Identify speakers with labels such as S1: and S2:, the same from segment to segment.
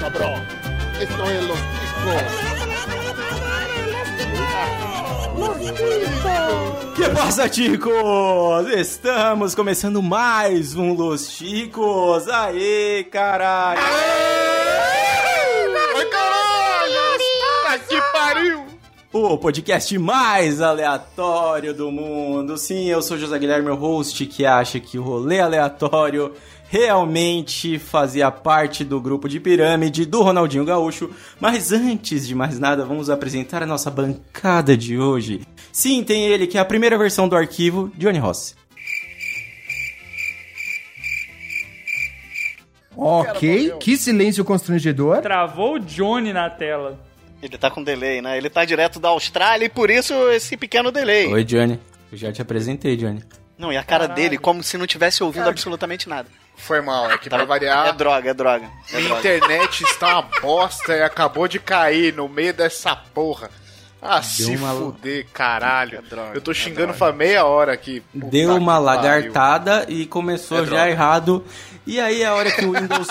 S1: cabrón. Esto es los discos.
S2: Que passa, Ticos? Estamos começando mais um Los Chicos. Aê, caralho!
S1: ¡Ay, caralho! ¡Que pariu!
S2: O podcast mais aleatório do mundo. Sim, eu sou José Guilherme, o host que acha que o rolê aleatório realmente fazia parte do grupo de pirâmide do Ronaldinho Gaúcho. Mas antes de mais nada, vamos apresentar a nossa bancada de hoje. Sim, tem ele que é a primeira versão do arquivo, Johnny Rossi.
S3: Ok, que silêncio constrangedor.
S4: Travou o Johnny na tela.
S5: Ele tá com delay, né? Ele tá direto da Austrália e por isso esse pequeno delay.
S2: Oi, Johnny. Eu já te apresentei, Johnny.
S5: Não, e a cara
S4: Caralho.
S5: dele, como se não tivesse ouvido absolutamente nada.
S1: Foi mal, é que pra
S5: É
S1: variar,
S5: droga, é droga.
S1: a internet está uma bosta e acabou de cair no meio dessa porra. Ah, se
S2: uma-
S1: fuder, caralho.
S5: É droga,
S1: Eu tô
S5: é
S1: xingando
S5: droga.
S1: faz meia hora aqui. Puta
S2: Deu
S1: que
S2: uma
S1: pariu.
S2: lagartada e começou
S1: É
S2: já
S1: droga.
S2: errado. E aí é a hora que o Windows.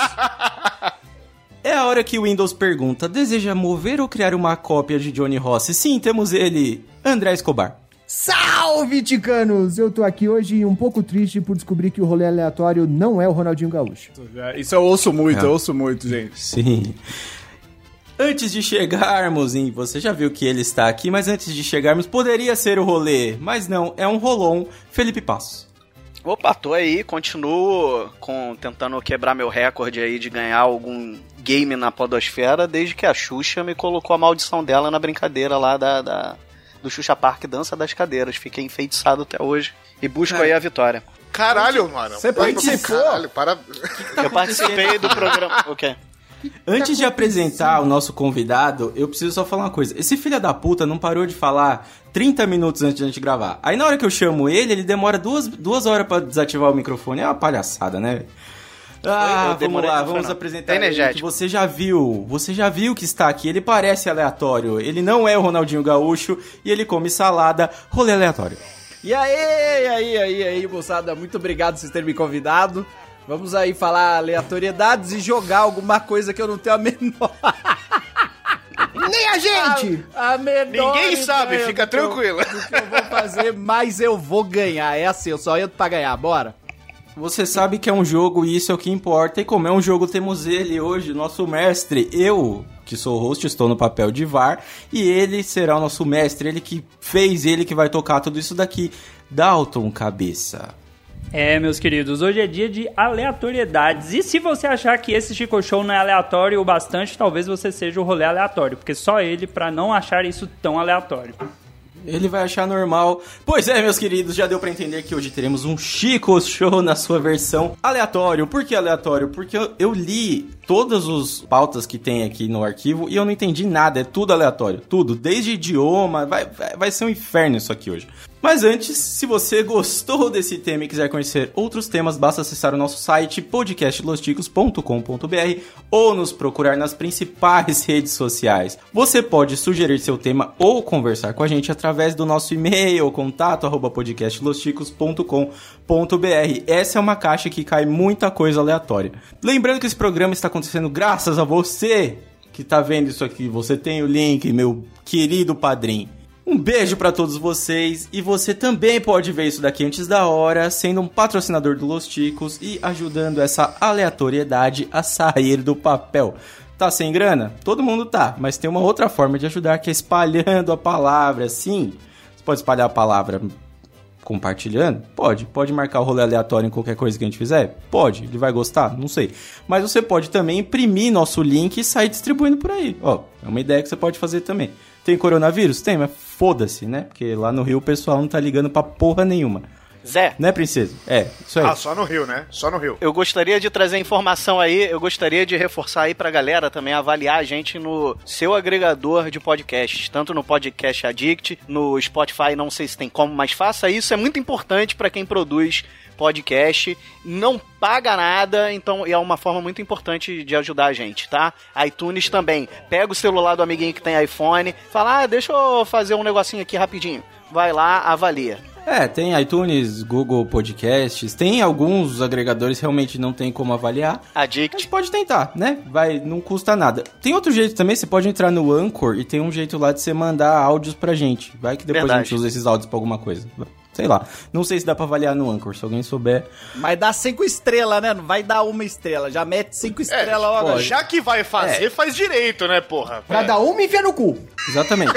S2: é a hora que o Windows pergunta: deseja mover ou criar uma cópia de Johnny Rossi? Sim, temos ele, André Escobar.
S3: Salve, ticanos! Eu tô aqui hoje um pouco triste por descobrir que o rolê aleatório não é o Ronaldinho Gaúcho.
S6: É, Isso eu ouço
S2: É.
S6: muito, eu ouço muito, gente.
S2: Sim. Antes de chegarmos em. Você já viu que ele está aqui, mas antes de chegarmos, poderia ser o rolê. Mas não, é um rolon. Felipe Passos.
S5: Opa, tô aí, continuo com, tentando quebrar meu recorde aí de ganhar algum game na podosfera, desde que a Xuxa me colocou a maldição dela na brincadeira lá da, da- do Xuxa Park Dança das Cadeiras. Fiquei enfeitiçado até hoje e busco aí a vitória.
S1: Caralho, mano.
S6: Você
S1: Vai
S6: participou?
S1: pro Caralho, para...
S5: Eu participei do programa. O quê?
S2: Antes de apresentar o nosso convidado, eu preciso só falar uma coisa. Esse filho da puta não parou de falar 30 minutos antes de a gente gravar. Aí na hora que eu chamo ele, ele demora duas, duas horas pra desativar o microfone. É uma palhaçada, né?
S5: eu
S2: Ah, vamos
S5: demorei,
S2: lá,
S5: não foi
S2: vamos
S5: não.
S2: apresentar
S5: É
S2: ele
S5: energético.
S2: que você já viu. Você já viu que está aqui. Ele parece aleatório. Ele não é o Ronaldinho Gaúcho e ele come salada. Rolê aleatório.
S7: E aí, e aí, e aí, e aí, moçada, muito obrigado por vocês terem me convidado. Vamos aí falar aleatoriedades e jogar alguma coisa que eu não tenho a menor.
S3: Nem a gente!
S7: A menor
S1: Ninguém
S7: ideia
S1: sabe,
S7: do
S1: fica
S7: que eu-
S1: tranquilo.
S7: do que eu vou fazer, mas eu vou ganhar. É assim, eu só entro pra ganhar, bora?
S2: Você sabe que é um jogo e isso é o que importa. E como é um jogo, temos ele hoje, nosso mestre. Eu, que sou o host, estou no papel de VAR. E ele será o nosso mestre. Ele que fez, ele que vai tocar tudo isso daqui. Dalton Cabeça.
S4: É, meus queridos, hoje é dia de aleatoriedades. E se você achar que esse Chico Show não é aleatório o bastante, talvez você seja o rolê aleatório, porque só ele pra não achar isso tão aleatório.
S2: Ele vai achar normal. Pois é, meus queridos, já deu pra entender que hoje teremos um Chico Show na sua versão aleatório. Por que aleatório? Porque eu, eu li todas as pautas que tem aqui no arquivo e eu não entendi nada. É tudo aleatório. Tudo, desde idioma. Vai, vai, vai ser um inferno isso aqui hoje. Mas antes, se você gostou desse tema e quiser conhecer outros temas, basta acessar o nosso site podcastlosticos.com.br ou nos procurar nas principais redes sociais. Você pode sugerir seu tema ou conversar com a gente através do nosso e-mail contato arroba podcastlosticos.com.br. Essa é uma caixa que cai muita coisa aleatória. Lembrando que esse programa está acontecendo graças a você que está vendo isso aqui. Você tem o link, meu querido padrinho. Um beijo pra todos vocês e você também pode ver isso daqui antes da hora, sendo um patrocinador do Los Ticos e ajudando essa aleatoriedade a sair do papel. Tá sem grana? Todo mundo tá, mas tem uma outra forma de ajudar que é espalhando a palavra, sim. Você pode espalhar a palavra compartilhando? Pode. Pode marcar o rolê aleatório em qualquer coisa que a gente fizer? Pode. Ele vai gostar? Não sei. Mas você pode também imprimir nosso link e sair distribuindo por aí. Ó, é uma ideia que você pode fazer também. Tem coronavírus? Tem, mas foda-se, né? Porque lá no Rio o pessoal não tá ligando pra porra nenhuma.
S5: Zé,
S2: Né, princesa? É, isso aí.
S1: Ah, só no Rio, né? Só no Rio.
S5: Eu gostaria de trazer informação aí, eu gostaria de reforçar aí pra galera também avaliar a gente no seu agregador de podcasts, tanto no Podcast Addict, no Spotify, não sei se tem como, mas faça isso, é muito importante pra quem produz podcast, não paga nada, então é uma forma muito importante de ajudar a gente, tá? iTunes também, pega o celular do amiguinho que tem iPhone, fala, ah, deixa eu fazer um negocinho aqui rapidinho, vai lá, avalia.
S2: É, tem iTunes, Google Podcasts, tem alguns agregadores realmente não tem como avaliar. Mas
S5: Addict.
S2: pode tentar, né? Vai, não custa nada. Tem outro jeito também, você pode entrar no Anchor e tem um jeito lá de você mandar áudios pra gente. Vai que depois a
S5: Verdade.
S2: gente usa esses áudios pra alguma coisa. Sei lá. Não sei se dá pra avaliar no Anchor, se alguém souber.
S7: Mas dá cinco estrelas, né? Não vai dar uma estrela. Já mete cinco
S1: É,
S7: estrelas logo.
S1: pô, já que vai fazer, faz direito, né, porra?
S3: Pra dar uma, enfia no cu.
S2: Exatamente.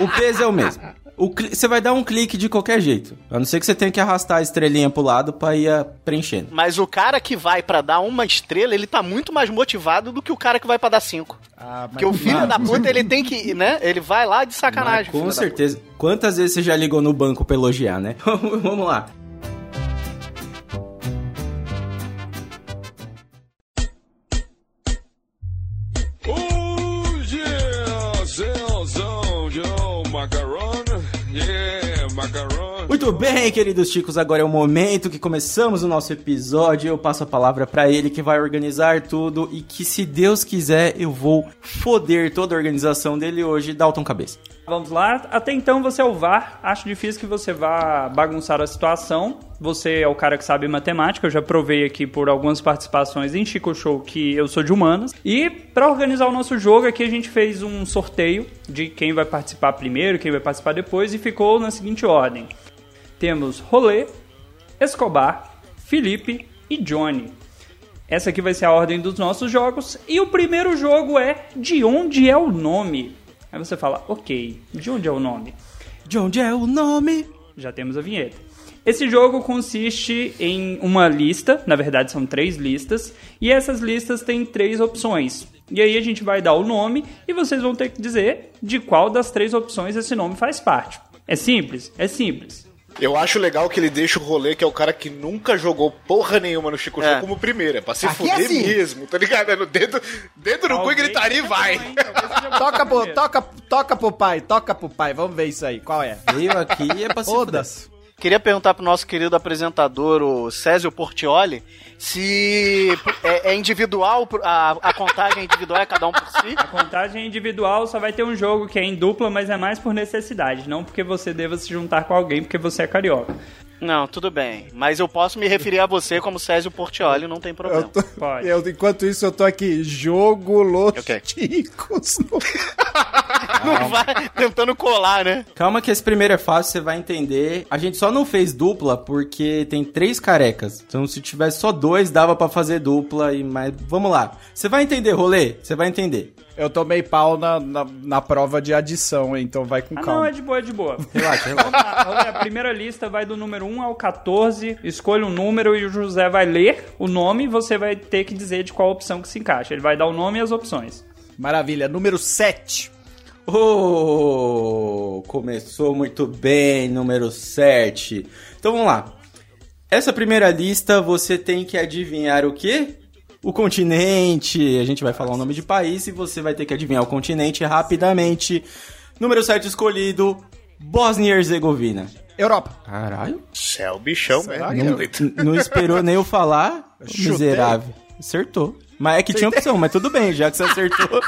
S2: o peso é o mesmo. O cli- Você vai dar um clique de qualquer jeito. A não ser que você tenha que arrastar a estrelinha pro lado pra ir ah, preenchendo.
S5: Mas o cara que vai pra dar uma estrela, ele tá muito mais motivado do que o cara que vai pra dar cinco.
S4: Ah,
S6: Ah,
S5: Porque o filho
S2: Marcos-
S5: da puta, ele tem que, né? Ele vai lá de sacanagem.
S2: Com
S5: filho da
S2: certeza. Quantas vezes você já ligou no banco pra elogiar, né? Vamos lá.
S8: Oh yeah, Zelzão, yo, macaron, yeah, macaron.
S2: Muito bem, queridos chicos, agora é o momento que começamos o nosso episódio. Eu passo a palavra pra ele que vai organizar tudo e que se Deus quiser eu vou foder toda a organização dele hoje, Dalton Cabeça.
S4: Vamos lá. Até então você é o VAR. Acho difícil que você vá bagunçar a situação. Você é o cara que sabe matemática. Eu já provei aqui por algumas participações em Chico Show que eu sou de humanas. E para organizar o nosso jogo aqui, a gente fez um sorteio de quem vai participar primeiro, quem vai participar depois. E ficou na seguinte ordem: temos Rolê, Escobar, Felipe e Johnny. Essa aqui vai ser a ordem dos nossos jogos. E o primeiro jogo é De Onde é o Nome? Aí você fala, ok, de onde é o nome?
S2: De onde é o nome?
S4: Já temos a vinheta. Esse jogo consiste em uma lista, na verdade são três listas, e essas listas têm três opções. E aí a gente vai dar o nome e vocês vão ter que dizer de qual das três opções esse nome faz parte. É simples? É simples.
S1: Eu acho legal que ele deixa o rolê, que é o cara que nunca jogou porra nenhuma no Chico
S5: É.
S1: Show, como primeira. Pra se
S3: Aqui é
S1: fuder
S3: assim.
S1: mesmo, tá ligado? É no dedo, dedo no cu e
S4: Alguém-
S1: gritaria e vai.
S4: Talvez seja você
S7: Toca pro,
S4: primeiro.
S7: toca, toca pro pai, toca pro pai. Vamos ver isso aí. Qual é?
S2: Veio aqui e é pra se
S7: Foda-se.
S5: Queria perguntar pro nosso querido apresentador, o Césio Portioli, se é, é individual, a, a contagem é individual é cada um por si.
S4: Contagem individual só vai ter um jogo que é em dupla, mas é mais por necessidade, não porque você deva se juntar com alguém porque você é carioca.
S5: Não, tudo bem. Mas eu posso me referir a você como Césio Portioli, não tem problema.
S6: Eu tô-
S4: Pode.
S6: eu- enquanto isso, eu tô aqui. Jogo Los
S5: Ok.
S6: Ticos.
S5: Não vai tentando colar, né?
S2: Calma que esse primeiro é fácil, você vai entender. A gente só não fez dupla porque tem três carecas. Então se tivesse só dois, dava pra fazer dupla e mas vamos lá. Você vai entender, rolê? Você vai entender.
S7: Eu tomei pau na, na, na prova de adição, hein, então vai com
S4: Ah, não,
S7: calma.
S4: é de boa, é de boa.
S2: Relaxa, relaxa.
S4: Vamos lá, olha, a primeira lista vai do número 1 ao 14, escolha um número e o José vai ler o nome e você vai ter que dizer de qual opção que se encaixa. Ele vai dar o nome e as opções.
S7: Maravilha. Número 7.
S2: Oh, começou muito bem, número 7. Então vamos lá. Essa primeira lista você tem que adivinhar o quê? O continente. A gente vai falar o nome de país e você vai ter que adivinhar o continente rapidamente. Número 7 escolhido, Bósnia e Herzegovina.
S7: Europa.
S2: Caralho.
S1: Você é o bichão mesmo.
S2: Não, não esperou nem eu falar,
S7: Chutei.
S2: miserável. Acertou. Mas é que tinha opção, mas tudo bem, já que você acertou.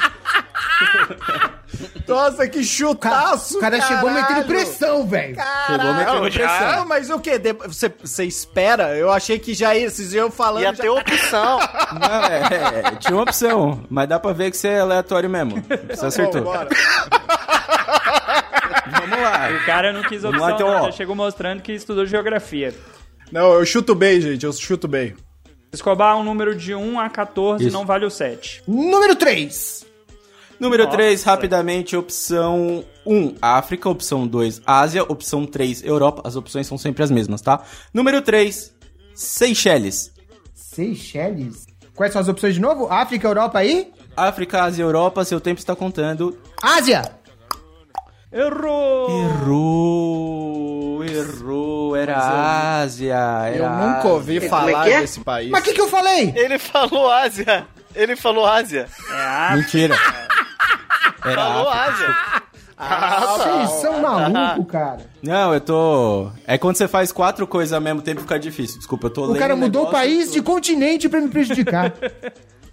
S7: Nossa, que
S3: Ca-
S7: chutaço,
S3: o cara chegou metendo
S7: caralho.
S3: pressão, velho.
S2: Chegou metendo pressão.
S7: Não, mas o quê? De- Você, você espera? Eu achei que já ia, vocês iam falando...
S5: Ia
S7: já-
S5: ter opção.
S2: Não, é, é, tinha uma opção, mas dá pra ver que você é aleatório mesmo. Você acertou. Vamos lá.
S4: O cara não quis
S2: Vamos
S4: opção,
S2: lá, então,
S4: não,
S2: ó.
S4: já chegou mostrando que estudou geografia.
S6: Não, eu chuto bem, gente. Eu chuto bem.
S4: Escobar um número de 1 a 14,
S2: Isso.
S4: não vale o 7.
S3: Número 3.
S2: Número
S4: Nossa.
S2: 3, rapidamente, opção 1, África, opção 2, Ásia, opção 3, Europa. As opções são sempre as mesmas, tá? Número 3, Seychelles.
S3: Seychelles. Quais são as opções de novo? África, Europa aí?
S2: África, Ásia, Europa, seu tempo está contando.
S3: Ásia.
S4: Errou!
S2: Errou, errou, era Ásia. Era
S7: Eu nunca ouvi falar
S5: que é?
S7: desse país.
S3: Mas o que, que eu falei?
S5: Ele falou Ásia. Ele falou Ásia.
S4: É a
S2: Mentira. Era
S5: Falou Ásia.
S6: Ah, tá.
S3: Vocês são malucos, cara.
S2: Não, eu tô. É quando você faz quatro coisas ao mesmo tempo fica difícil. Desculpa, eu tô
S3: O
S2: lendo. um
S3: cara mudou o
S2: negócio
S3: país
S2: e
S3: de continente pra me prejudicar.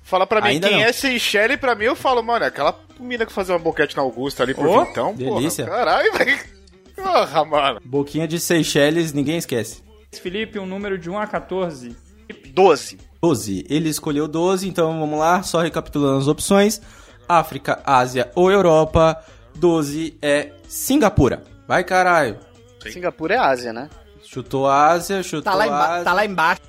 S1: Fala pra mim
S2: Ainda
S1: quem
S2: não.
S1: é Seychelles, pra mim eu falo, mano, é aquela mina que fazia uma boquete na Augusta ali por
S4: Ô,
S1: Vintão, porra.
S2: delícia.
S1: Caralho, velho. Porra, mano.
S2: Boquinha de Seychelles, ninguém esquece.
S4: Felipe, um número de 1 a 14.
S5: 12.
S2: 12. Ele escolheu 12, então vamos lá, só recapitulando as opções: África, Ásia ou Europa. 12 é Singapura. Vai, caralho.
S5: Singapura é Ásia, né?
S2: Chutou a Ásia, chutou
S7: Tá lá,
S2: a
S7: emba-
S2: Ásia.
S7: tá lá embaixo.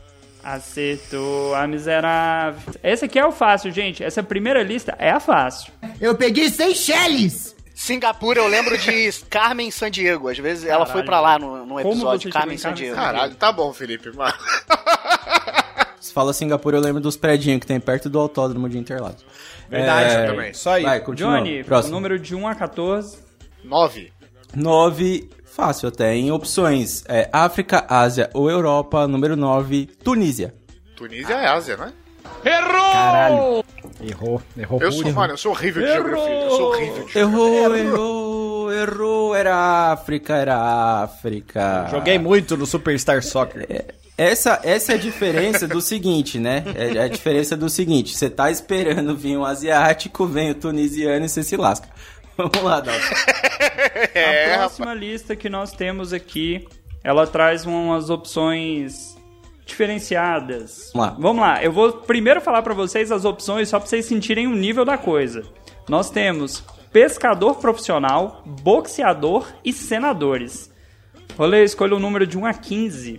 S4: Acertou a miserável. Essa aqui é o fácil, gente. Essa primeira lista é a fácil.
S3: Eu peguei Seychelles!
S5: Singapura, eu lembro de Carmen San Diego. Às vezes ela foi pra lá no, num
S4: Como
S5: episódio,
S4: você
S5: Carmen
S4: chegou
S5: San
S4: em Carmen
S5: Diego.
S1: Caralho, tá bom, Felipe, mano.
S2: Se fala Singapura, eu lembro dos prédios que tem perto do autódromo de Interlagos.
S1: Verdade, eu também.
S6: Só aí.
S2: Vai, continua.
S4: Johnny,
S2: Próximo.
S4: número de 1 a 14.
S1: Nove.
S2: 9, fácil até, em opções. É África, Ásia ou Europa. Número 9, Tunísia.
S1: Tunísia é Ásia, né?
S6: Errou, errou.
S1: Eu sou, mano, eu sou horrível de geografia. Eu sou horrível de
S2: Errou, errou, errou. Era África, era África.
S4: Ah.
S2: É,
S6: Joguei muito no Superstar Soccer.
S2: Essa, essa é a diferença do seguinte, né? É a diferença do seguinte: você tá esperando vir um asiático, vem o tunisiano e você se lasca. Vamos lá, Dalton.
S4: a próxima lista que nós temos aqui, ela traz umas opções diferenciadas.
S2: Vamos lá.
S4: Vamos lá. Eu vou primeiro falar pra vocês as opções só pra vocês sentirem o nível da coisa. Nós temos pescador profissional, boxeador e senadores. Rolê, escolha o número de 1 a 15.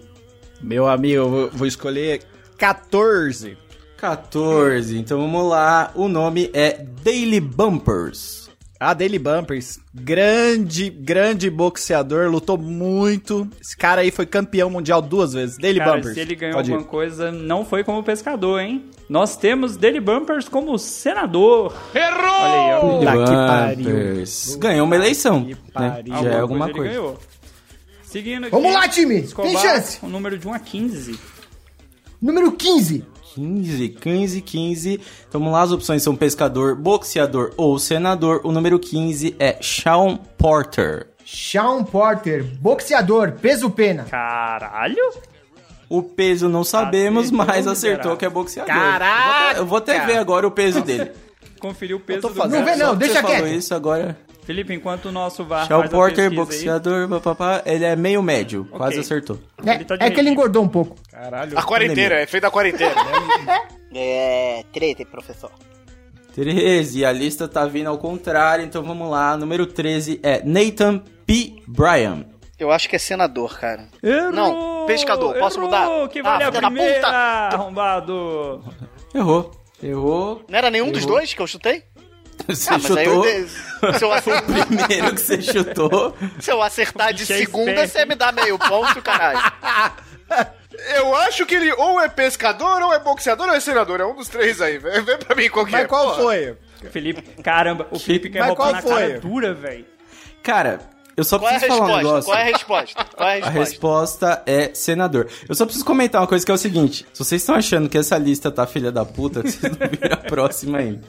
S6: Meu amigo, eu vou, vou escolher 14.
S2: 14. Então vamos lá. O nome é Daily Bumpers.
S6: Ah, Daily Bumpers. Grande, grande boxeador, lutou muito. Esse cara aí foi campeão mundial duas vezes. Daily
S4: Cara,
S6: Bumpers.
S4: se ele ganhou
S6: Pode ir.
S4: alguma coisa, não foi como pescador, hein? Nós temos Dele Bumpers como senador. Errou! Olha aí, ó.
S6: Puta Tá que Tá
S2: Bumpers. Ganhou uma eleição.
S6: que
S2: né?
S6: pariu.
S2: Já é alguma
S4: ele
S2: coisa.
S4: ganhou. Seguindo aqui,
S3: Vamos lá, time! Tem chance!
S4: O número de 1 a 15.
S3: Número 15.
S2: 15, 15, 15. Então vamos lá. As opções são pescador, boxeador ou senador. O número 15 é Sean Porter.
S3: Sean Porter, boxeador, peso pena.
S4: Caralho!
S2: O peso não sabemos,
S4: Acertou,
S2: mas
S4: miserável.
S2: acertou que é boxeador.
S7: Caraca!
S2: Eu vou até ver agora o peso dele.
S4: Conferiu o peso
S6: tô
S4: do
S6: fazendo.
S4: cara.
S3: Não vê
S2: Só
S3: não,
S2: que
S3: deixa
S2: você falou
S3: quieto.
S2: isso agora.
S4: Felipe, enquanto o nosso VAR
S2: Sean
S4: faz a
S2: Porter,
S4: pesquisa aí,
S2: boxeador, papapá. Ele é meio médio. Quase acertou.
S3: É,
S4: Ele tá de
S3: é que ele
S4: rede.
S3: engordou um pouco.
S1: A quarentena, é feito da quarentena.
S5: É, treta, professor.
S2: 13, a lista tá vindo ao contrário, então vamos lá. Número 13 é Nathan P. Bryan.
S5: Eu acho que é senador, cara.
S4: Errou,
S5: Não, pescador, posso
S4: errou,
S5: mudar?
S4: que
S5: Ah,
S4: vale a
S5: filha da
S4: primeira,
S5: puta.
S4: arrombado.
S2: Errou. Errou.
S5: Não era nenhum dos dois que eu chutei?
S2: Você
S5: Ah, mas aí
S2: chutou.
S5: eu, se, eu
S2: Foi o
S5: acertar,
S2: primeiro que você chutou.
S5: se eu acertar de
S4: Bicho é
S5: segunda,
S4: esperto.
S5: você me dá meio ponto, caralho.
S1: Eu acho que ele ou é pescador, ou é boxeador, ou é senador. É um dos três aí. Vê, vê pra mim qual que é.
S6: Mas qual
S1: porra.
S6: foi?
S4: Felipe, caramba, o Felipe quer
S6: mas
S4: roubar
S6: qual
S4: na
S6: foi?
S4: cara dura, velho.
S2: Cara, eu só
S5: Qual é a
S2: preciso falar um
S5: resposta?
S2: negócio.
S5: Qual é a resposta? Qual é a
S2: A
S5: resposta?
S2: resposta é senador. Eu só preciso comentar uma coisa que é o seguinte: se vocês estão achando que essa lista tá filha da puta, vocês não viram a próxima ainda.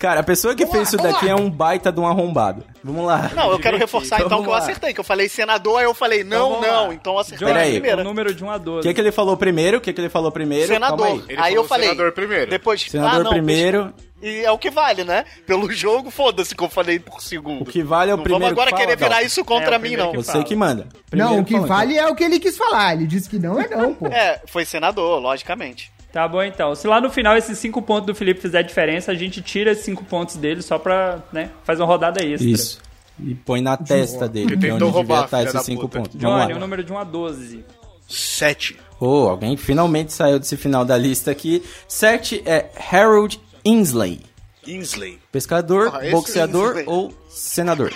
S2: Cara, a pessoa que fez isso daqui é um baita de um arrombado. Vamos lá.
S5: Não, eu quero reforçar
S2: Então
S5: então que eu
S2: vamos lá.
S5: acertei, que eu falei senador, aí eu falei não,
S4: Então vamos
S5: não,
S4: lá.
S5: então eu acertei
S4: Johnny,
S5: a
S2: Pera aí.
S5: primeira.
S4: o número de 1 a 12.
S2: O que, que ele falou primeiro? O que, que ele falou primeiro? Calma
S5: Senador.
S2: aí.
S5: Aí,
S1: Ele falou
S5: eu falei.
S1: senador primeiro.
S5: Depois,
S2: Senador
S5: ah, não,
S2: primeiro.
S5: deixa- E é o que vale, né? Pelo jogo, foda-se que eu falei por segundo.
S2: O que vale é o
S5: não
S2: primeiro
S5: vamos agora
S2: que fala,
S5: querer virar
S2: Dalton.
S5: isso contra
S4: É, o
S5: mim,
S4: primeiro
S5: não.
S4: que
S2: Você
S4: fala.
S2: que manda.
S3: Não, o que
S2: fala, então.
S3: vale é o que ele quis falar. Ele disse que não é não, pô.
S5: É, foi senador, logicamente.
S4: Tá bom então. Se lá no final esses 5 pontos do Felipe fizer diferença, a gente tira esses 5 pontos dele só pra, né, fazer uma rodada extra.
S2: Isso. E põe na testa dele,
S1: Ele
S2: que é onde
S1: tentou roubar,
S2: devia estar
S1: filha da
S2: esses cinco
S1: puta.
S2: pontos. Vamos
S4: Johnny,
S2: lá.
S4: né, o número de 1 a 12.
S1: Sete.
S2: Oh, alguém finalmente saiu desse final da lista aqui. Sete é Harold Inslee.
S1: Insley.
S2: Pescador,
S1: Porra, esse
S2: boxeador
S1: Inslee.
S2: ou senador?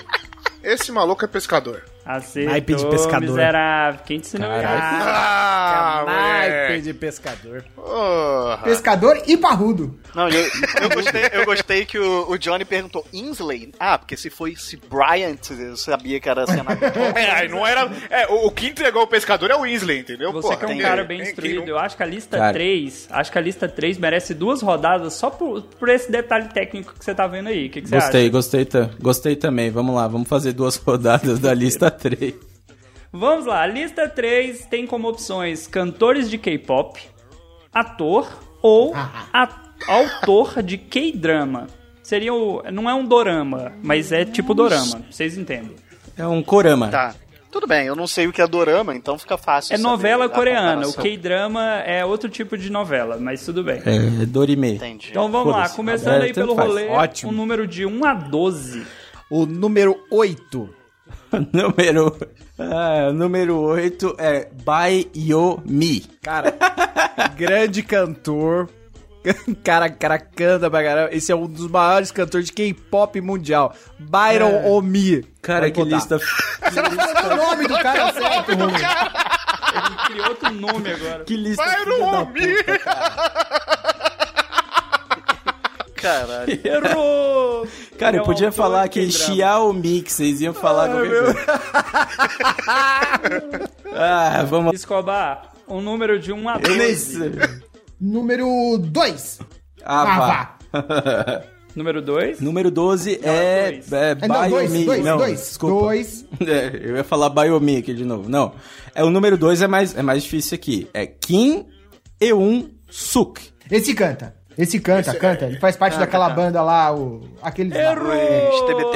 S1: Esse maluco é pescador.
S4: Acertou,
S6: Naipe de pescador.
S4: miserável. Quem te ensinou errado?
S1: Ah,
S6: Naipe
S1: moleque.
S6: de pescador.
S1: Porra.
S3: Pescador e parrudo.
S5: Não, eu, eu gostei, eu gostei que o, o Johnny perguntou Inslee. Ah, porque se fosse Bryant, eu sabia que era senador.
S1: É, aí não era. É, o, o que entregou o pescador é o Insley, entendeu?
S4: Você
S1: Porra,
S4: que é um
S1: tem-
S4: cara bem
S1: tem-
S4: instruído,
S1: quem não-
S4: eu acho que a lista
S2: Cara.
S4: 3, acho que a lista 3 merece duas rodadas só por, por esse detalhe técnico que você tá vendo aí. O que, que você
S2: Gostei,
S4: acha?
S2: gostei, ta- gostei também. Vamos lá, vamos fazer duas rodadas da lista 3.
S4: Vamos lá, a lista 3 tem como opções cantores de K-pop, ator ou
S2: Ah,
S4: a- autor de K-drama. Seria o. Não é um dorama, mas é tipo dorama, vocês entendem.
S2: É um corama.
S5: Tá. Tudo bem, eu não sei o que é dorama, então fica fácil.
S4: É
S5: saber
S4: novela
S5: a
S4: coreana. O
S5: comparação.
S4: K-drama é outro tipo de novela, mas tudo bem.
S2: É, Dorime.
S5: Entendi.
S4: Então vamos lá,
S2: Foda-se.
S4: começando
S2: É,
S4: aí
S2: tanto
S4: pelo
S2: faz.
S4: rolê,
S6: Ótimo.
S4: um número de 1 a 12.
S6: O número 8.
S2: número. Ah, número 8 é Bai Yo Mi.
S6: Cara, grande cantor. Cara, cara canta pra caramba. Esse é um dos maiores cantores de K-pop mundial. Byron Omi.
S2: Cara,
S6: Pode
S2: que
S6: botar.
S2: lista,
S3: o nome do cara certo, Rony.
S4: Ele criou outro nome agora.
S2: que lista
S1: Byron
S2: filha da
S1: Omi.
S2: puta, cara.
S5: Caralho.
S4: Errou!
S2: Cara, eu
S4: um
S2: podia falar que
S4: chiar.
S2: Xiaomi, que vocês iam falar qualquer coisa. ah, vamos
S4: Escobar, um número de 1 a
S2: Eu nem
S4: 12.
S2: sei.
S3: Número 2.
S2: Ah, vá.
S4: Número 2.
S2: Número 12 é,
S4: dois.
S2: é
S3: É, não, dois,
S2: Biomi.
S3: dois,
S2: Não,
S3: dois.
S2: desculpa.
S3: Dois.
S2: É, eu ia falar Biomi aqui de novo. Não. É, o número 2 é mais, é mais difícil aqui. É Kim Eun Suk.
S3: Esse canta. Esse canta, canta. Ele faz parte daquela banda lá, o... aquele...
S5: TBT.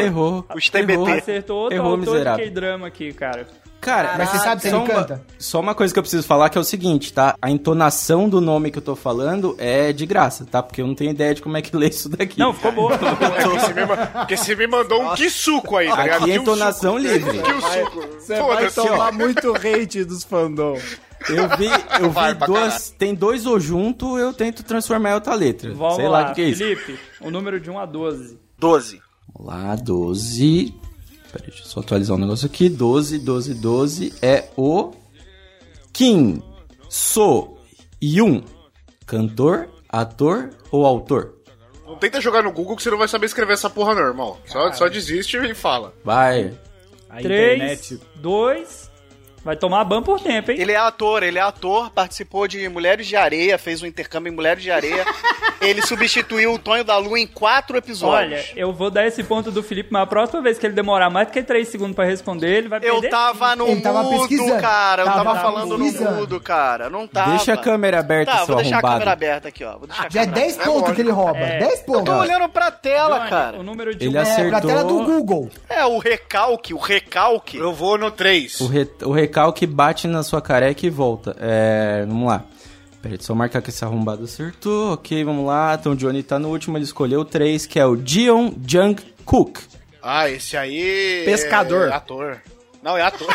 S2: Errou.
S5: Os TBT.
S2: Errou.
S4: Acertou outro
S2: Errou,
S4: autor
S2: miserável.
S4: de K-drama aqui, cara.
S2: Cara,
S3: Mas você sabe se
S2: só
S3: ele
S2: uma-
S3: canta?
S2: Só uma coisa que eu preciso falar que é o seguinte, tá? A entonação do nome que eu tô falando é de graça, tá? Porque eu não tenho ideia de como é que lê isso daqui.
S4: Não, ficou boa.
S1: Você me ma- Porque você me mandou um que suco aí, tá ligado?
S2: Aqui é
S1: Que um
S2: entonação livre.
S1: suco. Que um suco.
S6: Você vai
S1: Foda-se.
S6: tomar muito hate dos fandom.
S2: Eu vi, eu
S5: Vai
S2: vi
S5: pra
S2: duas. Tem dois ou junto, eu tento transformar em outra letra.
S4: Vamos
S2: Sei
S4: lá,
S2: lá o que que é isso.
S4: Felipe, o número de 1 a 12.
S5: 12.
S2: Vamos lá, 12. Peraí, deixa eu só atualizar um negócio aqui. 12, 12, 12 é o Kim So Yun. Cantor, ator ou autor?
S1: Não tenta jogar no Google que você não vai saber escrever essa porra, não, irmão. Só, só desiste e fala.
S2: Vai.
S6: A
S4: 3, 2. Vai tomar ban por tempo, hein?
S5: Ele é ator, ele é ator, participou de Mulheres de Areia, fez um intercâmbio em Mulheres de Areia. ele substituiu o Tonho da Lua em quatro
S4: Olha,
S5: episódios.
S4: eu vou dar esse ponto do Felipe, mas a próxima vez que ele demorar mais do que 3 segundos pra responder, ele é vai
S5: eu
S4: perder.
S5: tava no
S3: Ele tava
S5: mudo,
S3: pesquisando.
S5: cara. Eu tava,
S3: Tava
S5: falando no
S3: pesquisando.
S5: mudo, cara. Não tava.
S2: Deixa a câmera aberta,
S5: Tá,
S2: seu
S5: vou deixar a câmera
S2: arrombado.
S5: aberta aqui, ó. Vou deixar a
S3: Já é
S5: câmera
S3: 10
S5: aberta.
S3: pontos que ele rouba.
S4: É.
S3: 10
S5: Eu tô
S3: pontos.
S5: olhando pra tela,
S4: Johnny, um- O
S5: cara.
S4: número de
S2: Ele
S4: 1 a
S3: É, pra
S2: acertou.
S3: tela do Google.
S5: É, o recalque, o recalque.
S1: Eu vou no 3.
S2: O, re- o recalque bate na sua careca e volta. É, vamos lá. Peraí, deixa eu só marcar que esse arrombado acertou. Ok, vamos lá. Então o Johnny tá no último, ele escolheu três, que é o Dion Jung Cook.
S1: Ah, esse aí.
S6: Pescador.
S1: É ator. Não, é ator.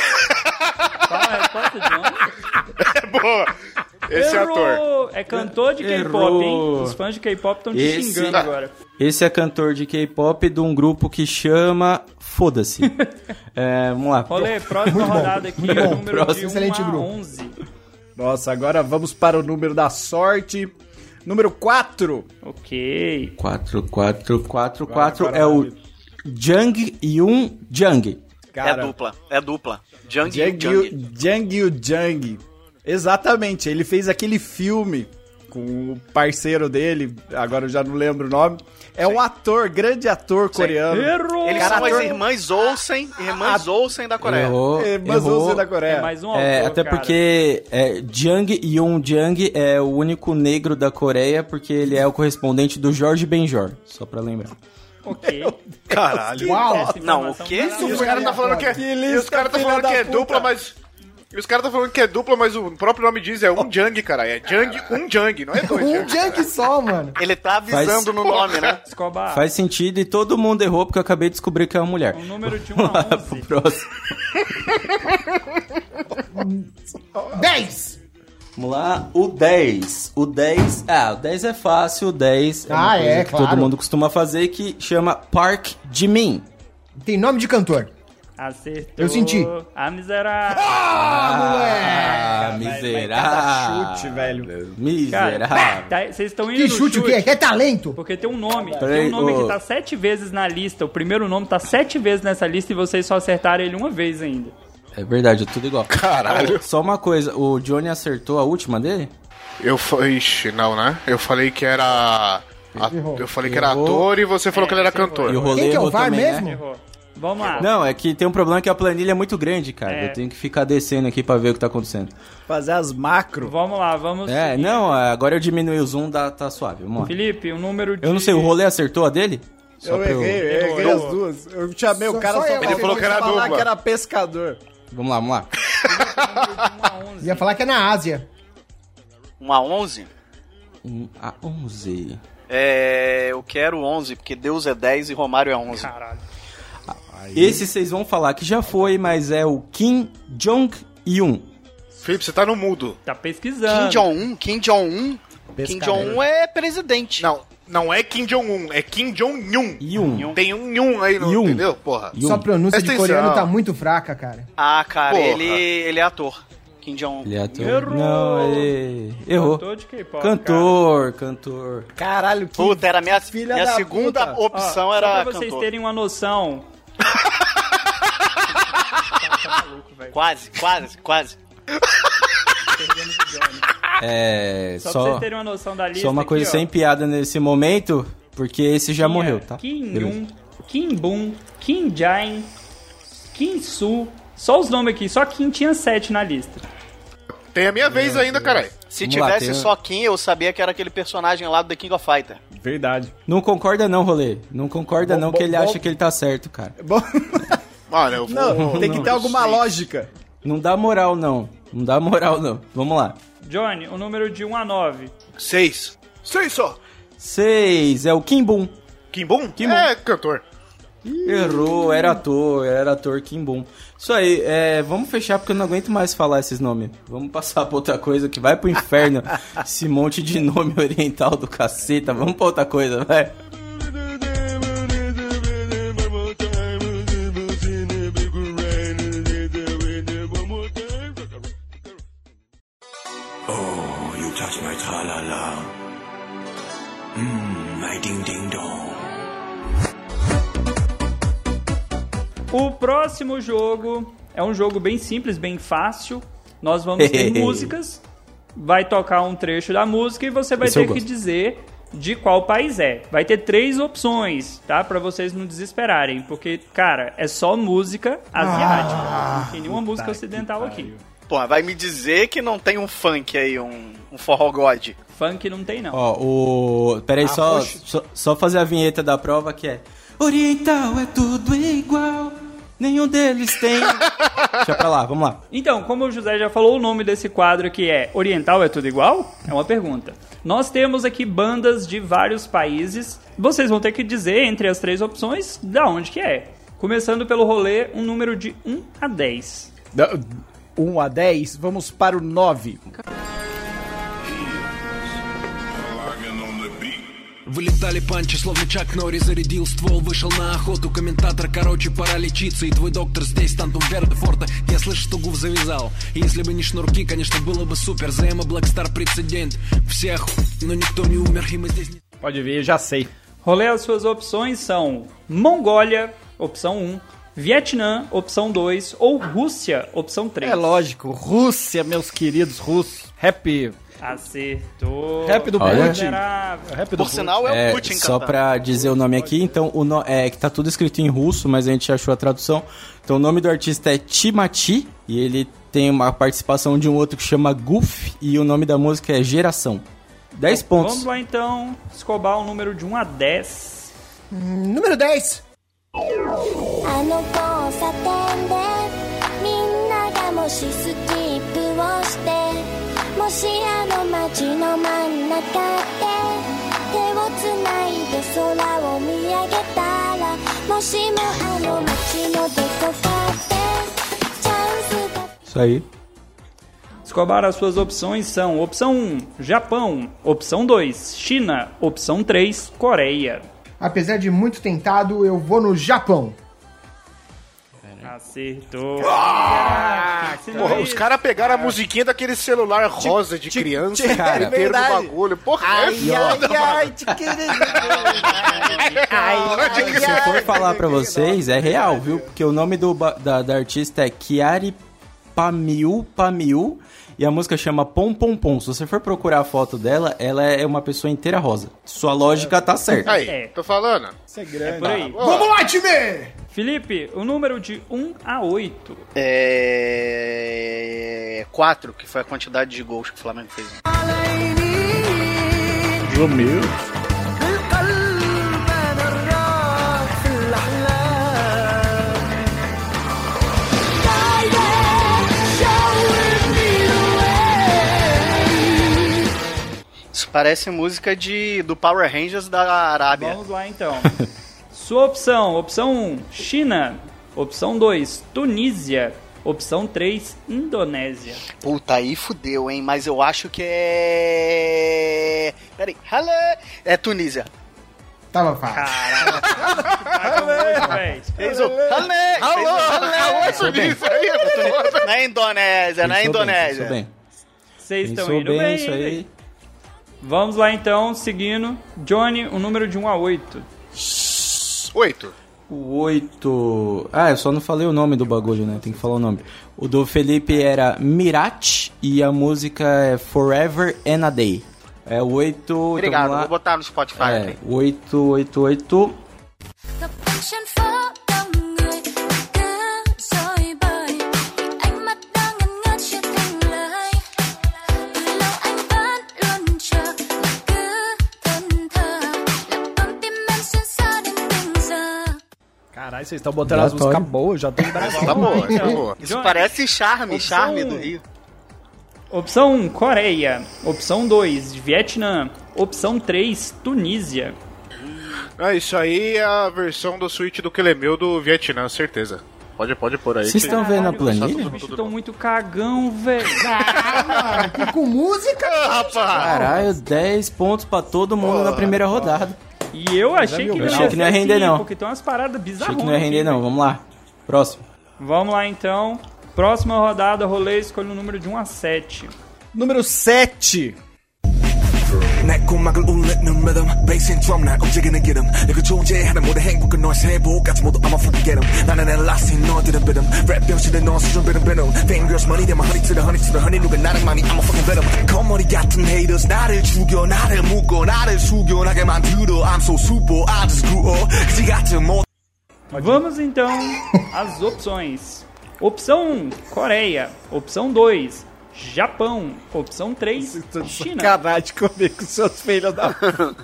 S4: Qual a resposta, Johnny?
S1: é boa. Esse é ator.
S4: um. Errou! É cantor de K-pop,
S2: Errou.
S4: hein? Os fãs de K-pop estão te
S2: Esse-
S4: xingando agora.
S2: Esse é cantor de K-pop de um grupo que chama Foda-se. É, vamos lá.
S4: Rolê, próxima rodada aqui, o número
S2: Próximo,
S4: de 1
S3: excelente
S4: a
S3: grupo.
S4: 11.
S6: Nossa, agora vamos para o número da sorte. Número 4.
S4: Ok.
S2: 4, 4, 4, 4 é o Jung Yun Jung.
S5: É dupla, é dupla. Jang e
S6: Jang
S5: Jang.
S6: Yu- Jang Yu Jang. Exatamente, ele fez aquele filme com o parceiro dele, agora eu já não lembro o nome. É um ator, grande ator coreano.
S4: Errou!
S5: Eles
S6: Cara,
S5: são as
S6: ator-
S5: irmãs Olsen, irmãs Olsen da Coreia.
S2: Errou,
S6: É, mas
S2: errou.
S3: tá
S6: você da Coreia.
S4: É mais um
S2: É,
S4: autor,
S2: até
S4: cara.
S2: porque é, Jung Yoon Jung é o único negro da Coreia, porque ele é o correspondente do Jorge Benjor, só pra lembrar.
S4: Ok.
S5: Caralho.
S3: Uau.
S4: Essa
S5: Não,
S4: informação
S5: o quê?
S1: E os caras tá falando que é.
S6: Que
S1: E os
S6: lista,
S1: caras tá
S6: filha
S1: falando que
S6: da
S1: é
S6: puta.
S1: dupla, mas. E os caras tá falando que é dupla, mas o próprio nome diz é um Jang, cara. É Jang, um Jang, não é dois.
S3: Um
S1: Jang.
S3: junk só, mano.
S5: Ele tá avisando no nome, né?
S4: Escobar,
S2: Faz sentido e todo mundo errou, porque eu acabei de descobrir que é uma mulher.
S4: o número de 1
S2: Vamos lá
S4: a
S2: pro
S4: 11.
S2: próximo.
S3: 10.
S2: Vamos lá, o 10. O 10. Ah, o 10 é fácil, o 10 é uma
S3: Ah,
S2: coisa
S3: é,
S2: que
S3: claro.
S2: todo mundo costuma fazer, que chama Park Jimin.
S3: Tem nome de cantor.
S4: Acertou.
S3: Eu senti.
S4: Ah, miserável.
S2: Ah,
S6: Cada
S2: miserável.
S6: chute, velho.
S4: Cara,
S2: Miserável.
S4: tá- vocês estão indo
S3: Que
S4: no
S3: chute o quê? Que é talento?
S4: Porque tem um nome, tem
S2: Peraí,
S4: um nome
S2: ô.
S4: que tá sete vezes na lista, o primeiro nome tá sete vezes nessa lista e vocês só acertaram ele uma vez ainda.
S2: É verdade, é tudo igual. Caralho. Só uma coisa, o Johnny acertou a última dele?
S1: Eu falei. Ixi, não, né? Eu falei que era. a- Eu falei que era
S2: Errou.
S1: ator e você falou que ele era cantor.
S2: E o rolê
S3: Quem que é o
S2: errou
S3: VAR
S2: também,
S3: mesmo?
S2: né?
S4: Errou. Vamos lá.
S2: Não, é que tem um problema que a planilha é muito grande, cara.
S4: É.
S2: Eu tenho que ficar descendo aqui pra ver o que tá acontecendo.
S6: Fazer as macro.
S4: Vamos lá, vamos.
S2: É,
S4: seguir.
S2: não, agora eu diminui o zoom, dá, tá suave. Vamos lá.
S4: Felipe, o número de. um
S2: Eu não sei, o rolê acertou a dele? Só
S6: Eu
S2: pra eu-
S6: errei, eu errei
S4: Errou.
S6: as duas. Eu chamei o
S3: Só-
S6: cara
S3: só
S6: só,
S3: eu.
S6: pra
S3: Ele
S1: falou que era
S6: falar
S1: dupla.
S6: que era pescador.
S2: Vamos lá, vamos lá.
S3: Ia falar que é na Ásia.
S5: 1 a 11?
S2: 1 a 11.
S5: É, eu quero 11, porque Deus é 10 e Romário é 11.
S4: Caralho.
S2: Esse vocês vão falar que já foi, mas é o Kim Jong-un.
S1: Felipe, você tá no mudo.
S4: Tá
S5: Kim
S4: pesquisando.
S5: Jong-un, Kim Jong-un, Kim Jong-un é presidente.
S1: Não, não é Kim Jong-un, é Kim Jong-un.
S2: Yun.
S1: Tem um Yun aí, não
S2: Yun.
S1: entendeu? Porra.
S2: Yun.
S3: Sua pronúncia
S1: Presta
S3: de coreano
S1: atenção.
S3: tá muito fraca, cara.
S5: Ah, cara,
S1: Porra.
S5: ele, ele é ator. Kim Jong-un.
S2: Ele é ator.
S4: Errou.
S2: Não, ele errou.
S4: Cantor de K-pop,
S2: Cantor, cantor.
S7: Caralho, que
S5: Puta, era a minha,
S7: Filha
S5: minha
S7: da
S5: segunda
S7: puta.
S4: Ó,
S5: opção
S4: só
S5: era
S4: pra vocês
S5: cantor.
S4: terem uma noção.
S5: Quase, quase, quase.
S2: É. Só,
S4: Só, pra vocês
S2: só,
S4: terem uma noção da lista.
S2: uma coisa
S4: aqui, ó. é?
S2: sem piada nesse momento, porque esse já morreu, tá?
S4: Kim
S2: Beleza.
S4: Yun, Kim Boon, Kim Jain, Kim Su. Só os nomes aqui, só Kim tinha sete na lista.
S1: Tem a minha vez ainda, caralho.
S5: Se
S2: Vamos lá,
S5: tivesse
S2: tem- um-
S5: só Kim, eu sabia que era aquele personagem lá do The King of Fighter.
S6: Verdade.
S2: Não concorda não, rolê. Não concorda
S6: Bom,
S2: não
S6: bom,
S2: que ele
S6: bom.
S2: acha que ele tá certo, cara.
S6: Bom,
S1: Olha, eu vou...
S6: não, tem que ter alguma lógica.
S2: Não dá moral não. Não dá moral não. Vamos lá.
S4: Johnny, o número de 1 a 9.
S1: Seis. Seis só.
S2: 6 é o Kim Boon.
S1: Kim Bum? É, cantor.
S2: Errou, era ator, era ator Kim Boon. Isso aí, é, vamos fechar porque eu não aguento mais falar esses nomes. Vamos passar pra outra coisa que vai pro inferno. Esse monte de nome oriental do caceta. Vamos pra outra coisa, vai.
S9: Oh, you touch my tra-la-la. Mmm, my ding-ding-dong.
S4: O próximo jogo é um jogo bem simples, bem fácil. Nós vamos ter músicas, vai tocar um trecho da música e você vai
S2: Esse eu
S4: ter que
S2: gosto.
S4: dizer de qual país é. Vai ter três opções, tá? Pra vocês não desesperarem, porque, cara, é só música asiática. não tem nenhuma música ocidental aqui.
S5: Porra, vai me dizer que não tem um funk aí, um, um forró god.
S4: Funk não tem, não.
S2: Ó, o.
S4: Ah,
S2: Peraí, só, só, só fazer a vinheta da prova que é. Oriental é tudo igual. Nenhum deles tem. Deixa pra lá, vamos lá.
S4: Então, como o José já falou, o nome desse quadro que é Oriental é tudo igual? É uma pergunta. Nós temos aqui bandas de vários países. Vocês vão ter que dizer entre as três opções da onde que é. Começando pelo rolê, um número de 1 a 10.
S7: 1 a 10, vamos para o 9.
S10: Вылетали панчи, словно Чак Нори зарядил ствол Вышел на охоту, комментатор, короче, пора лечиться И твой доктор здесь, тантум Верде Форта Я слышу, что Гуф завязал И Если бы не шнурки, конечно, было бы супер Зема, Блэкстар, прецедент Всех, но никто не умер, и мы здесь не...
S7: Pode ver, já sei.
S4: Rolê, as suas opções são Mongólia, opção 1, Vietnã, opção 2, ou Rússia, opção 3.
S7: É lógico, Rússia, meus queridos russos. Rap,
S4: Acertou.
S7: rap do
S2: Olha.
S7: Putin.
S4: Miserável.
S7: Rap do
S5: Por
S7: Putin.
S5: sinal, é,
S2: É,
S5: o Putin
S2: só
S5: cantando.
S2: pra dizer o nome aqui, então, o no- é que tá tudo escrito em russo, mas a gente achou a tradução. Então, o nome do artista é Timati, e ele tem uma participação de um outro que chama Goof, e o nome da música é Geração. 10 pontos.
S4: Vamos lá então, escobar o número de 1 a 10.
S3: Número 10.
S11: あの交差点でみんながもしスキップをしてもしあの街の真ん中で手をつないで空を見上げたらもしもあの街のどこかでチャンスが
S2: Isso aí.
S4: Escobar, as suas opções são: opção 1, Japão, opção 2, China, opção 3, Coreia.
S3: Apesar de muito tentado, eu vou no Japão.
S4: Acertou.
S2: Ah,
S1: Porra, os caras pegaram a musiquinha daquele celular rosa de criança e
S2: cara,
S1: meteram no
S7: verdade.
S1: bagulho. Porra, é
S7: Ai,
S1: foda.
S7: ai, ai, te querido. Ai,
S1: Pode
S2: Se eu
S1: crer.
S2: for falar pra vocês, é real, viu? Porque o nome do, ba- da, da artista é Kiari Pamiu Pamiu, e a música chama Pom Pom Pom. Se você for procurar a foto dela, ela é uma pessoa inteira rosa. Sua lógica tá certa.
S1: Aí, tô falando.
S4: É por aí.
S3: Vamos lá, time!
S4: Felipe, o número de 1 a 8.
S5: É... 4, que foi a quantidade de gols que o Flamengo fez. né? Isso, parece música de do Power Rangers da Arábia.
S4: Vamos lá então. Sua opção: opção 1, China. Opção 2, Tunísia. Opção 3, Indonésia.
S5: Puta, aí fudeu, hein? Mas eu acho que é. Peraí. Hala! É Tunísia.
S12: Tava fácil.
S3: Ah,
S4: Tá
S5: Fez o- Halé!
S1: Alô,
S5: É Fez o halé!
S1: alô,
S5: É Tunísia. É Tunísia. Na Indonésia, tá na
S4: Pensou bem,
S5: Indonésia.
S4: pensou bem. Vocês estão
S2: Pensou
S4: indo
S2: bem
S4: bem,
S2: isso
S4: hein,
S2: aí.
S4: velho? Vamos lá então, seguindo. Johnny, o número de 1 a 8.
S1: 8.
S2: O 8. Ah, eu só não falei o nome do bagulho, né? Tem que falar o nome. O do Felipe era Mirate e a música é Forever and a Day. É o 8.
S5: Obrigado,
S2: vamos lá.
S5: vou botar no Spotify.
S2: É, 888.
S11: Passion for con người cứ dối bời Vì ánh mắt đã ngần ngát chưa thành lời Từ lâu anh vẫn luôn chờ và cứ thân thờ Làm bóng tim em xuyên xa đến từng giờ
S7: Caralho, vocês estão botando as músicas boas, já tô embaralhado.
S5: Tá boa, tá boa.
S4: Johnny,
S5: Isso parece charme,
S4: opção-
S5: charme
S7: um
S5: do Rio.
S4: Opção 1, Coreia. Opção 2, Vietnã. Opção 3, Tunísia.
S1: Ah, isso aí é a versão do Switch do Quelemeu do Vietnã, certeza. Pode, pode pôr aí.
S2: Vocês
S1: que-
S2: estão vendo a
S1: Tá tudo-
S2: planilha?
S1: tudo
S4: Tô muito cagão, velho.
S3: Com música,
S1: rapaz!
S2: Caralho, 10 pontos pra todo mundo na primeira rodada.
S4: E eu achei que,
S2: Eu achei que não ia
S4: ser
S2: render,
S4: assim,
S2: não.
S4: Porque tem umas paradas
S2: Achei
S4: bizarras.
S2: que não ia render, não. Vamos lá. Próximo.
S4: Vamos lá então. Próxima rodada, rolê, escolha um número de 1 a 7.
S7: Número 7.
S9: 매콤하게 울리는 rhythm Bassing drum 날 움직이는 기름 내가 존재하는 모든 행복은 너의 새복같이 모두 I'ma fucking get 'em 나는 엘라스틴 너들은 비름 랩 병신은 너 수준 비름 비름 Fingers money 대만 honey to the honey to the honey 누가 나랑 많이 I'ma fucking venom 겉머리 같은 haters 나를 죽여 나를 묶어 나를 숙연하게 만들어 I'm so super I just grew up 그지 같은 모
S4: Vamos então às opções. Opção 1, Coreia. Opção 2, Japão. Opção 3, China.
S7: Sacanagem comer com seus filhos da puta.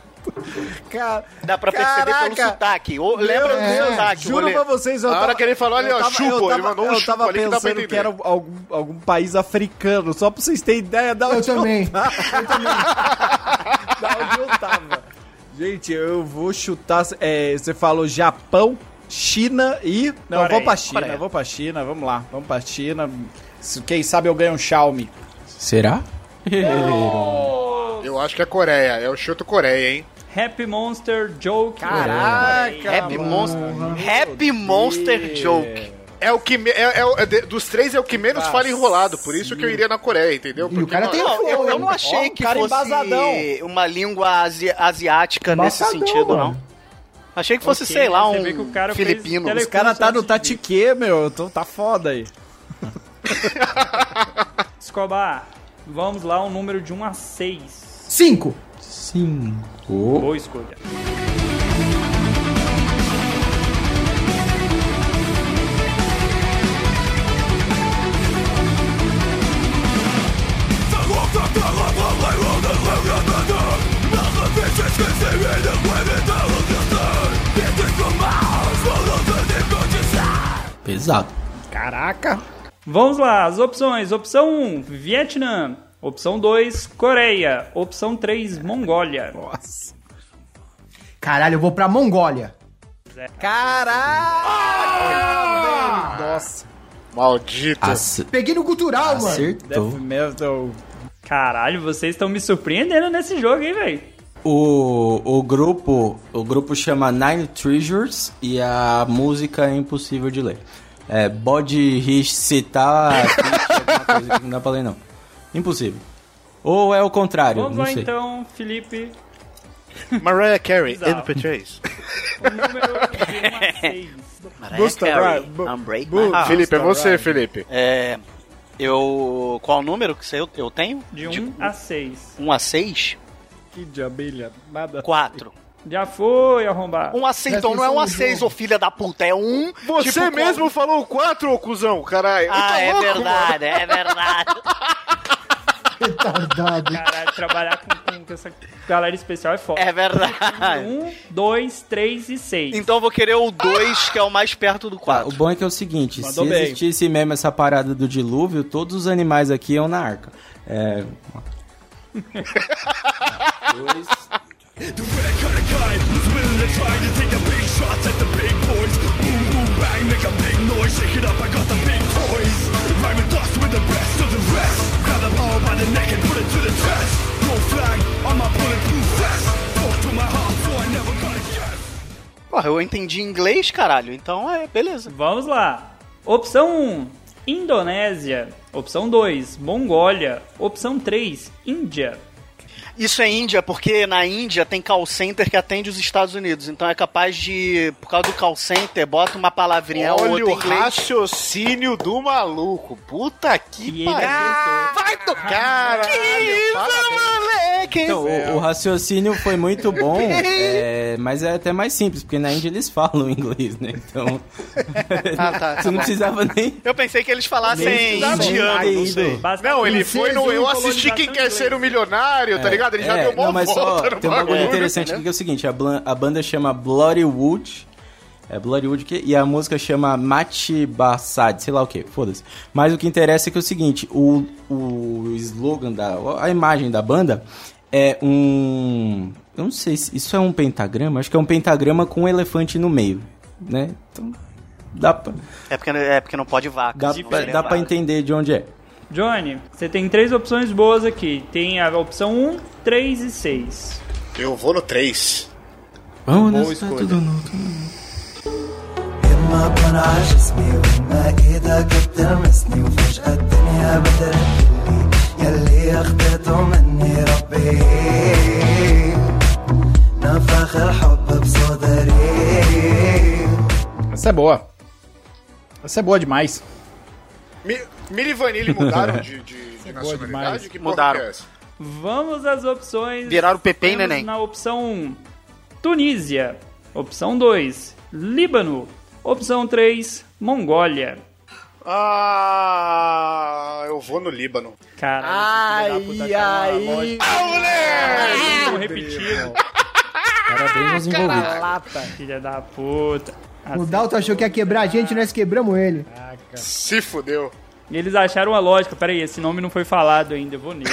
S7: Cara,
S5: Dá pra perceber
S7: Caraca.
S5: pelo sotaque. Ô, lembra do sotaque,
S7: Juro
S5: rolê.
S7: pra vocês, eu
S1: Na
S7: tava,
S1: hora que ele falou ali,
S7: eu
S1: ó,
S7: tava-
S1: chupa,
S7: eu
S1: ele
S7: tava-
S1: mandou um
S7: Eu
S1: chupa
S7: tava
S1: ali que dá pra
S7: pensando que,
S1: entender.
S7: era algum, algum país africano, só pra vocês terem ideia da onde
S3: eu também.
S7: da onde eu tava. Gente, eu vou chutar. é, você falou Japão, China e. Não,
S4: Coreia.
S7: eu vou pra China,
S5: Coreia.
S7: eu vou pra China, vamos lá, vamos pra China. Se- Quem sabe eu ganho um Xiaomi.
S2: Será?
S1: Eu acho que é Coreia, é o chuto Coreia, hein?
S4: Happy Monster Joke.
S7: É
S5: Rap Monster, Rap Monster Joke.
S1: É o que. me- É, é o- é de- dos três é o que menos fala enrolado, por isso que eu iria na Coreia, entendeu?
S3: E o cara tem
S5: Não, eu, eu não achei
S7: Ó,
S5: que
S7: cara
S5: fosse
S7: embasadão.
S5: uma língua asi- asiática nesse
S3: Embaçadão,
S5: sentido,
S3: mano.
S5: não. Achei que fosse, sei lá,
S4: você
S5: um
S4: vê que o cara fez
S5: filipino.
S4: tele-
S7: Os caras tá no
S4: Como sabe
S7: Tatique, meu, então tá foda aí.
S4: Escobar. Vamos lá, um número de 1 a 6.
S3: Cinco.
S2: Sim.
S4: Boa escolha.
S2: Pesado.
S4: Vamos lá, as opções. Opção 1, Vietnã. Opção 2, Coreia. Opção 3, Mongólia.
S3: Caralho, eu vou pra Mongólia.
S7: Nossa,
S1: Maldito.
S2: Ace-
S3: Peguei no cultural, mano.
S2: Acertou.
S7: metal.
S4: Caralho, vocês estão me surpreendendo nesse jogo, hein, velho?
S2: O, o grupo o grupo chama Nine Treasures e a música é impossível de ler. É, pode recitar alguma coisa que não dá pra ler, não. Impossível. Ou é o contrário,
S4: Vamos
S2: não
S4: lá
S2: sei.
S4: então, Felipe.
S1: Mariah Carey,
S4: Bizarro.
S1: MP3.
S4: O número de 1 a 6.
S7: Busta
S5: Carey,
S7: Rhymes, bu-
S5: Unbreak
S7: bu-
S5: My Heart.
S1: Felipe, é você, Felipe.
S5: É, eu... Qual número que eu, eu tenho?
S4: De 1 a 6.
S5: 1 a 6?
S7: Que de abelha, nada.
S5: 4.
S4: Já foi, arrombado.
S5: 1 a 6, então não é 1 a 6, ô filha da puta, é 1.
S1: Você
S2: Tipo,
S1: mesmo falou quatro, ô cuzão, caralho.
S5: Ah,
S1: Tá
S5: é
S1: louco, mano?
S5: verdade, é verdade.
S3: Retardado.
S4: Caralho, trabalhar com, com- com essa galera especial é foda.
S5: É verdade.
S4: 1, 2, 3 e 6.
S5: Então eu vou querer o 2, que é o mais perto do
S2: Tá, o
S5: 4.
S2: bom é que é o seguinte,
S7: Mandou
S2: se
S7: bem.
S2: existisse mesmo essa parada do dilúvio, todos os animais aqui iam na arca. É,
S5: Porra, eu entendi inglês, caralho, então é beleza.
S4: Vamos lá. Opção 1, Indonésia. Opção 2, Mongólia. Opção 3, Índia.
S5: Isso é Índia, porque na Índia tem call center que atende os Estados Unidos. Então é capaz de, por causa do call center, bota uma palavrinha ou
S1: Olha
S5: outra
S1: o
S5: em inglês.
S1: raciocínio do maluco. Puta
S4: E
S1: que
S4: ele acertou.
S5: Vai
S1: Cara,
S2: Então, o, o raciocínio foi muito bom, é, mas é até mais simples, porque na Índia eles falam inglês, né? Então,
S5: Ah, tá, tá
S2: você não
S5: bom.
S2: precisava nem...
S5: Eu pensei que eles falassem
S2: nem
S5: indiano.
S2: ter
S5: não
S2: ido.
S5: sei.
S1: Tá Não, ele
S4: Basicamente,
S1: foi no. Eu assisti
S4: colonização
S1: Quem Quer
S4: inglesa.
S1: Ser um Milionário, tá ligado? Ele já
S2: É,
S1: deu uma
S2: não, mas
S1: volta
S2: só
S1: no
S2: tem um bagulho
S1: bagulho. né?
S2: interessante aqui que é o seguinte, a, blan- a banda chama Bloody Wood, é Bloody Wood que- e a música chama Mati Bassad, sei lá o que, foda-se. Mas o que interessa é que é o seguinte, o, o slogan, da, a imagem da banda é um... Eu não sei se isso é um pentagrama, acho que é um pentagrama com um elefante no meio, né? Então, dá pra,
S5: É porque, é porque não pode vaca.
S2: dá,
S5: se
S2: pra,
S5: você
S2: dá
S5: levar.
S2: pra entender de onde é.
S4: Johnny, você tem três opções boas aqui. Tem a opção 1, 3 e 6.
S1: Eu vou no 3.
S2: Vamos
S1: Boa
S2: nessa, tá
S1: escolha.
S2: tudo novo.
S9: ما بنعجز وما اذا قدرسني وفجأة الدنيا بترجلي يلي اخذته مني ربي نفخ الحب بصدري
S6: Essa é boa. Essa é boa demais.
S1: Mi- Mira e Vanille mudaram de, de- de
S6: demais.
S1: nacionalidade? Que porra
S5: Mudaram.
S1: que é essa?
S4: Vamos às opções.
S5: Viraram Pepe e
S4: Temos
S5: Neném.
S4: Na opção 1, Tunísia. Opção 2, Líbano. Opção 3, Mongólia.
S1: Ah, eu vou no Líbano.
S4: Caralho, esse filho da puta tá numa lógica
S5: Ah,
S4: muito repetido.
S2: Parabéns aos envolvidos.
S4: Filha da puta. Assim.
S3: O Dalton achou que ia quebrar a gente, nós quebramos ele.
S1: Se fudeu.
S4: E Eles acharam a lógica. Pera aí, esse nome não foi falado ainda. Eu vou nele.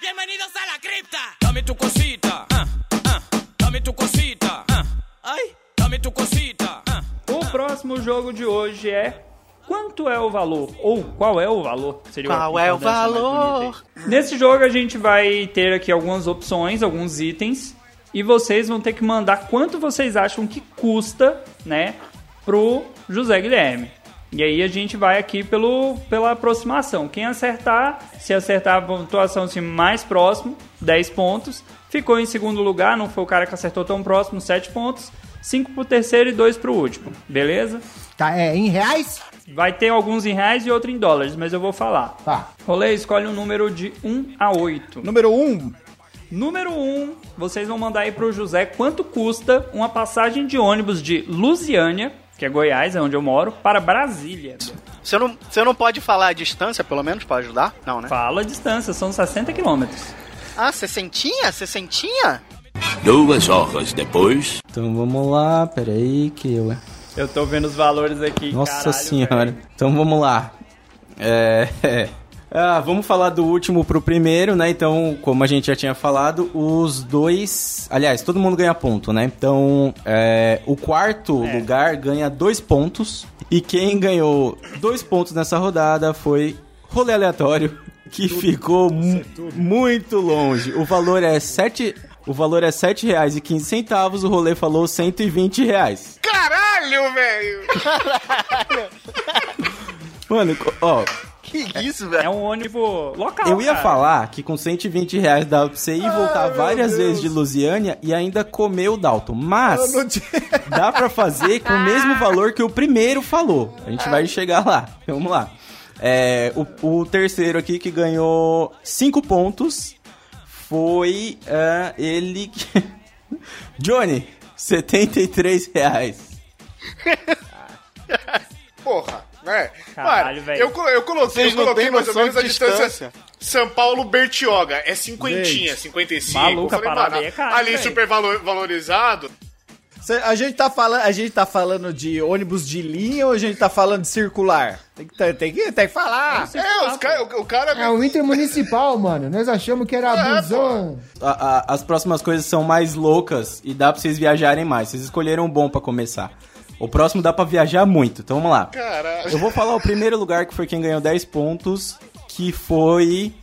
S10: Bienvenidos a la cripta. Dame tu cosita. ah, ah. Dame tu cosita. ah. Ay, dame tu cosita. ah.
S4: O próximo jogo de hoje é Quanto é o valor? Ou qual é o valor? Seria uma
S5: Qual é o
S4: concordância mais
S5: valor?
S4: bonita aí. Nesse jogo a gente vai ter aqui algumas opções, alguns itens, e vocês vão ter que mandar quanto vocês acham que custa, né, pro José Guilherme. E aí a gente vai aqui pelo, pela aproximação. Quem acertar, se acertar a pontuação assim, mais próximo, 10 pontos. Ficou em segundo lugar, não foi o cara que acertou tão próximo, 7 pontos. 5 pro terceiro e 2 pro último, beleza?
S3: Tá, é, em reais?
S4: Vai ter alguns em reais e outro em dólares, mas eu vou falar.
S3: Tá.
S4: Rolê, escolhe um número de 1 a 8.
S6: Número 1. Um.
S4: Número 1, vocês vão mandar aí pro José quanto custa uma passagem de ônibus de Lusiânia, que é Goiás, é onde eu moro, para Brasília.
S5: Você não, você não pode falar a distância, pelo menos, pra ajudar? Não, né?
S4: Fala a distância, são 60 quilômetros.
S5: Ah, sessentinha? Sessentinha?
S10: Duas horas depois.
S2: Então vamos lá, peraí que eu...
S4: Eu tô vendo os valores aqui,
S2: Nossa
S4: caralho,
S2: senhora.
S4: velho.
S2: Então vamos lá. É. é. Ah, vamos falar do último pro primeiro, né? Então, como a gente já tinha falado, os dois. Aliás, todo mundo ganha ponto, né? Então, é, o quarto lugar ganha dois pontos. E quem ganhou dois pontos nessa rodada foi Rolê Aleatório, que ficou
S4: é
S2: mu- muito longe. O valor é sete. O valor é R$ 7,15, o rolê falou R$ 120 reais.
S1: Caralho, velho!
S2: Mano, co- ó,
S5: Que isso, velho?
S4: É um ônibus local.
S2: Eu ia
S4: cara.
S2: falar que com 120 reais dava pra você ir e voltar várias vezes de Lusiânia e ainda comer o Dalton. Mas dá pra fazer com o mesmo valor que o primeiro falou. A gente vai chegar lá. Então, Vamos lá. É, o, o terceiro aqui que ganhou 5 pontos foi ah, ele. que- Johnny, 73 reais.
S1: Porra, né?
S4: Caralho,
S1: Mano,
S4: velho.
S1: eu, co- eu coloquei,
S5: Vocês
S1: eu
S5: não
S1: coloquei
S5: têm
S1: mais ou
S5: noção
S1: menos a
S5: de
S1: distância.
S5: distância.
S1: São Paulo Bertioga. É cinquentinha, 55.
S4: Maluca,
S1: Eu falei,
S4: parada
S1: mano,
S4: aí é cara,
S1: Ali
S4: velho.
S1: super valo- valorizado.
S6: Cê- A gente, tá falando, a gente tá falando de ônibus de linha ou a gente tá falando de circular? Tem que, tem que, tem que falar.
S1: É, os ca- o, o cara.
S3: É o intermunicipal, mano. Nós achamos que era abusão.
S2: A- a- as próximas coisas são mais loucas e dá pra vocês viajarem mais. Vocês escolheram um bom pra começar. O próximo dá pra viajar muito, então vamos
S1: é,
S2: lá.
S1: Caralho.
S2: Eu vou falar o primeiro lugar que foi quem ganhou 10 pontos, que foi.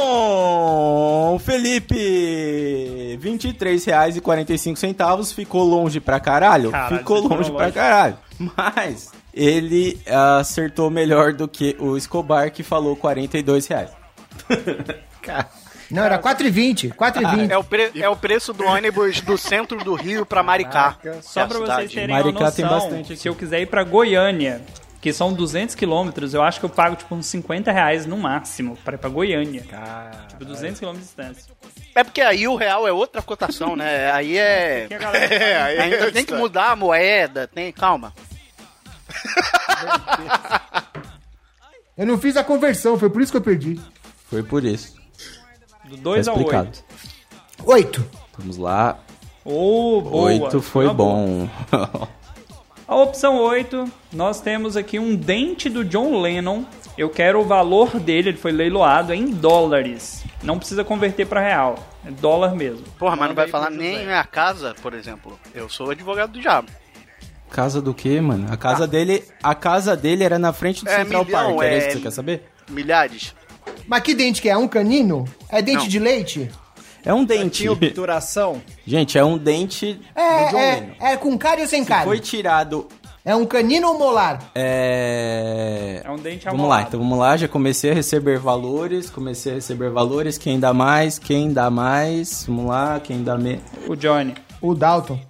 S2: Rolon! Felipe! R$ 23,45 ficou longe pra caralho.
S4: Caralho,
S2: ficou
S4: vocês foram
S2: longe pra
S4: longe.
S2: caralho. Mas ele acertou melhor do que o Escobar, que falou R$ 42 reais.
S3: Não, era 4,20. 4,20.
S5: É o, pre- é o preço do ônibus do centro do Rio pra Maricá. é
S4: Só pra vocês terem
S2: Maricá
S4: uma noção,
S2: tem bastante
S4: se eu quiser ir pra Goiânia, que são 200 quilômetros, eu acho que eu pago tipo uns 50 reais no máximo pra ir pra Goiânia. Tipo, 200 quilômetros de distância.
S5: É porque aí o real é outra cotação, né? Aí é.
S4: Que a galera
S1: É, aí é
S5: Ainda tem que
S1: história.
S5: mudar a moeda, tem. Calma.
S3: Eu não fiz a conversão, foi por isso que eu perdi.
S2: Foi por isso.
S4: Do 2
S2: Tá
S4: ao
S2: explicado.
S4: 8.
S3: Oito.
S2: Vamos lá.
S4: Ô, boa.
S2: 8 foi
S4: Uma boa.
S2: bom.
S4: A opção 8, nós temos aqui um dente do John Lennon. Eu quero o valor dele, ele foi leiloado em dólares. Não precisa converter pra real, é dólar mesmo.
S5: Porra, mas não vai
S4: aí pro
S5: falar
S4: José.
S5: nem a casa, por exemplo. Eu sou advogado do diabo.
S2: casa do quê, mano? A
S3: Ah.
S2: casa dele. A casa dele era na frente do
S5: É,
S2: Central
S5: milhão,
S2: Park. Era
S5: é-
S2: isso que você quer saber?
S5: Milhares.
S3: Mas que dente que é? Um canino? É dente
S5: Não.
S3: de leite?
S2: É um dente.
S6: Ah, Tinha obturação.
S2: Gente, é um dente do
S3: É,
S2: John
S3: é,
S2: Lennon.
S3: é com cara ou sem cara?
S2: Foi tirado.
S3: É um canino ou molar?
S2: É.
S4: É um dente
S2: Vamos
S4: amolado.
S2: lá, então vamos lá. Já comecei a receber valores. Comecei a receber valores. Quem dá mais? Quem dá mais? Vamos lá, quem dá menos.
S4: O Johnny.
S3: O Dalton.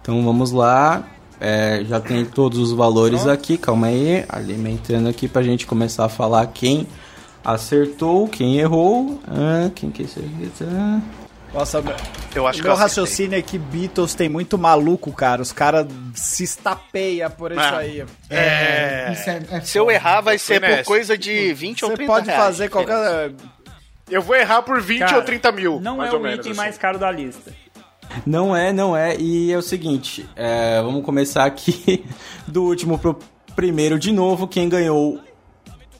S2: Então vamos lá. É, já tem todos os valores aqui, calma aí. Alimentando aqui pra gente começar a falar quem acertou, quem errou. Ah, quem que acertou? Ah.
S6: Nossa,
S5: Eu acho
S6: o
S5: que eu
S6: meu
S5: acertei.
S6: raciocínio é que Beatles tem muito maluco, cara. Os caras se estapeiam por isso
S5: Ah.
S6: aí.
S3: É. Isso é, é
S5: Se eu
S3: foda.
S5: errar, vai ser por
S1: nessa.
S5: coisa de 20 ou
S6: Você
S5: 30
S6: pode
S5: reais.
S6: fazer qualquer.
S1: Eu vou errar por 20
S4: Cara,
S1: ou 30 mil.
S2: então.
S4: Não
S1: mais
S4: é
S1: ou
S4: o
S1: menos,
S4: item
S1: assim.
S4: mais caro da lista.
S2: Não é, não é. E é o seguinte, é, vamos começar aqui do último pro primeiro de novo. Quem ganhou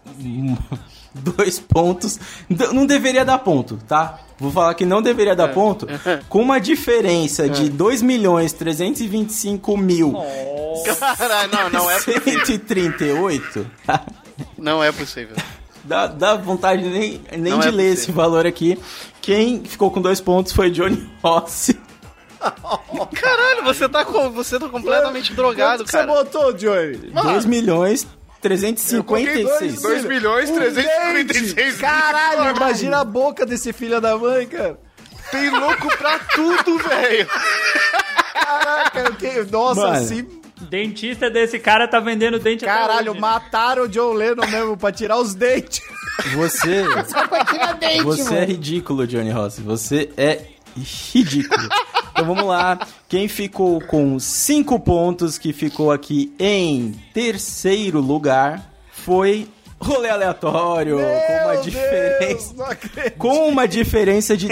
S2: hum, dois pontos D- não deveria dar ponto, tá? Vou falar que não deveria dar ponto com uma diferença de 2 milhões 325 mil
S5: Cara, não, não é possível.
S2: 138?
S5: Não é possível.
S2: Dá, dá vontade nem, nem
S5: Não
S2: de
S5: é
S2: ler
S5: possível.
S2: esse valor aqui. Quem ficou com dois pontos foi Johnny Rossi.
S5: Caralho, você tá, com- você tá completamente drogado,
S6: Quanto que você
S5: cara.
S6: botou, Johnny?
S2: 2 milhões
S1: Ah. Dois-
S2: 356.
S1: dois milhões,
S6: Um
S1: 356
S6: dente! Caralho, imagina a boca desse filho da mãe, cara.
S1: Tem louco pra tudo, velho.
S6: Caraca, eu tenho- nossa,
S2: Mano.
S6: assim.
S4: Dentista desse cara tá vendendo dente até
S6: Caralho,
S4: hoje.
S6: mataram o John Lennon mesmo pra tirar os dentes.
S2: Você,
S3: Vai tirar um dente,
S2: você é
S3: mano.
S2: ridículo, Johnny Rossi. Você é ridículo. Então vamos lá. Quem ficou com cinco pontos, que ficou aqui em terceiro lugar, foi Rolê Aleatório. com uma diferença.
S6: Deus, não acredito.
S2: com uma diferença de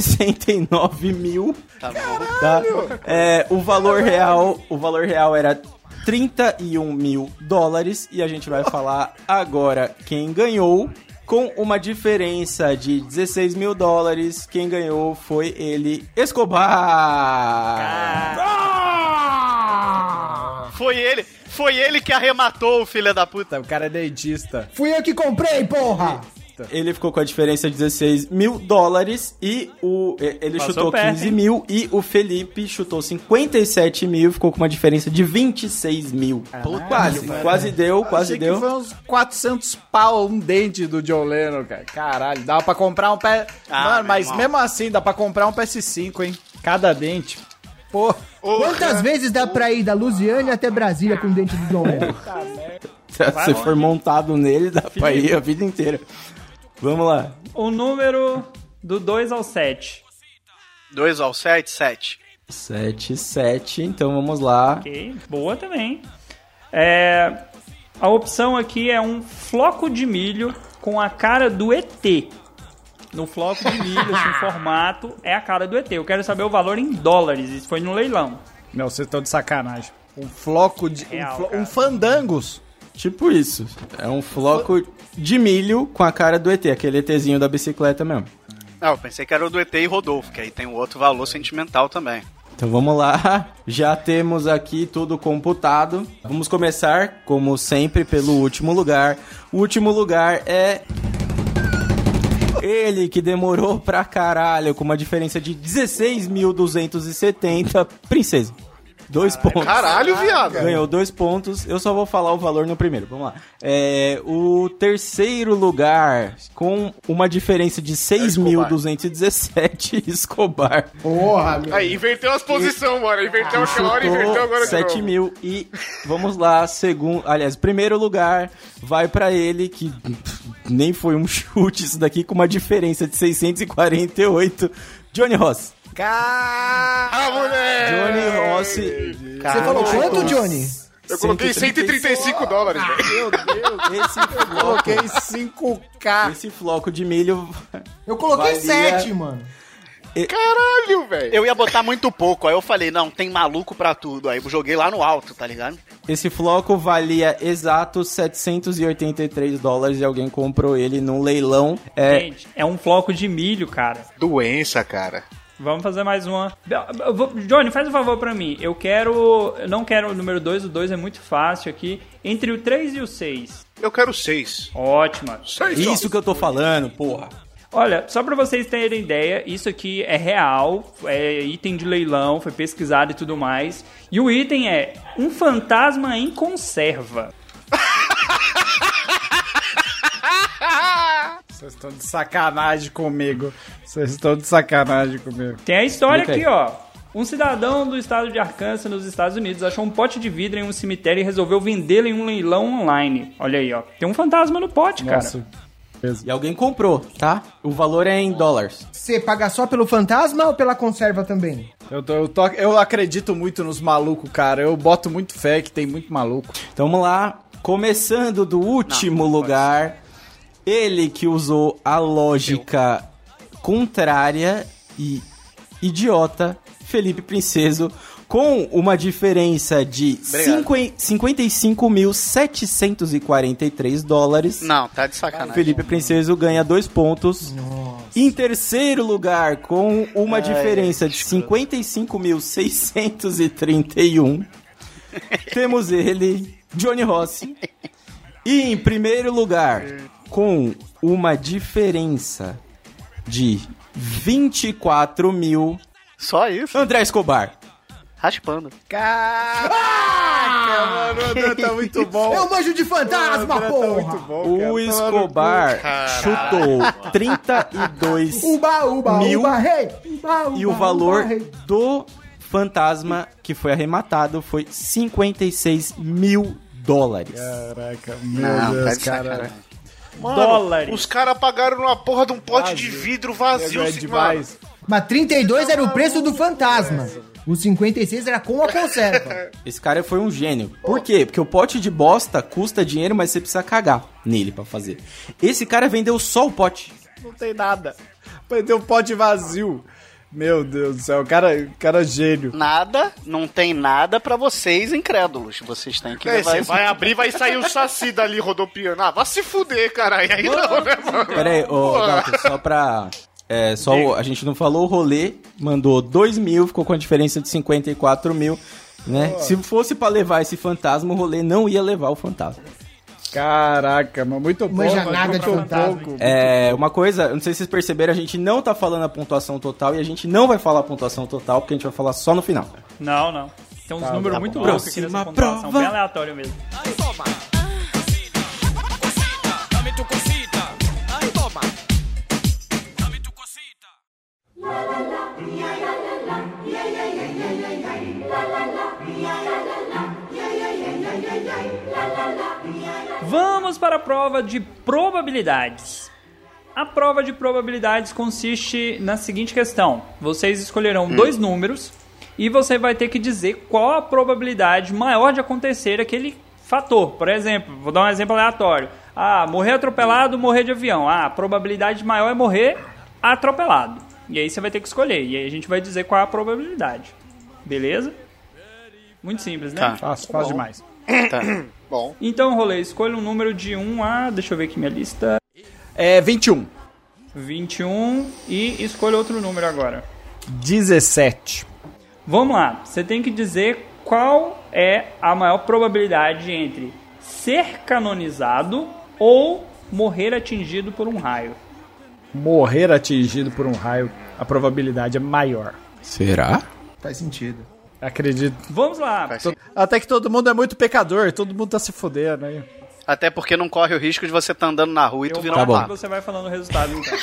S2: 369 mil.
S5: Tá bom.
S2: Tá? É, o valor real, o valor real era 31 mil dólares e a gente vai falar agora quem ganhou. Com uma diferença de 16 mil dólares, quem ganhou foi ele, Escobar!
S5: Foi ele, foi ele que arrematou o filho da puta.
S6: Tá, O cara é dentista.
S3: Fui eu que comprei, porra!
S2: Ele ficou com a diferença de 16 mil dólares e o e- ele
S4: Passou
S2: chutou
S4: perto,
S2: 15
S4: hein?
S2: mil e o Felipe chutou 57 mil, ficou com uma diferença de 26 mil. quase, quase deu, quase
S6: Achei
S2: deu.
S6: que foi uns 400 pau um dente do John Lennon, cara. Caralho, dava pra comprar um pé.
S5: Ah,
S6: Mano,
S5: meu
S6: mas
S5: irmão.
S6: mesmo assim, dá pra comprar um PS5, hein? Cada dente. Pô,
S3: Quantas vezes dá pra ir da Lusiane até Brasília com o dente do John Lennon?
S2: Se Tá, for montado nele, dá pra ir a vida inteira. Vamos lá.
S4: O número do 2 ao 7.
S5: 2 ao 7, 7.
S2: 7, 7, então vamos lá.
S4: Ok, boa também. É, a opção aqui é um floco de milho com a cara do ET. no floco de milho, assim, o formato é a cara do ET. Eu quero saber o valor em dólares. Isso foi no leilão.
S6: Não, vocês estão de sacanagem. Um floco de.
S4: Real,
S6: um, flo-
S4: cara.
S6: um fandangos.
S2: Tipo isso. É um floco de milho com a cara do ET, aquele ETzinho da bicicleta mesmo.
S5: Ah, eu pensei que era o do ET e Rodolfo, que aí tem um outro valor sentimental também.
S2: Então vamos lá, já temos aqui tudo computado. Vamos começar, como sempre, pelo último lugar. O último lugar é. Ele que demorou pra caralho, com uma diferença de 16.270, princesa. Dois pontos.
S1: Caralho, viado.
S2: Ganhou dois pontos. Eu só vou falar o valor no primeiro. Vamos lá. É, o terceiro lugar, com uma diferença de 6.217, Escobar.
S3: Porra, meu.
S1: Aí, inverteu as posições, mano. Inverteu aquela hora, inverteu agora
S2: Chutou
S1: de
S2: 7
S1: novo.
S2: mil e vamos lá, segundo. Aliás, primeiro lugar vai pra ele, que nem foi um chute isso daqui, com uma diferença de 648. Johnny Ross.
S1: Ah, moleque!
S2: Johnny Ross.
S3: Você falou quanto, Johnny?
S1: Eu coloquei 135 dólares, velho.
S2: Esse floco,
S6: Coloquei 5K.
S2: esse floco de milho.
S3: Eu coloquei
S2: Valia-
S3: sete, mano.
S1: Caralho, velho.
S5: Eu ia botar muito pouco, aí eu falei, não, tem maluco pra tudo. Aí eu joguei lá no alto, tá ligado?
S2: Esse floco valia exatos 783 dólares e alguém comprou ele num leilão. É,
S4: Gente, é um floco de milho, cara.
S1: Doença, cara.
S4: Vamos fazer mais uma. Eu vou- Johnny, faz um favor pra mim. Eu quero. Eu não quero o número 2, o 2 é muito fácil aqui. Entre o 3 e o 6.
S1: Eu quero seis.
S4: Ótima.
S1: Seis, ó.
S2: isso que eu tô falando, porra.
S4: Olha, só pra vocês terem ideia, isso aqui é real, é item de leilão, foi pesquisado e tudo mais. E o item é um fantasma em conserva.
S6: Vocês estão de sacanagem comigo. Vocês estão de sacanagem comigo.
S4: Tem a história
S2: Explica
S4: aqui, ó. Um cidadão do estado de Arkansas, nos Estados Unidos, achou um pote de vidro em um cemitério e resolveu vendê-lo em um leilão online. Olha aí, ó. Tem um fantasma no pote, cara.
S2: E alguém comprou, tá? O valor é em dólares.
S3: Você paga só pelo fantasma ou pela conserva também?
S6: Eu, tô- eu, tô- eu acredito muito nos malucos, cara. Eu boto muito fé que tem muito maluco.
S2: Então vamos lá. Começando do último lugar. Ele que usou a lógica contrária e idiota, Felipe Princeso, com uma diferença de cinquen- 55.743 dólares.
S5: Não, tá de sacanagem.
S2: Felipe Princeso ganha dois pontos. Em terceiro lugar, com uma diferença de 55.631, temos ele, Johnny Rossi. E em primeiro lugar, com uma diferença de 24 mil,
S5: Só isso,
S2: André Escobar.
S5: raspando.
S6: Mano, o André tá muito bom. Ah,
S3: Eu manjo É um de fantasma,
S6: tá
S3: porra!
S2: O Escobar chutou 32
S3: Uba, uba,
S2: Mil.
S3: uba, rei! Uba, uba,
S2: E o valor
S3: uba, rei.
S2: do fantasma que foi arrematado foi 56 mil dólares.
S6: Caraca, meu
S5: tá
S6: Deus,
S5: de
S6: cara.
S5: sacanagem.
S4: Dólares.
S1: Os caras pagaram numa porra de um pote de vidro vazio,
S6: É
S1: se-
S6: demais.
S3: Mas 32 era o preço do fantasma. O 56 era com a conserva.
S2: Esse cara foi um gênio. Por quê? Porque o pote de bosta custa dinheiro, mas você precisa cagar nele pra fazer. Esse cara vendeu só o pote.
S6: Não tem nada. Perdeu um pote vazio. Meu Deus do céu, o cara, o cara é gênio.
S5: Nada, não tem nada pra vocês, incrédulos. Vocês têm que
S1: É,
S5: levar
S1: você
S5: isso.
S1: vai abrir, vai sair o saci dali rodopiando. Ah, vai se fuder, caralho. Aí não, né, mano?
S2: Pera aí, ô
S1: Pô.
S2: Gato, só pra. É, só o- a gente não falou o rolê, mandou 2 mil, ficou com a diferença de 54 mil, né? Se fosse pra levar esse fantasma, o rolê não ia levar o fantasma.
S6: Caraca, mas muito bom.
S3: Manja
S6: mas
S3: nada
S6: muito
S3: de fantasma.
S6: pouco.
S2: É, uma coisa, eu não sei se vocês perceberam, a gente não tá falando a pontuação total e a gente não vai falar a pontuação total, porque a gente vai falar só no final.
S4: Não, não. Tem uns números muito
S2: Tá, bom.
S4: loucos aqui
S2: Próxima
S4: nessa pontuação,
S2: prova.
S4: bem aleatório mesmo. Vamos para a prova de probabilidades. A prova de probabilidades consiste na seguinte questão: vocês escolherão dois números e você vai ter que dizer qual a probabilidade maior de acontecer aquele fator. Por exemplo, vou dar um exemplo aleatório: ah, morrer atropelado, morrer de avião. Ah, a probabilidade maior é morrer atropelado. E aí você vai ter que escolher. E aí a gente vai dizer qual é a probabilidade. Beleza? Muito simples, né?
S5: Tá.
S6: Fácil,
S4: Bom.
S6: fácil demais.
S5: Tá.
S1: Bom.
S4: Então, rolê, escolha um número de 1 a. Deixa eu ver aqui minha lista.
S6: É 21.
S4: 21 e escolha outro número agora.
S6: 17.
S4: Vamos lá, você tem que dizer qual é a maior probabilidade entre ser canonizado ou morrer atingido por um raio.
S6: Morrer atingido por um raio, a probabilidade é maior.
S2: Será?
S3: Faz sentido.
S6: Acredito.
S4: Vamos lá.
S6: To- Até que todo mundo é muito pecador, todo mundo tá se fodendo aí.
S5: Até porque não corre o risco de você estar andando na rua e tu
S4: Eu
S5: virar
S2: Tá
S5: um
S2: bom.
S5: pato.
S4: Você vai falando o resultado então.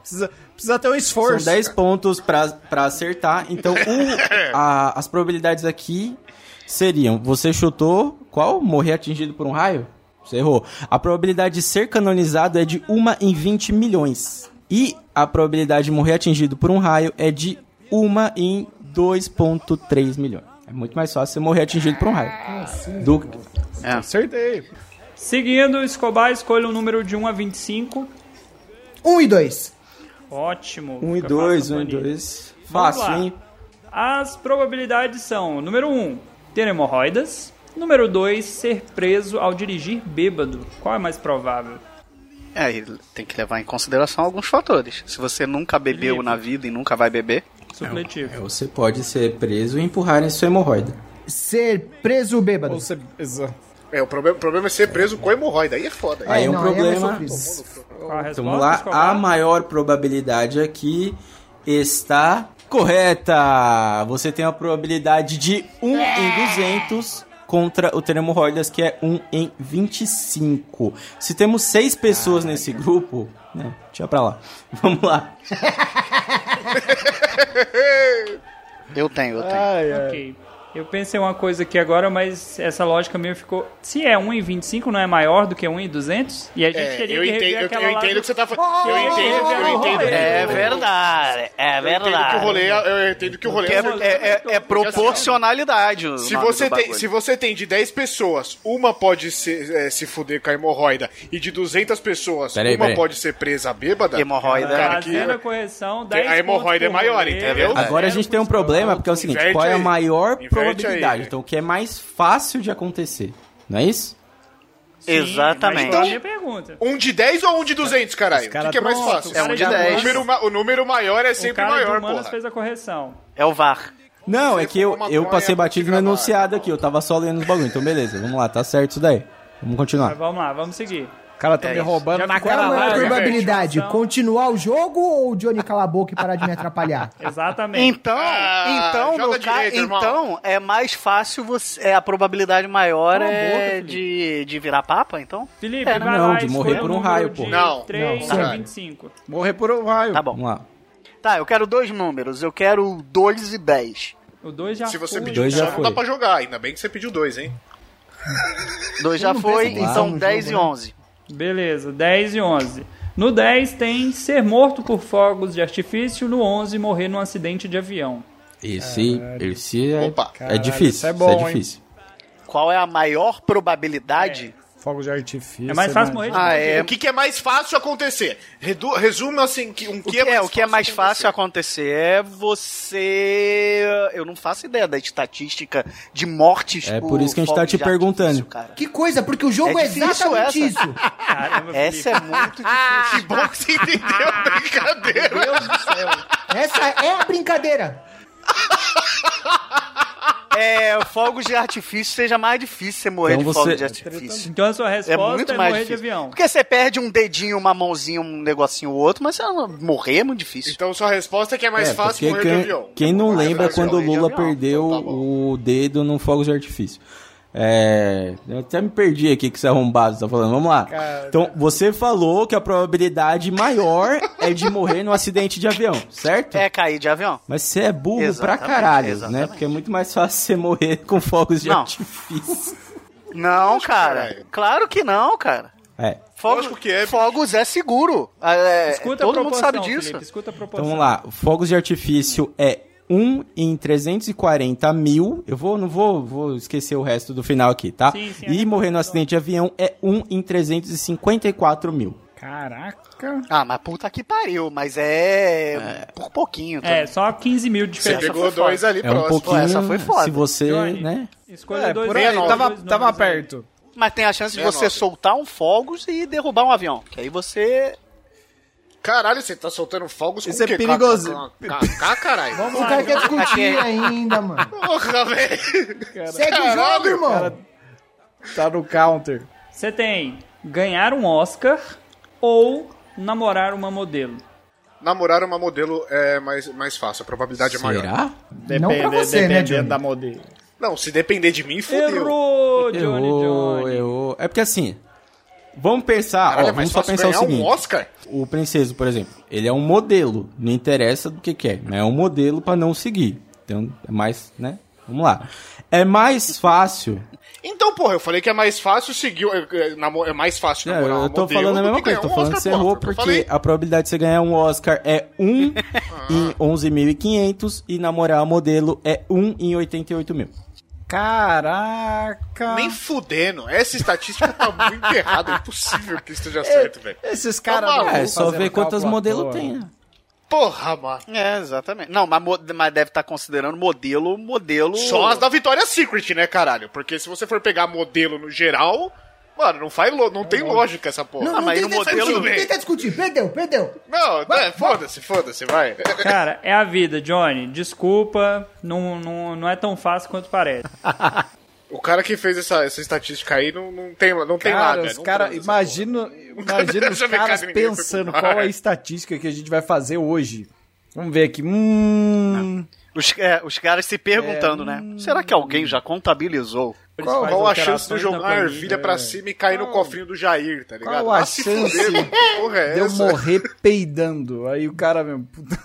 S6: Precisa, precisa ter um esforço.
S2: São 10 pontos pra, pra acertar. Então, o- a- as probabilidades aqui seriam: você chutou qual? Morrer atingido por um raio? Você errou. A probabilidade de ser canonizado é de 1 em 20 milhões. E a probabilidade de morrer atingido por um raio é de 1 em 2,3 milhões. É muito mais fácil você morrer atingido por um raio. Do,
S6: Acertei.
S4: Seguindo, Escobar escolha um número de 1 a 25.
S3: 1 e 2.
S4: Ótimo.
S2: 1 e
S4: fica
S2: 2,
S4: fácil,
S2: 1 e
S4: Antônio.
S2: 2.
S4: Vamos
S2: Fácil,
S4: lá.
S2: hein?
S4: As probabilidades são: número 1, ter hemorroidas. Número 2, ser preso ao dirigir bêbado. Qual é mais provável?
S5: É, e tem que levar em consideração alguns fatores. Se você nunca bebeu na vida e nunca vai beber,
S4: Supletivo.
S2: É, Você pode ser preso e empurrarem sua hemorroida.
S3: Ser preso bêbado.
S6: Você... exa-
S1: É, o problema, o problema é ser preso com hemorroida. Aí é foda.
S2: Aí é um
S3: não, aí é mais
S2: problema.
S3: sofrido.
S4: Qual é? a resposta?
S2: Então, Vamos lá,
S4: Escobar?
S2: a maior probabilidade aqui está correta. Você tem uma probabilidade de 1 em 200 contra o termo Roidas, que é 1 em 25. Se temos seis pessoas
S1: Ah,
S2: nesse grupo... Não, deixa pra lá. Vamos lá.
S5: eu tenho, eu tenho.
S6: Ai, ai.
S4: Ok. Eu pensei uma coisa aqui agora, mas essa lógica meio ficou. Se é 1 em 25, não é maior do que 1 em 200? E a gente
S1: É,
S4: teria
S1: eu
S4: que
S1: entendo,
S4: rever
S1: eu,
S4: aquela
S1: eu
S4: lá
S1: entendo
S4: do-
S1: o que você tá falando. Eu entendo, eu entendo.
S5: É verdade,
S1: Eu
S5: é
S1: entendo que o rolê, é- eu entendo que o rolê
S5: É,
S1: é
S5: é- é- é proporcionalidade. o
S1: Se
S5: nome
S1: você,
S5: do
S1: tem,
S5: bagulho.
S1: se você tem de 10 pessoas, uma pode ser, é, se fuder com a hemorroida, e de 200 pessoas,
S2: Peraí,
S1: uma
S2: peraí.
S1: pode ser presa bêbada,
S5: Hemorroida.
S1: cara, que-
S4: Fazendo a correção, 10
S1: a hemorroida é
S4: pontos por
S1: maior,
S4: rolê.
S1: entendeu?
S5: É,
S2: Agora a gente tem um problema, porque é o seguinte,
S1: Inverte
S2: qual é a
S1: aí.
S2: maior
S1: Inverte aí.
S2: probabilidade? Então, o que é mais fácil de acontecer, não é isso?
S4: Sim,
S5: Exatamente.
S4: mas qual é a minha pergunta.
S1: um de 10 ou um de 200, caralho? O
S6: cara-
S1: que, que é mais
S6: pronto,
S1: fácil?
S5: É um de
S4: O cara
S5: 10.
S1: O número, ma- o número maior é
S4: O
S1: sempre
S4: cara de
S1: maior,
S4: humanas
S1: porra.
S4: fez a correção.
S5: É o VAR.
S2: Não, é
S1: Você
S2: que eu,
S1: fuma
S2: eu
S1: maconha,
S2: passei batido no
S1: fica na
S2: enunciado aqui, eu tava só lendo os bagulho. Então, beleza, vamos lá, tá certo isso daí. Vamos continuar.
S4: Mas vamos lá, vamos seguir.
S6: O cara tá me roubando
S4: Já
S6: na
S4: ficou
S3: Qual é a
S6: cara
S3: maior
S4: Caralho,
S6: larga.
S3: probabilidade?
S4: velho.
S3: Continuar o jogo ou o Johnny calar a boca e parar de me atrapalhar?
S4: Exatamente.
S5: Então,
S1: Ah,
S5: então,
S1: joga
S5: meu ca-
S1: direito, irmão.
S5: então é mais fácil você. É, a probabilidade maior
S4: Cala a boca,
S5: é
S4: Felipe.
S5: de, de virar papa, então?
S4: Felipe,
S5: É,
S4: vai
S2: não,
S4: lá
S2: de
S4: e
S2: morrer
S4: escolha
S2: por um
S4: número
S2: raio,
S4: de
S2: pô.
S1: Não,
S4: 3
S1: não,
S4: a
S1: cara.
S4: 25.
S6: Morrer por um raio.
S5: Tá bom.
S2: Vamos lá.
S5: Tá, eu quero dois números. Eu quero 2 e 10.
S4: O 2 já
S1: Se você
S4: foi.
S1: pediu
S2: Dois
S1: só
S2: já
S1: não
S2: foi.
S1: dá pra jogar, ainda bem que você pediu dois, hein?
S5: 2 já foi,
S3: presta atenção
S5: então
S3: no
S5: 10 e
S3: jogo, né?
S5: 11.
S4: Beleza, 10 e 11. No 10 tem ser morto por fogos de artifício, no 11 morrer num acidente de avião.
S2: Esse, esse é,
S1: Opa.
S2: é difícil.
S6: isso é
S2: é
S6: bom, hein?
S2: difícil.
S5: Qual é a maior probabilidade?
S1: É.
S6: Fogo de artifício. né?
S4: É mais fácil morrer de
S5: Ah, é.
S1: O que, que é mais fácil acontecer? Redu resume assim, que, um
S5: O
S1: que
S5: que é, o que é
S1: fácil
S5: mais fácil
S1: acontecer.
S5: acontecer é você. Eu não faço ideia da estatística de mortes.
S2: É
S5: por
S2: por isso que a gente tá
S5: fogos
S2: te
S5: de artifício,
S2: perguntando.
S5: cara.
S3: Que coisa, porque o jogo
S5: É
S3: é,
S5: difícil
S3: exatamente
S5: essa.
S3: isso.
S4: Caramba,
S5: Essa é muito
S1: Que
S5: difícil.
S1: bom que você entendeu a brincadeira.
S3: Essa é a brincadeira.
S5: é, fogos de artifício seja mais difícil você morrer
S2: Então
S5: de
S2: você-
S5: fogos de artifício.
S4: Então a sua
S5: É
S4: resposta
S5: muito
S4: é,
S5: mais
S4: morrer de
S5: difícil.
S4: avião.
S5: Porque você perde um dedinho, uma mãozinha, um negocinho ou outro, mas você não- morrer é muito difícil.
S1: Então sua resposta é que é mais
S2: É,
S1: fácil
S2: porque
S1: morrer de
S2: quem,
S1: avião. É
S2: quem não
S1: Mais
S2: lembra
S1: fácil
S2: quando o
S5: morrer de
S2: Lula
S5: avião.
S2: perdeu
S1: Então tá bom.
S2: o dedo num fogo de artifício. É, eu até me perdi aqui que esse arrombado tá falando. Vamos lá. Então, você falou que a probabilidade maior é de morrer num acidente de avião, certo?
S5: É cair de avião?
S2: Mas você é burro pra
S5: Exatamente,
S2: caralho, né?
S5: exatamente.
S2: Porque é muito mais fácil você morrer com fogos de
S5: Não.
S2: artifício.
S5: Não, cara.
S1: caralho.
S5: Claro que não, cara.
S2: É.
S5: Fogos,
S1: Lógico que é.
S5: fogos é seguro. É,
S4: Escuta a
S5: todo mundo
S4: proporção,
S5: sabe disso.
S4: Felipe, escuta a
S2: Então
S4: proporção.
S2: vamos lá, fogos de artifício é 1 em 340 mil. Eu vou, não vou, vou esquecer o resto do final aqui, tá?
S4: Sim, sim,
S2: e
S4: é.
S2: um morrer no acidente de avião é 1 em 354 mil.
S4: Caraca.
S5: Ah, mas puta que pariu, mas é, por pouquinho. tá?
S4: É, só 15 mil de diferença.
S5: Você pegou dois ali
S2: É um pouquinho.
S5: essa foi foda.
S2: Se você, né?
S4: Escolha
S5: É,
S4: dois.
S5: por aí,
S4: números,
S5: tava-
S4: dois
S5: tava
S1: é.
S4: números aí.
S6: Perto.
S5: Mas tem a chance de
S1: Menor.
S5: você soltar um fogos e derrubar um avião. Que aí você.
S1: Caralho, você tá soltando fogos com
S5: Isso
S1: o
S5: é
S1: quê?
S5: perigoso.
S1: Kaká, caralho.
S3: O cara quer discutir ainda, mano.
S1: Porra, velho.
S3: Segue o jogo, irmão.
S6: Tá no counter.
S4: Você tem ganhar um Oscar ou namorar uma modelo.
S1: Namorar uma modelo é mais, mais fácil, a probabilidade é maior.
S2: Será?
S3: Não pra você, né, Johnny?
S6: da modelo.
S1: Não, se depender de mim, fodeu.
S4: Errou, Johnny,
S2: Errou,
S4: Johnny.
S2: errou. É porque assim, vamos pensar,
S1: Caralho, é
S2: ó, vamos só pensar o
S1: ganhar
S2: seguinte.
S1: um Oscar?
S2: O Princeso, por exemplo, ele é um modelo, não interessa do que que é, né? É um modelo pra não seguir. Então, é mais, né? Vamos lá. É mais fácil.
S1: Então, porra, eu falei que é mais fácil seguir. É, é, namo- é mais fácil
S2: É,
S1: namorar
S2: eu
S1: uma
S2: tô
S1: modelo
S2: falando a
S1: do
S2: mesma
S1: que ganhar
S2: coisa, tô
S1: um
S2: falando que
S1: Oscar,
S2: você
S1: porra,
S2: errou
S1: foi o que eu
S2: porque
S1: falei. Ah.
S2: a probabilidade de você ganhar um Oscar é 1 em 11.500 e namorar a modelo é 1 em 88 mil.
S6: Caraca.
S1: Nem fudendo. Essa estatística tá muito errada. É impossível que esteja certo, velho.
S6: Esses
S1: Tá
S6: caras não
S1: maluco.
S2: É,
S6: vão
S2: é só
S6: fazer
S2: ver quantas
S6: cálculo à
S2: modelos
S6: toa.
S2: tem, né?
S1: Porra, mano.
S5: É, exatamente. Não, mas, mo- mas deve estar considerando modelo, modelo.
S1: Só as da Vitória Secret, né, caralho? Porque se você for pegar modelo no geral, mano, não faz lo- não tem lógica essa porra.
S5: mas aí no
S1: tenta
S5: modelo,
S1: discutir,
S5: velho.
S1: velho.
S3: Tenta discutir. Perdeu, perdeu.
S1: Não, é, foda-se, foda-se, vai.
S4: Cara, é a vida, Johnny. Desculpa, não, não, não é tão fácil quanto parece.
S1: O cara que fez essa, essa estatística aí não, não tem, não tem
S6: Cara,
S1: nada.
S6: os
S1: não
S6: caras,
S1: transa essa
S6: imagina, imagina os
S1: Deixa eu ver, cara,
S6: caras
S1: ninguém foi
S6: pensando
S1: pro
S6: qual é a
S1: mar.
S6: estatística que a gente vai fazer hoje. Vamos ver aqui. Hum,
S5: Os, é, os caras se perguntando, né? Será que alguém já contabilizou?
S1: porra. Qual,
S4: faz
S1: qual a
S4: alterações
S1: chance de eu
S4: na
S1: jogar uma
S4: planilha,
S1: ervilha pra cima e cair no cofrinho do Jair, tá ligado?
S6: Qual a
S1: Ah, se
S6: chance
S1: fuder, que porra é
S6: de eu
S1: essa?
S6: morrer peidando. Aí o cara mesmo. puta.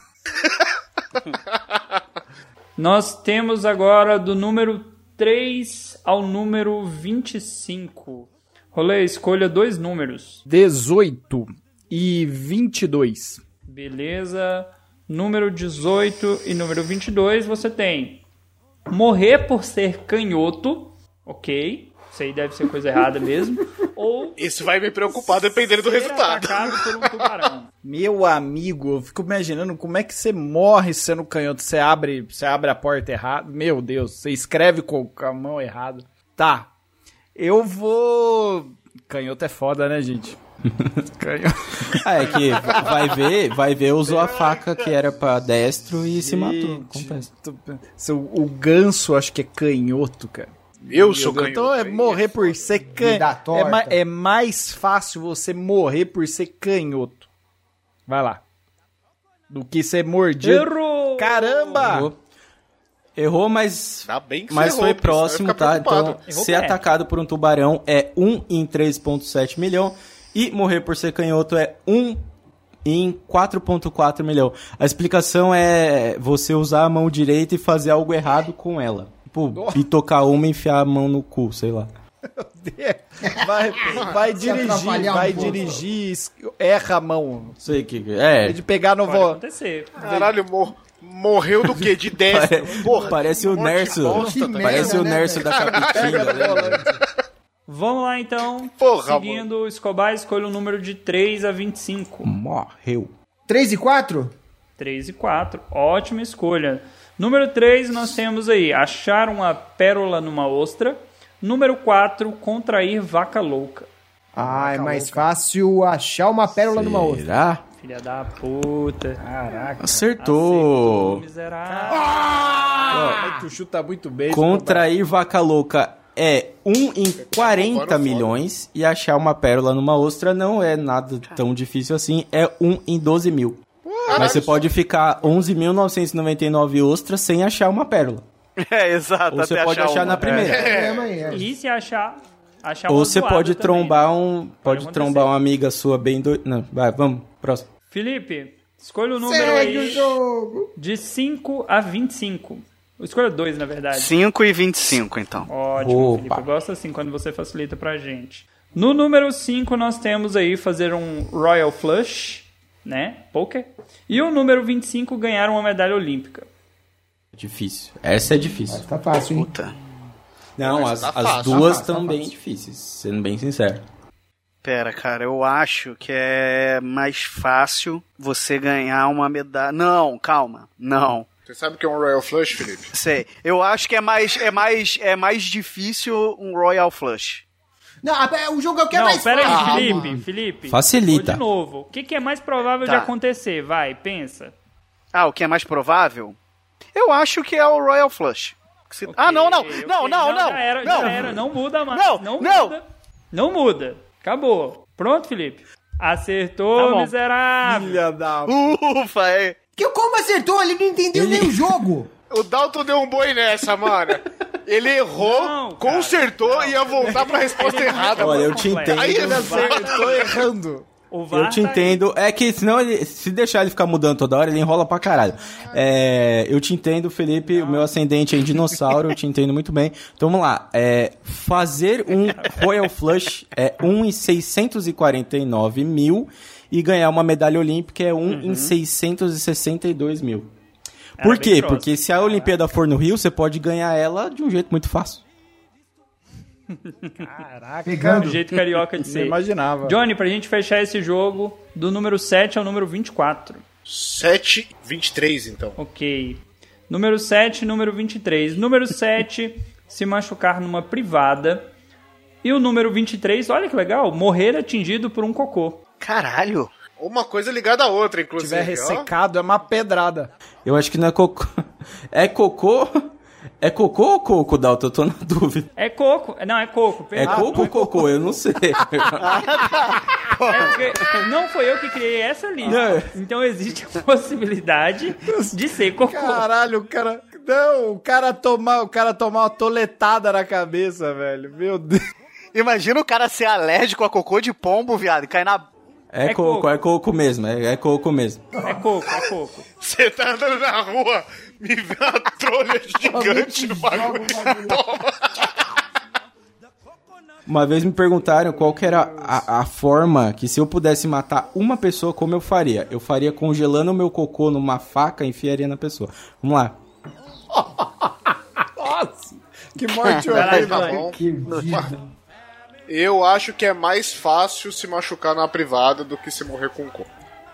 S4: Nós temos agora do número 3 ao número 25. Rolê, escolha dois números.
S6: 18 e 22.
S4: Beleza. Número 18 e número 22 você tem morrer por ser canhoto, ok? Isso aí deve ser coisa errada mesmo. Ou
S1: Isso vai me preocupar dependendo do
S4: ser
S1: resultado.
S4: atacado por um tubarão.
S6: Meu amigo, eu fico imaginando como é que você morre sendo canhoto. Você abre, você abre a porta errada. Meu Deus, você escreve com com a mão errada. Tá. Eu vou. Canhoto é foda, né, gente? Canhoto.
S2: Ah, é que vai ver, vai ver, usou a faca que era pra destro e se matou. Acontece.
S6: Seu- O ganso, acho que é canhoto, cara.
S1: Eu sou canhoto.
S6: Então é
S1: aí.
S6: morrer por ser
S3: Me dá
S6: canhoto.
S3: torta.
S6: É, ma- é mais fácil você morrer por ser canhoto. Vai lá. Do que ser mordido.
S4: Errou!
S6: Caramba!
S2: Errou. Errou, mas,
S1: Tá bem que
S2: mas
S1: você errou,
S2: foi
S1: porque senão eu ia
S2: próximo,
S1: ficar
S2: tá?
S1: preocupado. é.
S2: Então,
S4: Errou
S2: ser
S4: perto.
S2: atacado por um tubarão é 1 em 3.7 milhão e morrer por ser canhoto é 1 em 4.4 milhão. A explicação é você usar a mão direita e fazer algo errado com ela. Tipo,
S1: Oh.
S2: pitocar uma e enfiar a mão no cu, sei lá.
S6: Vai, vai
S3: Se
S6: dirigir,
S3: atrapalhar um
S6: vai
S3: pouco.
S6: dirigir, es- erra a mão.
S2: Sei que
S6: É
S2: é.
S6: de pegar no
S4: Pode
S6: vo...
S4: acontecer.
S1: Caralho, mor- morreu do quê? De 10.
S2: Pare-
S1: Porra.
S2: parece o
S1: um monte de
S2: Nerso.
S1: bosta,
S3: Que
S1: tá ligado?
S2: Parece o
S3: né,
S2: Nerso da Capitinga. lembra?
S4: Vamos lá então.
S1: Porra,
S4: Seguindo o Escobar, escolha o número de 3 a 25.
S2: Morreu.
S3: 3 e 4?
S4: 3 e 4. Ótima escolha. Número 3, nós temos aí achar uma pérola numa ostra. Número 4, contrair vaca louca.
S3: Ah, é mais fácil achar uma pérola numa outra.
S2: Será?
S4: Filha da puta. Caraca.
S2: Acertou.
S4: Miserável.
S2: Ah!
S6: Aí tu chuta muito bem.
S2: Contrair vaca louca é 1 em 40 milhões e achar uma pérola numa ostra não é nada tão difícil assim, é 1 em 12 mil. Mas você pode ficar 11.999 ostras sem achar uma pérola.
S5: É, exato.
S2: Ou você
S5: até
S2: pode achar
S5: uma.
S2: na primeira.
S3: É, amanhã.
S4: E se achar. achar
S2: Ou
S4: uma
S2: você
S4: zoada
S2: pode
S4: também,
S2: trombar
S4: né?
S2: um, pode
S4: acontecer.
S2: trombar uma amiga sua bem doida. Não, vai, vamos, próximo.
S4: Felipe, escolha o número
S3: Segue o
S4: aí
S3: jogo.
S4: de 5 a 25. Escolha dois, na
S5: É.
S4: verdade.
S5: 5 e 25, então.
S4: Ótimo, Felipe.
S2: Opa.
S4: Eu gosto assim quando você facilita pra gente. No número 5, nós temos aí fazer um Royal Flush, né? Poker. E o número 25, ganhar uma medalha olímpica.
S2: Difícil. Essa é difícil.
S3: Tá fácil, hein?
S5: Puta.
S2: Não, as,
S1: tá
S2: as
S1: fácil,
S2: duas
S3: tá fácil,
S2: estão
S3: tá
S2: bem
S3: fácil.
S2: difíceis, sendo bem sincero.
S5: Pera, cara, eu acho que é mais fácil você ganhar uma medalha. Não, calma. Não.
S1: Você sabe o que é um Royal Flush, Felipe?
S5: Sei. Eu acho que é mais é mais é mais difícil um Royal Flush.
S12: Não, a- o jogo é o que é
S4: não,
S12: mais
S4: pera
S12: fácil.
S4: aí, Felipe, Felipe.
S2: Facilita.
S4: Vou De novo, o que, que é mais provável
S5: Tá.
S4: de acontecer? Vai, pensa.
S5: Ah, o que é mais provável? Eu acho que é o Royal Flush. Que se- Ah, não, não.
S4: Ok,
S5: Não,
S4: ok,
S5: não, não.
S4: Já era,
S5: não.
S4: já era, não muda mais.
S5: Não,
S4: não,
S5: não.
S4: muda. Não muda. Acabou. Pronto, Felipe. Acertou,
S5: Tá bom.
S4: miserável.
S6: Filha da...
S5: Ufa, é.
S12: Que como acertou? Ele não entendeu nem o jogo.
S1: O Dalton deu um boi nessa, mano. Ele errou,
S4: Não, cara,
S1: consertou e ia voltar pra resposta errada.
S2: Olha,
S1: mano.
S2: eu te
S4: Completo.
S2: entendo.
S1: Aí ele
S6: Tô errando.
S4: O VAR
S2: Eu te
S4: tá aí.
S2: entendo. É que senão ele, se deixar ele ficar mudando toda hora, ele enrola pra caralho. É, eu te entendo, Felipe. O meu ascendente é em dinossauro, eu te entendo muito bem. Então vamos lá. É, fazer um Royal Flush é 1 em 649 mil e ganhar uma medalha olímpica é 1 em 662 mil.
S4: Uhum. Era
S2: Por
S4: bem
S2: quê?
S4: próximo.
S2: Porque se a Olimpíada for no Rio, você pode ganhar ela de um jeito muito fácil.
S4: Do
S3: Pegando.
S4: jeito carioca de
S6: Não
S4: ser.
S6: imaginava.
S4: Johnny, pra gente fechar esse jogo, do número 7 ao número 24.
S1: 7, 23, então.
S4: Ok. Número 7, número 23. Número 7, se machucar numa privada. E o número 23, olha que legal, morrer atingido por um cocô.
S5: Caralho.
S1: Uma coisa ligada à outra,
S6: Se
S1: inclusive.
S6: tiver
S1: ó.
S6: ressecado, é uma pedrada.
S2: Eu acho que não é cocô. É cocô? É cocô ou coco, Dalton? Eu tô na dúvida.
S4: É coco. Não, é coco.
S2: É
S4: perdão.
S2: coco ou cocô? Eu não sei.
S4: É porque não foi eu que criei essa lista. Então existe a possibilidade de ser cocô.
S6: Caralho, o cara. Não, o cara tomar, o cara tomar uma toletada na cabeça, velho. Meu Deus.
S5: Imagina o cara ser alérgico a cocô de pombo, viado, e cair na
S2: É,
S4: É
S2: coco,
S4: coco.
S2: é coco mesmo. É, é coco mesmo.
S4: É coco, é coco.
S1: Você tá andando na rua, me vê uma trolha gigante no bagulho.
S2: Uma vez me perguntaram qual que era a, a forma que se eu pudesse matar uma pessoa, como eu faria? Eu faria congelando o meu cocô numa faca e enfiaria na pessoa. Vamos lá.
S6: Que morte
S1: Caralho,
S6: horrível.
S1: tá bom. Eu acho que é mais fácil se machucar na privada do que se morrer com um coco.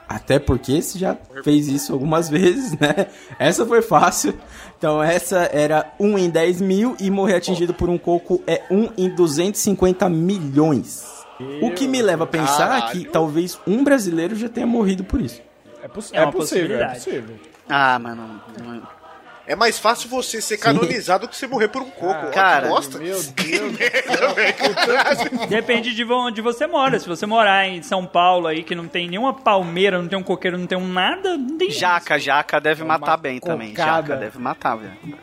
S2: Até porque você já fez isso algumas vezes, né? Essa foi fácil. Então essa era 1 em 10 mil e morrer atingido por um coco é 1 em 250 milhões. O que me leva a pensar
S1: Caralho.
S2: que talvez um brasileiro já tenha morrido por isso.
S6: É, poss-
S4: É uma
S6: é possível, é
S4: possibilidade.
S6: possível.
S5: Ah, mano. mano.
S1: É mais fácil você ser canonizado do que você morrer por um coco. Ó, que
S5: Cara,
S1: bosta.
S4: Depende de onde você mora. Se você morar em São Paulo aí, que não tem nenhuma palmeira, não tem um coqueiro, não tem um nada, não tem
S5: Jaca, jaca deve matar bem também.
S6: cocada.
S5: Jaca deve matar, velho.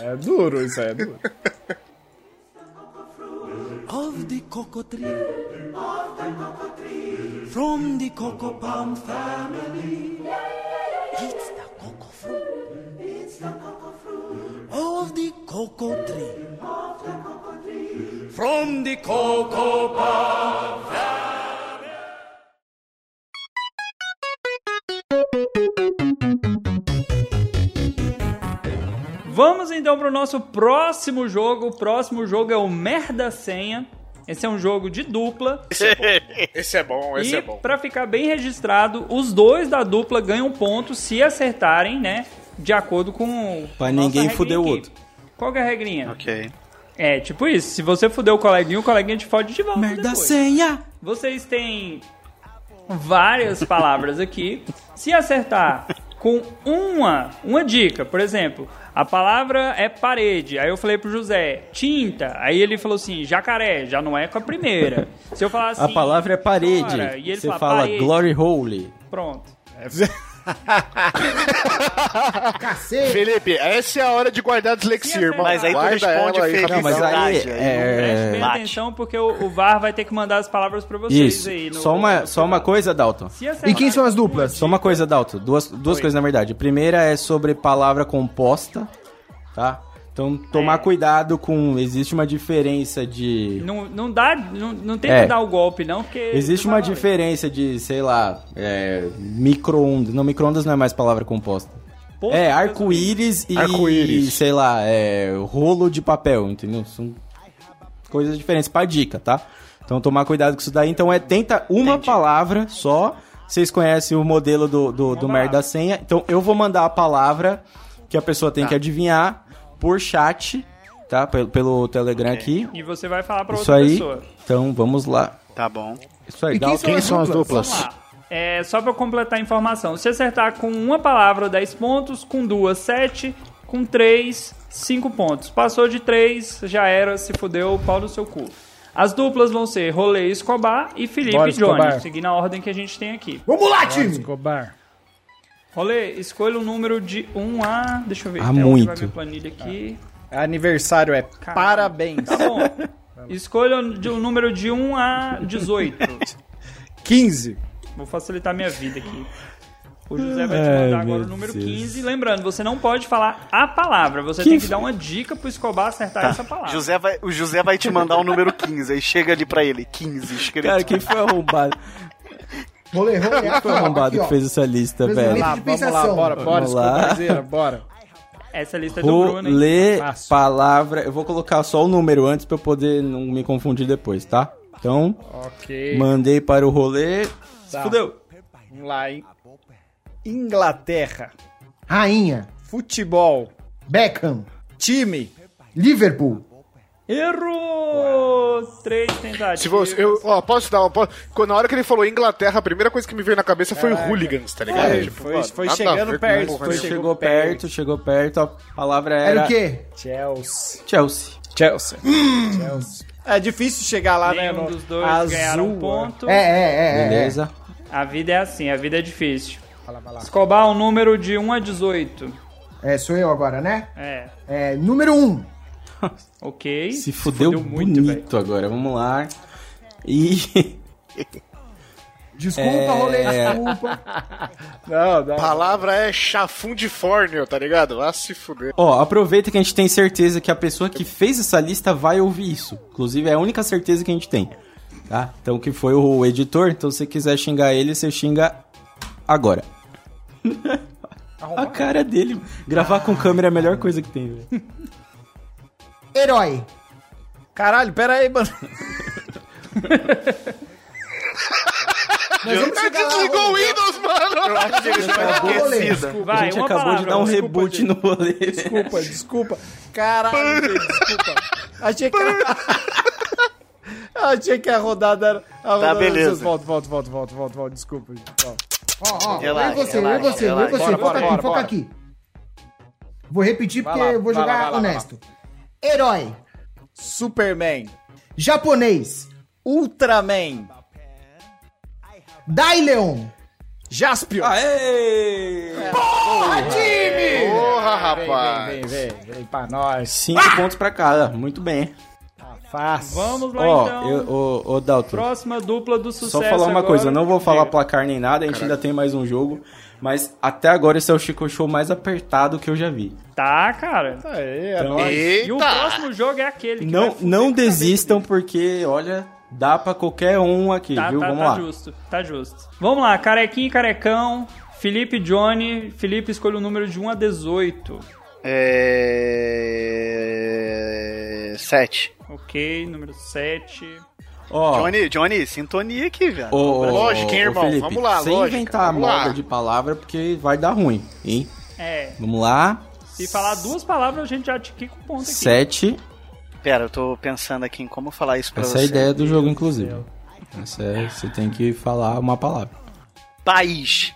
S6: É duro isso aí, é duro.
S10: Of the coco tree. From the coco palm family. It's the coco fruit. Of the coco tree. From the coco palm.
S4: Vamos então para o nosso próximo jogo. O próximo jogo é o Merda Senha. Esse é um jogo de dupla.
S1: Esse é bom, esse
S4: e
S1: é bom.
S4: para ficar bem registrado, os dois da dupla ganham ponto se acertarem, né? De acordo com.
S2: Pra
S4: nossa
S2: ninguém
S4: regrinha
S2: fuder o
S4: aqui.
S2: outro.
S4: Qual que é a regrinha?
S5: Ok.
S4: É, tipo isso. Se você fuder o coleguinha, o coleguinha te fode de volta.
S2: Merda
S4: depois.
S2: senha!
S4: Vocês têm várias palavras aqui. Se acertar com uma, uma dica, por exemplo, a palavra é parede. Aí eu falei pro José, tinta. Aí ele falou assim, jacaré, já não é com a primeira. Se eu falar assim,
S2: a palavra é parede.
S4: "Bora", e ele
S2: Você fala
S4: parede,
S2: glory hole.
S4: Pronto.
S12: Cacete.
S1: Felipe, essa é a hora de guardar a dislexia,
S4: Sim,
S1: irmão.
S5: Mas aí tu
S1: Guarda
S5: responde
S1: ela aí,
S5: feliz.
S1: rapidão.
S4: É
S2: Não, mas aí,
S5: Verdade, aí
S4: Preste
S2: é...
S4: bem
S5: Bate.
S4: atenção porque o, o VAR vai ter que mandar as palavras pra vocês
S2: Isso.
S4: aí. no-
S2: Só uma, só uma coisa, Dalton.
S4: Se acertar
S3: E quem são as
S4: com uma
S3: duplas?
S2: Só uma coisa, Dalton. Duas, duas coisas, na verdade. A primeira é sobre palavra composta, tá? Então, tomar cuidado com... Existe uma diferença de...
S4: É. Não, não dá, não, não tem
S2: É.
S4: que dar o golpe, não, porque.
S2: Existe
S4: não
S2: uma
S4: vai valer.
S2: diferença de, sei lá, é, micro-ondas. Não, micro-ondas não é mais palavra composta.
S4: Pô,
S2: é,
S4: Deus
S2: arco-íris e,
S1: Arco-íris.
S2: sei lá, é, rolo de papel, entendeu? São coisas diferentes pra dica, tá? Então tomar cuidado com isso daí. Então é tenta uma palavra só. Vocês conhecem o modelo do, do, do merda senha. Então eu vou mandar a palavra que a pessoa
S4: Tá.
S2: tem que adivinhar por chat, tá? Pelo, pelo Telegram aqui.
S4: E você vai falar pra
S2: Isso
S4: outra
S2: aí.
S4: pessoa.
S2: Então vamos lá.
S5: Tá bom.
S2: Isso aí.
S4: E
S2: dá
S4: quem
S2: o-
S4: são as duplas? É, só pra completar a informação. Se acertar com uma palavra, 10 pontos. Com duas, 7. Com três, 5 pontos. Passou de 3, já era, se fudeu, pau no seu cu. As duplas vão ser Rolê Escobar e Felipe
S6: Bora, Escobar.
S4: Johnny, seguindo a ordem que a gente tem aqui.
S12: Vamos lá,
S6: time!
S4: Escobar. Rolê, escolha um número de 1 a... Deixa
S2: Ah,
S4: eu ver.
S6: A
S4: até onde
S6: muito.
S4: Vai minha planilha aqui.
S6: Aniversário é parabéns.
S4: Tá bom. Escolha de um número de 1 a 18.
S6: 15.
S4: Vou facilitar minha vida aqui. O José vai te
S6: Ai,
S4: mandar agora
S6: meu
S4: o número
S6: Deus.
S4: 15. Lembrando, você não pode falar a palavra. Você tem que dar uma dica pro Escobar acertar
S5: Tá.
S4: essa palavra.
S5: José vai, o José vai te mandar o número 15, aí chega ali pra ele, 15 escrito.
S2: Cara, quem foi arrombado?
S12: Rolê, rolê.
S2: Quem foi arrombado que fez essa lista,
S12: Fez um
S2: velho?
S12: livro de Vamos lá, pensação. bora,
S6: bora,
S2: Vamos lá.
S6: escobarzeira, bora.
S4: Essa lista é do Bruno, hein?
S2: Rolê, palavra. Eu vou colocar só o número antes pra eu poder não me confundir depois, tá? Então,
S6: Ok.
S2: mandei para o rolê.
S6: Tá.
S2: Fudeu.
S6: Vamos lá, hein? Inglaterra.
S12: Rainha.
S6: Futebol.
S12: Beckham.
S6: Time.
S12: Liverpool.
S4: Errou! Três tentativas.
S1: Se você, eu, ó, posso dar uma. po- quando- Na hora que ele falou Inglaterra, a primeira coisa que me veio na cabeça foi hooligans, tá ligado?
S12: É,
S2: Foi,
S1: Tipo,
S6: foi-
S1: mano,
S6: foi
S1: nada
S6: chegando
S1: a ver com
S6: perto,
S1: porra
S6: foi
S1: nenhuma.
S2: Chegou perto, chegou perto. A palavra era.
S6: Chelsea.
S2: Chelsea.
S6: Chelsea. Chelsea. É difícil chegar lá, né?
S4: Nenhum
S6: no
S4: dos dois
S6: azul,
S4: ganharam
S6: ó.
S4: um ponto.
S12: É,
S2: Beleza?
S4: A vida é assim, a vida é difícil.
S6: vai lá.
S4: Escobar, o número de 1 a 18.
S12: É, sou eu agora, né?
S4: É,
S12: É, número 1. Um.
S4: ok.
S2: Se fudeu, bonito agora. Vamos lá. E.
S12: Desculpa,
S2: É.
S12: rolê,
S3: um
S12: desculpa.
S6: Não, não.
S1: A palavra é chafundifórnio, tá ligado? Ah, se fuder.
S2: Ó, aproveita que a gente tem certeza que a pessoa que fez essa lista vai ouvir isso. Inclusive, é a única certeza que a gente tem. Tá? Então, que foi o editor. Então, se você quiser xingar ele, você xinga agora. a cara dele. Gravar com câmera é a melhor coisa que tem, velho.
S12: Herói.
S6: Caralho, pera aí, mano.
S12: Nós vamos chegar lá,
S1: Desligou o
S12: rolê.
S1: Windows, mano!
S5: Eu acho que ele foi
S12: Acabou, rolê.
S5: esquecida.
S2: a
S4: Vai,
S2: gente
S4: Ah, uma
S2: acabou
S4: palavra.
S2: de dar um
S4: desculpa,
S2: reboot no rolê. velho.
S6: Desculpa, desculpa. Caralho, gente, desculpa. Achei que era... Achei que a rodada era... A rodada era-
S5: beleza.
S6: Volta, volta, volta, volta, volta, volta. Desculpa, gente. Ó.
S12: Ó, ó,
S5: Relaxa,
S12: eu e você, eu e
S5: relaxa,
S12: você, eu e
S5: relaxa.
S12: você.
S6: Bora,
S12: Então, assim, foca
S6: bora,
S12: aqui,
S6: bora,
S12: foca
S6: bora.
S12: aqui. Vou repetir
S6: Vai
S12: porque
S6: lá,
S12: eu vou
S6: vai lá,
S12: jogar
S6: vai lá, vai lá.
S12: honesto. Herói.
S6: Superman.
S12: Japonês.
S6: Ultraman.
S12: Daileon.
S6: Jaspion.
S2: Aê!
S12: É,
S1: Porra, rapaz!
S6: Vem, vem, vem, vem pra nós.
S2: Cinco pontos pra cada. Muito bem.
S6: Fácil.
S4: Ah! Vamos lá,
S2: Ó,
S4: então.
S2: eu- ô, ô, Dalton.
S4: Próxima dupla do sucesso
S2: Só falar uma
S4: agora. é-
S2: coisa, eu não vou falar
S4: Diga.
S2: placar nem nada, a gente ainda tem mais um jogo, mas até agora esse é o Chico Show mais apertado que eu já vi. Então,
S4: Tá, cara.
S6: Aí,
S4: É, E o próximo jogo é aquele. que vai
S2: Não,
S4: fuder
S2: não
S4: com a cabeça
S2: desistam porque, olha, dá pra qualquer um aqui,
S4: Tá,
S2: viu?
S4: tá,
S2: Vamos
S4: tá
S2: lá.
S4: justo, tá justo. Vamos lá, carequinho e carecão, Felipe e Johnny. Felipe escolhe o número de 1 a 18.
S5: É... 7.
S4: Ok, número 7.
S2: Ó,
S5: Johnny, Johnny, sintonia aqui, velho.
S2: ô, ô,
S1: Lógica, hein,
S2: ô,
S1: irmão?
S2: Felipe,
S1: Vamos lá,
S2: sem
S1: lógica,
S2: inventar
S1: vamos
S2: moda
S1: lá.
S2: de palavra porque vai dar ruim, hein?
S4: É,
S2: Vamos lá.
S4: se falar duas palavras, a gente já te quica o ponto aqui.
S2: Sete.
S5: Pera, eu tô pensando aqui em como falar isso pra
S2: Essa é
S5: você.
S2: a ideia do jogo, inclusive. Essa é, você tem que falar uma palavra.
S5: País.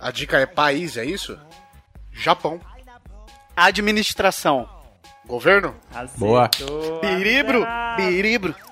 S1: A dica é país, é isso? Japão.
S5: Administração.
S1: Governo?
S4: Acertou,
S2: Boa.
S5: Biribro.
S4: acertado.
S5: Biribro.
S2: Boa.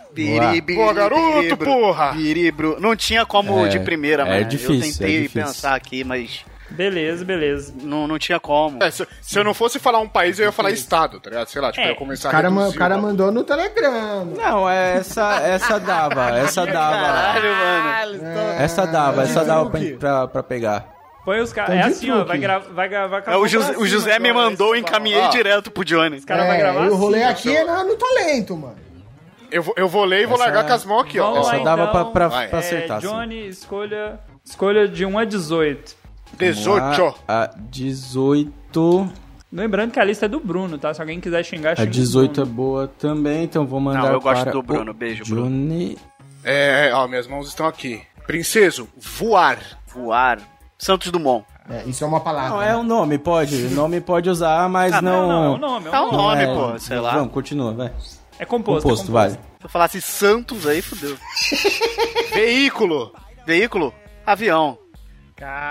S5: Biribro.
S1: Boa, garoto, porra!
S5: Biribro. Não tinha como
S2: É,
S5: de primeira,
S2: é
S5: mano.
S2: difícil,
S5: eu
S2: é
S5: tentei
S2: difícil.
S5: pensar aqui, mas
S4: Beleza, beleza.
S5: não, não tinha como.
S1: É, se, se eu não fosse falar um país, eu ia falar estado, tá ligado? Sei lá, tipo,
S4: É.
S1: eu ia começar
S12: O cara,
S1: a
S12: ma- o
S1: reduzir
S12: cara
S1: o-
S12: mandou no Telegram.
S2: Não, é essa, essa dava, essa dava.
S5: Caralho, mano.
S2: Essa dava, essa dava pra, pra, pra pegar.
S4: Põe os caras.
S2: Tá
S12: Então,
S4: É
S12: de
S4: assim, ó,
S12: truque.
S4: vai gravar. Vai gravar
S5: É,
S1: um
S5: o, José, o José me mandou, eu encaminhei direto pro Johnny.
S4: O cara vai gravar
S12: né? e o
S4: assim,
S12: rolê
S4: ó.
S12: aqui é na- no talento, mano.
S1: Eu, vou- eu vou ler e vou largar com as mãos aqui, ó.
S4: Vamos
S2: Essa
S4: lá,
S2: dava pra-
S4: então.
S2: pra-
S1: pra
S4: É,
S2: acertar, sim.
S4: Johnny, escolha, um escolha de 1 a 18.
S2: Vamos lá,
S1: 18.
S2: A 18.
S4: Lembrando que a lista é do Bruno, tá? Se alguém quiser xingar,
S2: A
S4: xinga. o
S2: 18 é boa também, então vou mandar.
S5: eu gosto
S2: para
S5: do Bruno.
S2: o
S5: Beijo, Bruno.
S2: Johnny.
S1: É, ó, minhas mãos estão aqui. Princeso, voar.
S5: Voar. Santos Dumont.
S12: É, isso é uma palavra.
S2: Não, é o nome, pode. O nome pode usar, mas
S5: Ah,
S2: não. um
S5: não,
S4: não, é o nome, é o
S5: Tá o nome,
S2: é-
S5: pô, sei lá.
S2: Vamos, continua, vai.
S4: É composto.
S2: Composto,
S4: é
S2: vale.
S5: Se eu falasse Santos aí, fudeu.
S1: Veículo.
S5: Veículo? Avião.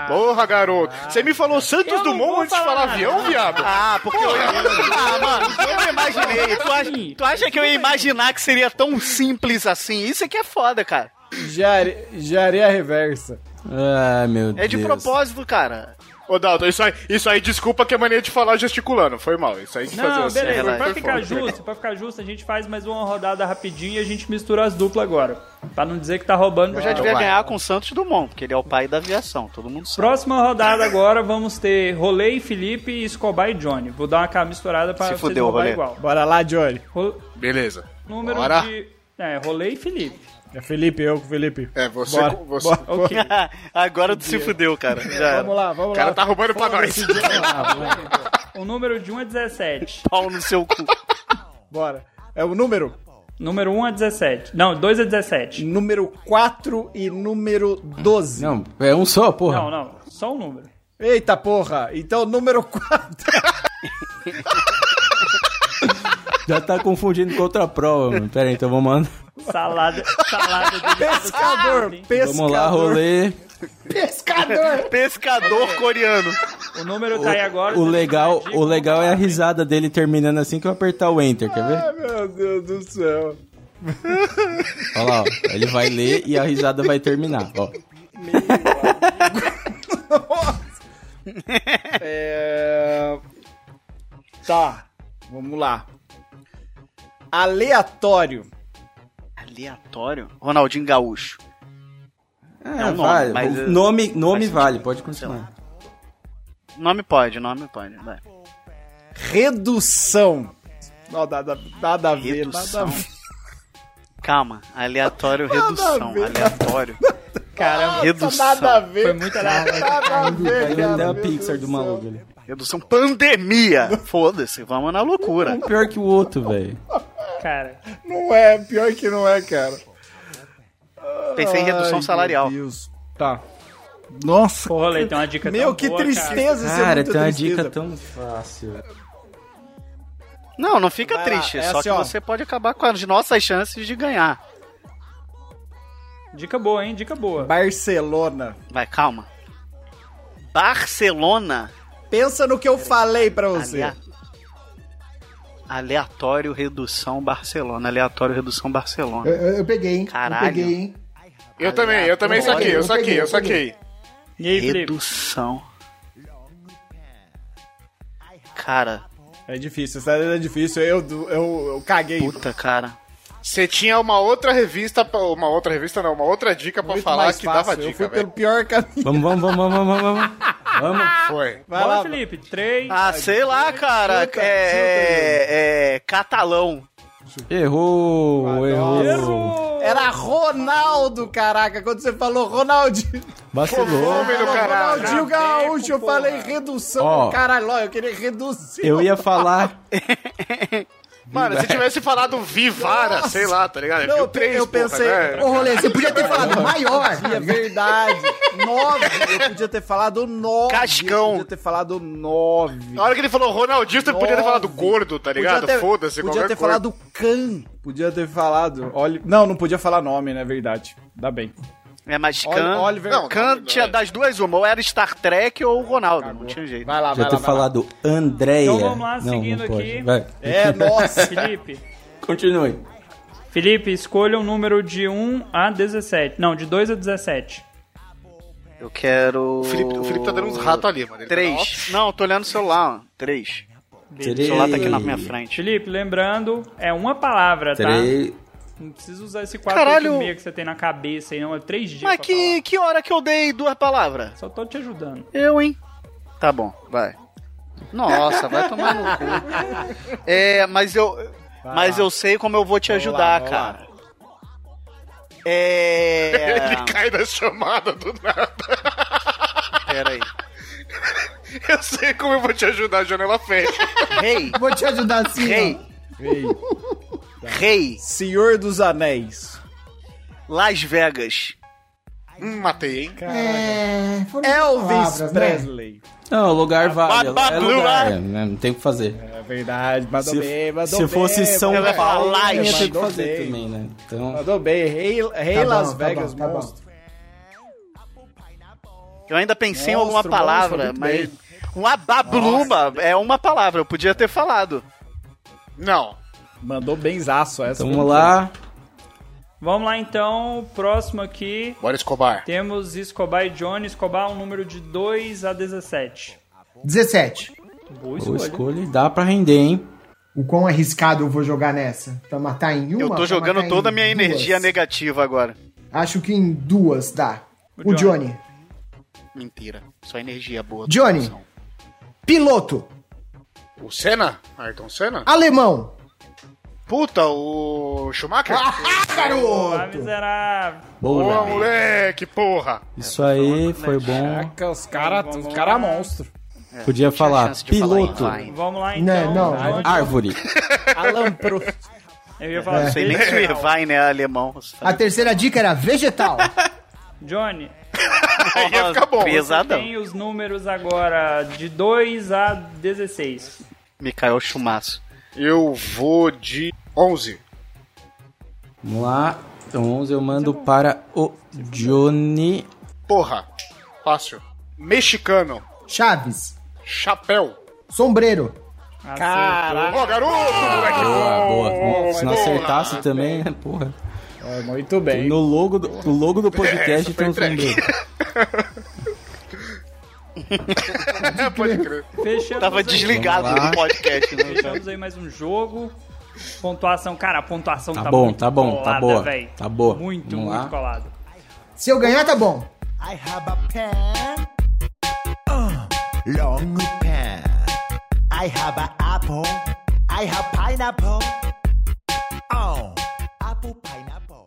S1: Porra, garoto. Você me falou Santos
S4: Eu não
S1: Dumont
S4: vou
S1: antes de falar
S4: falar
S1: avião, viado?
S5: Ah, porque eu. Ah, mano, eu não imaginei. Tu acha, tu acha que eu ia imaginar que seria tão simples assim? Isso aqui é foda, cara.
S6: Jaria reversa.
S2: Ai, meu Deus.
S5: É de propósito, cara.
S1: Ô, Dalton, isso aí, isso aí, desculpa que é mania de falar gesticulando. Foi mal. Isso aí de fazer
S4: Não,
S1: assim.
S4: beleza.
S5: relaxa,
S4: pra
S5: por
S4: ficar
S5: favor.
S4: justo, pra ficar justo, a gente faz mais uma rodada rapidinho e a gente mistura as duplas agora. Pra não dizer que tá roubando.
S5: Eu já devia ganhar com o Santos Dumont, porque ele é o pai da aviação, todo mundo sabe.
S4: Próxima rodada agora vamos ter Rolê, Felipe, Escobar e Johnny. Vou dar uma cara misturada pra
S5: Se
S4: vocês
S5: fudeu,
S4: roubar
S5: Rolê.
S4: igual.
S6: Bora lá, Johnny.
S4: Ro-
S1: Beleza.
S4: Número
S1: Bora.
S4: de... É, Rolê e Felipe.
S6: É Felipe, eu com o Felipe.
S1: É, você.
S6: Bora,
S1: você
S6: bora.
S4: Ok.
S5: Agora tu se fudeu, cara. Já era.
S6: Vamos lá, vamos
S1: o cara
S6: lá.
S1: tá roubando pra nós.
S4: o número de é 1 a 17.
S5: Pau no seu cu.
S6: Bora. É o número?
S4: Número 1 a 17. Não, é 2 a 17.
S6: Número 4 e número 12.
S2: Não, é um só, porra.
S4: Não, não. Só um número.
S6: Eita porra! Então, número 4.
S2: Já tá confundindo com outra prova, mano. Pera aí, então vou mandar.
S4: Salada, salada de
S6: Pescador! Pescador!
S2: Vamos lá, rolê.
S12: Pescador!
S5: Pescador coreano.
S4: O número tá aí agora.
S2: O
S4: vocês
S2: legal,
S4: vão dar
S2: o
S4: dica,
S2: legal
S4: vamos
S2: é a
S4: lá.
S2: risada dele terminando assim que eu apertar o enter, quer ver?
S6: Meu Deus do céu.
S2: Olha lá, ó. Ele vai ler e a risada vai terminar, ó.
S6: É... Tá, vamos lá. Aleatório.
S5: Aleatório? Ronaldinho Gaúcho.
S2: É,
S5: um nome,
S2: vale.
S5: mas,
S2: O
S5: eh,
S2: nome, nome
S5: sentido.
S2: vale, pode continuar.
S5: Nome pode, nome pode. Vai.
S6: Redução. Não, nada, nada a ver, nada a
S5: Redução.
S6: ver.
S5: Calma, aleatório, redução. Aleatório.
S4: Caramba,
S6: Nada a
S5: Redução.
S4: foi
S6: ver.
S4: muito aleatório.
S6: Nada a ver,
S2: Ele ainda é
S6: cara.
S2: a Pixar do maluco ali.
S5: Redução pandemia. Foda-se, vamos na loucura.
S2: Um pior que o outro, velho.
S4: Cara,
S6: Não é, pior que não é, cara.
S5: Pensei em redução
S6: Ai,
S5: salarial.
S6: Meu Deus. Tá. Nossa.
S4: porra, Leite, tem uma dica tão
S6: Meu, que
S4: boa, cara.
S6: tristeza isso é
S2: Cara,
S6: muita
S2: tem uma
S6: tristeza.
S2: dica tão fácil.
S5: Não, não fica
S6: Vai lá,
S5: triste,
S6: é
S5: só
S6: assim,
S5: que
S6: ó.
S5: você pode acabar com as nossas chances de ganhar.
S4: Dica boa, hein? Dica boa.
S6: Barcelona.
S5: Vai, calma. Barcelona,
S6: Pensa no que eu falei pra você.
S5: alea- aleatório, redução, Barcelona. Aleatório, redução, Barcelona.
S12: Eu, eu- eu peguei, hein?
S5: Caralho.
S12: Eu peguei, hein?
S1: Eu também, eu também saquei, eu saquei, eu saquei.
S4: E aí, Felipe?
S5: Redução. Cara,
S6: É difícil, essa é difícil. Eu, eu, eu caguei.
S5: puta, cara.
S1: Você tinha uma outra revista, pra- uma outra revista não, uma outra dica pra
S6: Muito
S1: falar
S6: mais
S1: que
S6: fácil.
S1: dava
S6: Eu fui
S1: dica,
S6: pelo
S1: velho.
S6: pior caminho.
S2: Vamos, vamos, vamos, vamos, vamos, vamos. Vamos.
S1: Foi.
S6: Vai
S4: Bora,
S6: lá,
S4: Felipe. 3.
S5: Ah, sei lá, cara.
S6: Chuta,
S5: é,
S6: chuta,
S5: é, é catalão.
S2: Errou, errou.
S6: Era Ronaldo, caraca. Quando você falou Ronaldinho.
S2: Vacilou.
S1: Homem do caralho.
S6: Ronaldinho Gaúcho, eu falei redução.
S2: Ó.
S6: Caralho, ó, eu queria reduzir.
S2: Eu ia falar.
S1: Mano, se tivesse falado Vivara, sei lá, tá ligado?
S6: Não,
S1: Viu
S6: eu pe-
S1: três,
S6: eu
S1: porra,
S6: pensei-
S1: né?
S12: Ô, rolê, você podia ter falado maior.
S6: É verdade. Nove. Eu podia ter falado nove.
S5: Cascão.
S6: Eu podia ter falado nove.
S1: Na hora que ele falou Ronaldinho, você podia ter falado
S6: Nove.
S1: gordo, tá ligado?
S6: Podia ter-
S1: Foda-se,
S6: Podia
S1: qualquer
S6: ter
S1: coisa.
S6: falado Can. Podia ter falado. Olha, não, não podia falar nome, né? Verdade. Dá bem.
S5: É, mas
S6: Oli-
S5: Khan.
S6: Oliver-
S1: Não,
S5: Khan tinha das duas uma, ou era Star Trek ou Ronaldo. Não tinha jeito.
S6: Vai lá, vai
S2: Já
S6: lá.
S2: ter
S6: vai lá.
S2: falado Andréia.
S4: Então vamos lá,
S2: não,
S4: seguindo
S2: não pode.
S4: aqui.
S2: Vai.
S6: É, nossa.
S4: Felipe.
S2: Continue.
S4: Felipe, escolha um número de 1 a 17. Não, de 2 a 17.
S5: Eu quero.
S1: O Felipe, o Felipe tá dando uns ratos ali, mano. Ele tá na off.
S5: Três. Não, eu tô olhando o celular. ó. Três. O celular tá aqui na minha frente.
S4: Felipe, lembrando, é uma palavra, tá?
S2: Três.
S4: Não precisa usar esse
S5: Caralho.
S4: 486 que você tem na cabeça aí, não. É 3 dias.
S5: Mas
S4: pra
S5: que, que hora que eu dei duas palavras?
S4: falar. Só tô te ajudando.
S5: Eu, hein? Tá bom, vai. Nossa, vai tomar no cu. É, mas eu. mas eu sei como eu vou te ajudar,
S6: vamos lá.
S5: cara. É.
S1: Ele cai da chamada do nada.
S5: Peraí.
S1: Eu sei como eu vou te ajudar, janela fecha.
S5: Rei.
S3: Vou te ajudar sim.
S5: Rei.
S6: Rei.
S5: Rei.
S6: Senhor dos Anéis.
S5: Las Vegas.
S1: Hum, matei, hein?
S12: É, foram
S6: Elvis
S12: palavras, né?
S6: Presley.
S2: Não, o lugar vale.
S5: ba-
S2: É lugar, é, né, não tem o que fazer.
S6: É verdade, mandou
S2: Se-
S6: bem, mandou
S2: se
S6: bem.
S2: fosse São
S5: eu Ah, ia Então, falar
S6: Paulo,
S5: Las,
S2: Tinha
S5: mas
S2: É, que
S6: mandou
S2: fazer
S6: bem.
S2: também, né? Então,
S6: Mandou bem, Rei, rei
S3: Tá bom,
S6: Las
S3: tá
S6: Vegas,
S3: bom, tá bom.
S6: monstro.
S5: Eu ainda pensei em alguma
S6: Monstro,
S5: palavra,
S6: monstro,
S5: mas.
S6: muito
S5: Um ababluma é uma palavra, eu podia ter falado.
S1: Não.
S6: Mandou benzaço essa.
S2: então vamos lá.
S4: Vamos lá então, próximo aqui.
S1: Bora Escobar.
S4: Temos Escobar e Johnny. Escobar é um número de 2 a 17.
S12: 17.
S4: Boa
S2: Boa
S4: escolha.
S2: escolha e dá pra render, hein?
S12: O quão arriscado eu vou jogar nessa? Pra matar em uma?
S5: Eu tô
S3: é
S12: Pra
S5: jogando
S12: matar
S5: toda a
S12: em
S5: minha
S12: duas?
S5: energia negativa agora.
S12: Acho que em duas dá.
S4: O
S12: O Johnny.
S5: Mentira. Só energia boa. do
S12: Johnny.
S5: coração.
S12: Piloto.
S1: O Senna? Ayrton Senna?
S6: Ah!
S12: Alemão.
S1: Puta, o Schumacher?
S4: Ah, miserável.
S1: Boa,
S2: Boa.
S1: moleque, porra.
S2: Isso
S5: É, né,
S2: aí foi bom.
S6: Caraca, os caras os cara é monstro.
S2: Podia
S5: Tinha
S2: falar
S5: chance de
S2: piloto,
S5: falar em Vine.
S4: Vamos lá então.
S12: Não, não,
S4: Johnny.
S2: árvore.
S6: Alan Prost.
S4: Eu ia falar
S5: Não sei nem se o Irvine é alemão.
S12: A terceira dica era vegetal.
S6: Tá
S4: Johnny,
S1: Aí ia ficar bom.
S5: Pesadão.
S4: tem os números agora de 2 a 16.
S5: Mikael Chumaço.
S1: Eu vou de 11.
S2: Vamos lá. Então 11 eu mando para o Johnny.
S1: Porra. Fácil. Mexicano.
S12: Chaves.
S1: Chapéu.
S12: Sombreiro.
S1: Ó, garoto, moleque.
S2: Boa, boa.
S1: bom,
S2: Se não
S1: boa.
S2: acertasse também, né? Porra.
S6: É, muito bem.
S2: No logo do, no logo do podcast tem um sombreiro.
S1: É, pode crer.
S4: Fechamos
S5: Tava
S4: aí.
S5: desligado
S2: Vamos lá.
S5: do podcast. Né?
S4: Fechamos aí mais um jogo. Pontuação, cara, a pontuação tá,
S2: Tá bom,
S4: muito
S2: tá bom,
S4: colada,
S2: tá boa.
S4: véi.
S2: Tá boa.
S4: Muito,
S2: Vamos
S4: muito
S2: lá.
S4: colada.
S12: Se eu ganhar, tá bom.
S9: I have a pen, uh, long pen. I have an apple, I have pineapple. Oh, apple pineapple.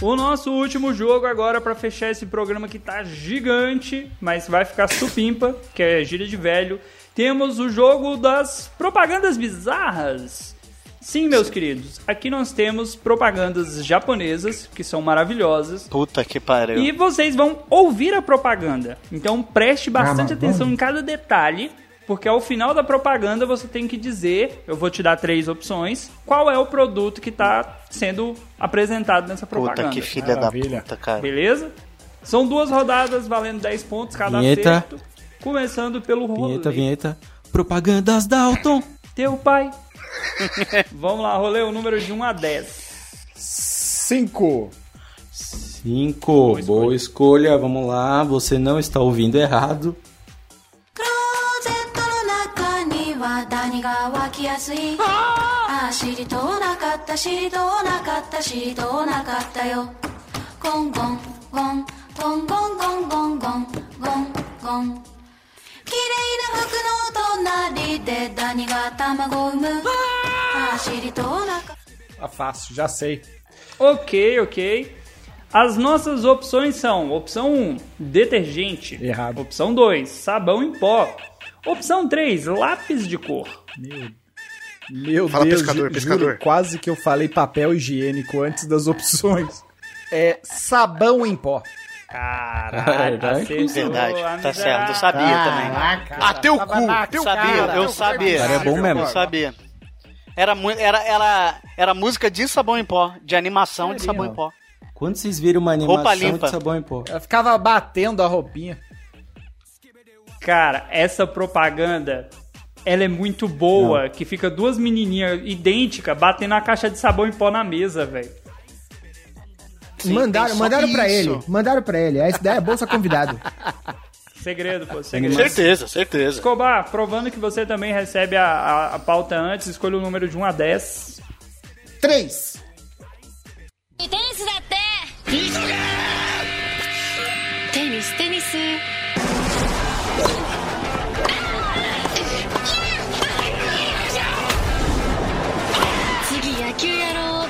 S4: O nosso último jogo agora pra fechar esse programa que tá gigante, mas vai ficar supimpa, que é gíria de velho. Temos o jogo das propagandas bizarras. Sim, meus queridos, aqui nós temos propagandas japonesas, que são maravilhosas.
S5: Puta que pariu.
S4: E vocês vão ouvir a propaganda. Então
S5: Ah,
S4: preste bastante atenção em cada detalhe, porque ao final da propaganda você tem que dizer, eu vou te dar três opções, qual é o produto que está sendo apresentado nessa
S5: Puta
S4: propaganda.
S5: que filha
S6: Maravilha.
S5: da puta, cara.
S4: Beleza? São duas rodadas valendo 10 pontos cada
S2: Vinheta.
S4: acerto. Começando pelo rolê.
S2: Vinheta, vinheta. Propagandas Dalton.
S4: Teu pai. Vamos lá, rolê o número de 1 a 10.
S6: Cinco.
S2: 5. Boa, escolha. Vamos lá. Você não está ouvindo errado.
S11: クローゼットの中には何が湧きやすいああ知りとうなかった知りとうなかった知りとうなかったよゴンゴンゴンゴンゴンゴンゴンゴンゴンゴン綺麗な服の隣でダニが卵を産むああ知りとうなか
S6: Tá fácil, já sei.
S4: Ok, ok. As nossas opções são: opção 1, detergente.
S6: Errado.
S4: Opção 2, sabão em pó. Opção 3, lápis de cor.
S6: Meu
S1: Fala
S6: Deus,
S1: pescador,
S6: ju-
S1: pescador.
S6: juro, quase que eu falei papel higiênico antes das opções. É sabão em pó.
S4: Caralho,
S2: Caralho,
S4: acertou,
S5: Verdade,
S4: a
S5: tá certo.
S4: miserável.
S5: Eu sabia também.
S1: Ah, teu cu. Teu
S5: Sabia,
S1: cara.
S5: eu sabia.
S2: Cara, é bom mesmo.
S5: Eu sabia. Era, mu- era, era, era música de sabão em pó, de animação de sabão em pó.
S2: Quando vocês viram uma
S5: Roupa
S2: animação
S5: limpa.
S2: de sabão em pó.
S6: Ela ficava batendo a roupinha.
S4: Cara, essa propaganda, ela é muito boa, que fica duas menininhas idênticas batendo a caixa de sabão em pó na mesa, velho.
S5: tem
S12: mandaram
S5: só
S12: mandaram pra
S5: isso.
S12: ele. Mandaram pra ele. Essa ideia é bolsa convidado.
S4: Segredo, pô, segredo.
S5: Certeza, certeza.
S4: Escobar, provando que você também recebe a, a- a pauta antes, escolha o número de 1 a 10.
S12: Três.
S11: テニスだってテニステニス次野球やろう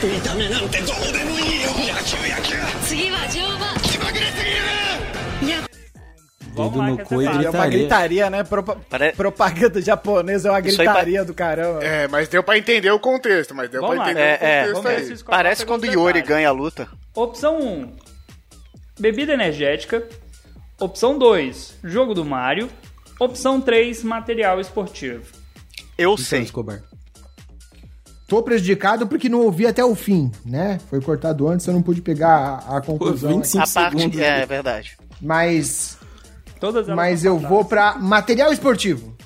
S13: く見た目なんてどうでもいいよ野球野球次は乗馬気まぐれすぎるやっ
S2: Dedo no cu e
S6: É uma
S2: gritaria.
S6: gritaria, né? Propa- Propaganda japonesa é uma
S1: Isso aí pa-
S6: gritaria do caramba.
S1: É, mas deu pra entender o contexto, mas deu
S4: Vamos
S1: pra
S4: lá.
S1: entender
S4: É, é.
S1: o
S4: Vamos ver
S1: contexto
S4: se
S1: aí.
S4: isso Parece
S5: quando o Yori ganha a luta.
S4: Opção 1, bebida energética. Opção 2, jogo do Mario. Opção 3, material esportivo.
S5: Eu sei.
S3: Tô prejudicado porque não ouvi até o fim, né? Foi cortado antes, eu não pude pegar a, a conclusão.
S5: a parte. É, é verdade.
S3: Mas.
S4: Todas elas
S3: Mas eu vou pra material esportivo.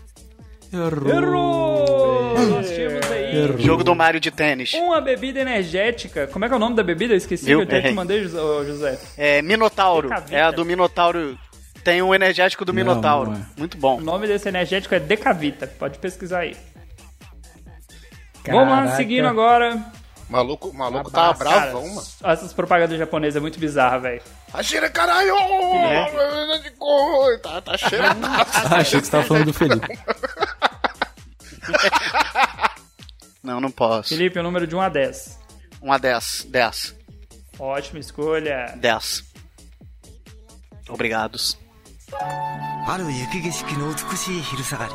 S4: Errou! Nós tínhamos aí
S5: Jogo do Mario de tênis.
S4: uma bebida energética. Como é que é o nome da bebida? Eu esqueci,
S5: Eu
S4: eu até te
S5: errei.
S4: mandei, José- ô, José.
S5: É Minotauro.
S4: Decavita.
S5: É a do Minotauro. Tem um energético do Minotauro.
S4: não é.
S5: Muito bom.
S4: O nome desse energético é Decavita. Pode pesquisar aí.
S5: Caraca.
S4: Vamos lá, seguindo agora.
S1: Maluco, maluco tá
S4: Cara,
S1: bravão, mano.
S4: Essas propagandas japonesas é muito bizarra, velho.
S1: Achei, caralho!
S4: É.
S1: Tá, tá cheiradaço.
S2: Ah, achei que você tava falando do Felipe.
S5: Não, não posso.
S4: Felipe, o número de 1 a 10.
S5: 1 a 10. 10.
S4: Ótima escolha.
S5: 10. Obrigados.
S14: ある雪景色の美しい昼下がり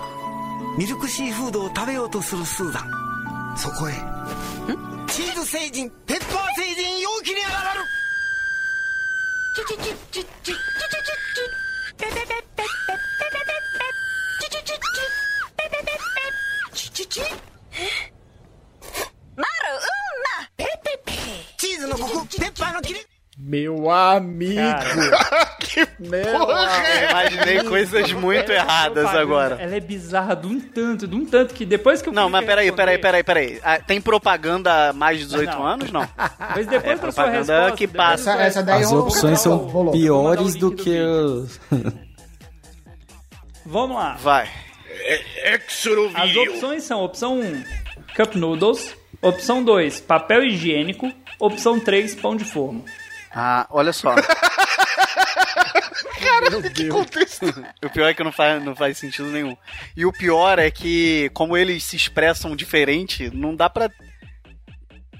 S14: ミルクシーフードを食べようとするスーザンそこへチーズ星人ペッパー星人容器に現るチーズのコクペッパーの切れ
S6: Meu amigo!
S5: que
S6: Meu
S5: porra é essa? Imaginei coisas muito erradas agora.
S4: Ela é bizarra de um tanto, de um tanto que depois que eu
S5: Não, mas peraí, peraí, peraí, peraí. Ah, tem propaganda há mais de 18
S4: Não.
S5: anos, não?
S4: Mas depois da sua
S5: é propaganda
S4: resposta,
S5: que
S4: depois
S5: passa.
S4: da sua Essa- essa daí
S2: As
S6: um
S4: rolou,
S2: opções são
S4: rolou, rolou.
S2: piores do que os. É
S4: Ah, Vamos lá.
S5: Vai.
S4: As opções são: opção 1, cup noodles. Opção 2, papel higiênico. Opção 3, pão de forma.
S5: Ah, olha só.
S1: Cara, que contexto.
S5: O pior é que não faz, não faz sentido nenhum. E o pior é que, como eles se expressam diferente, não dá pra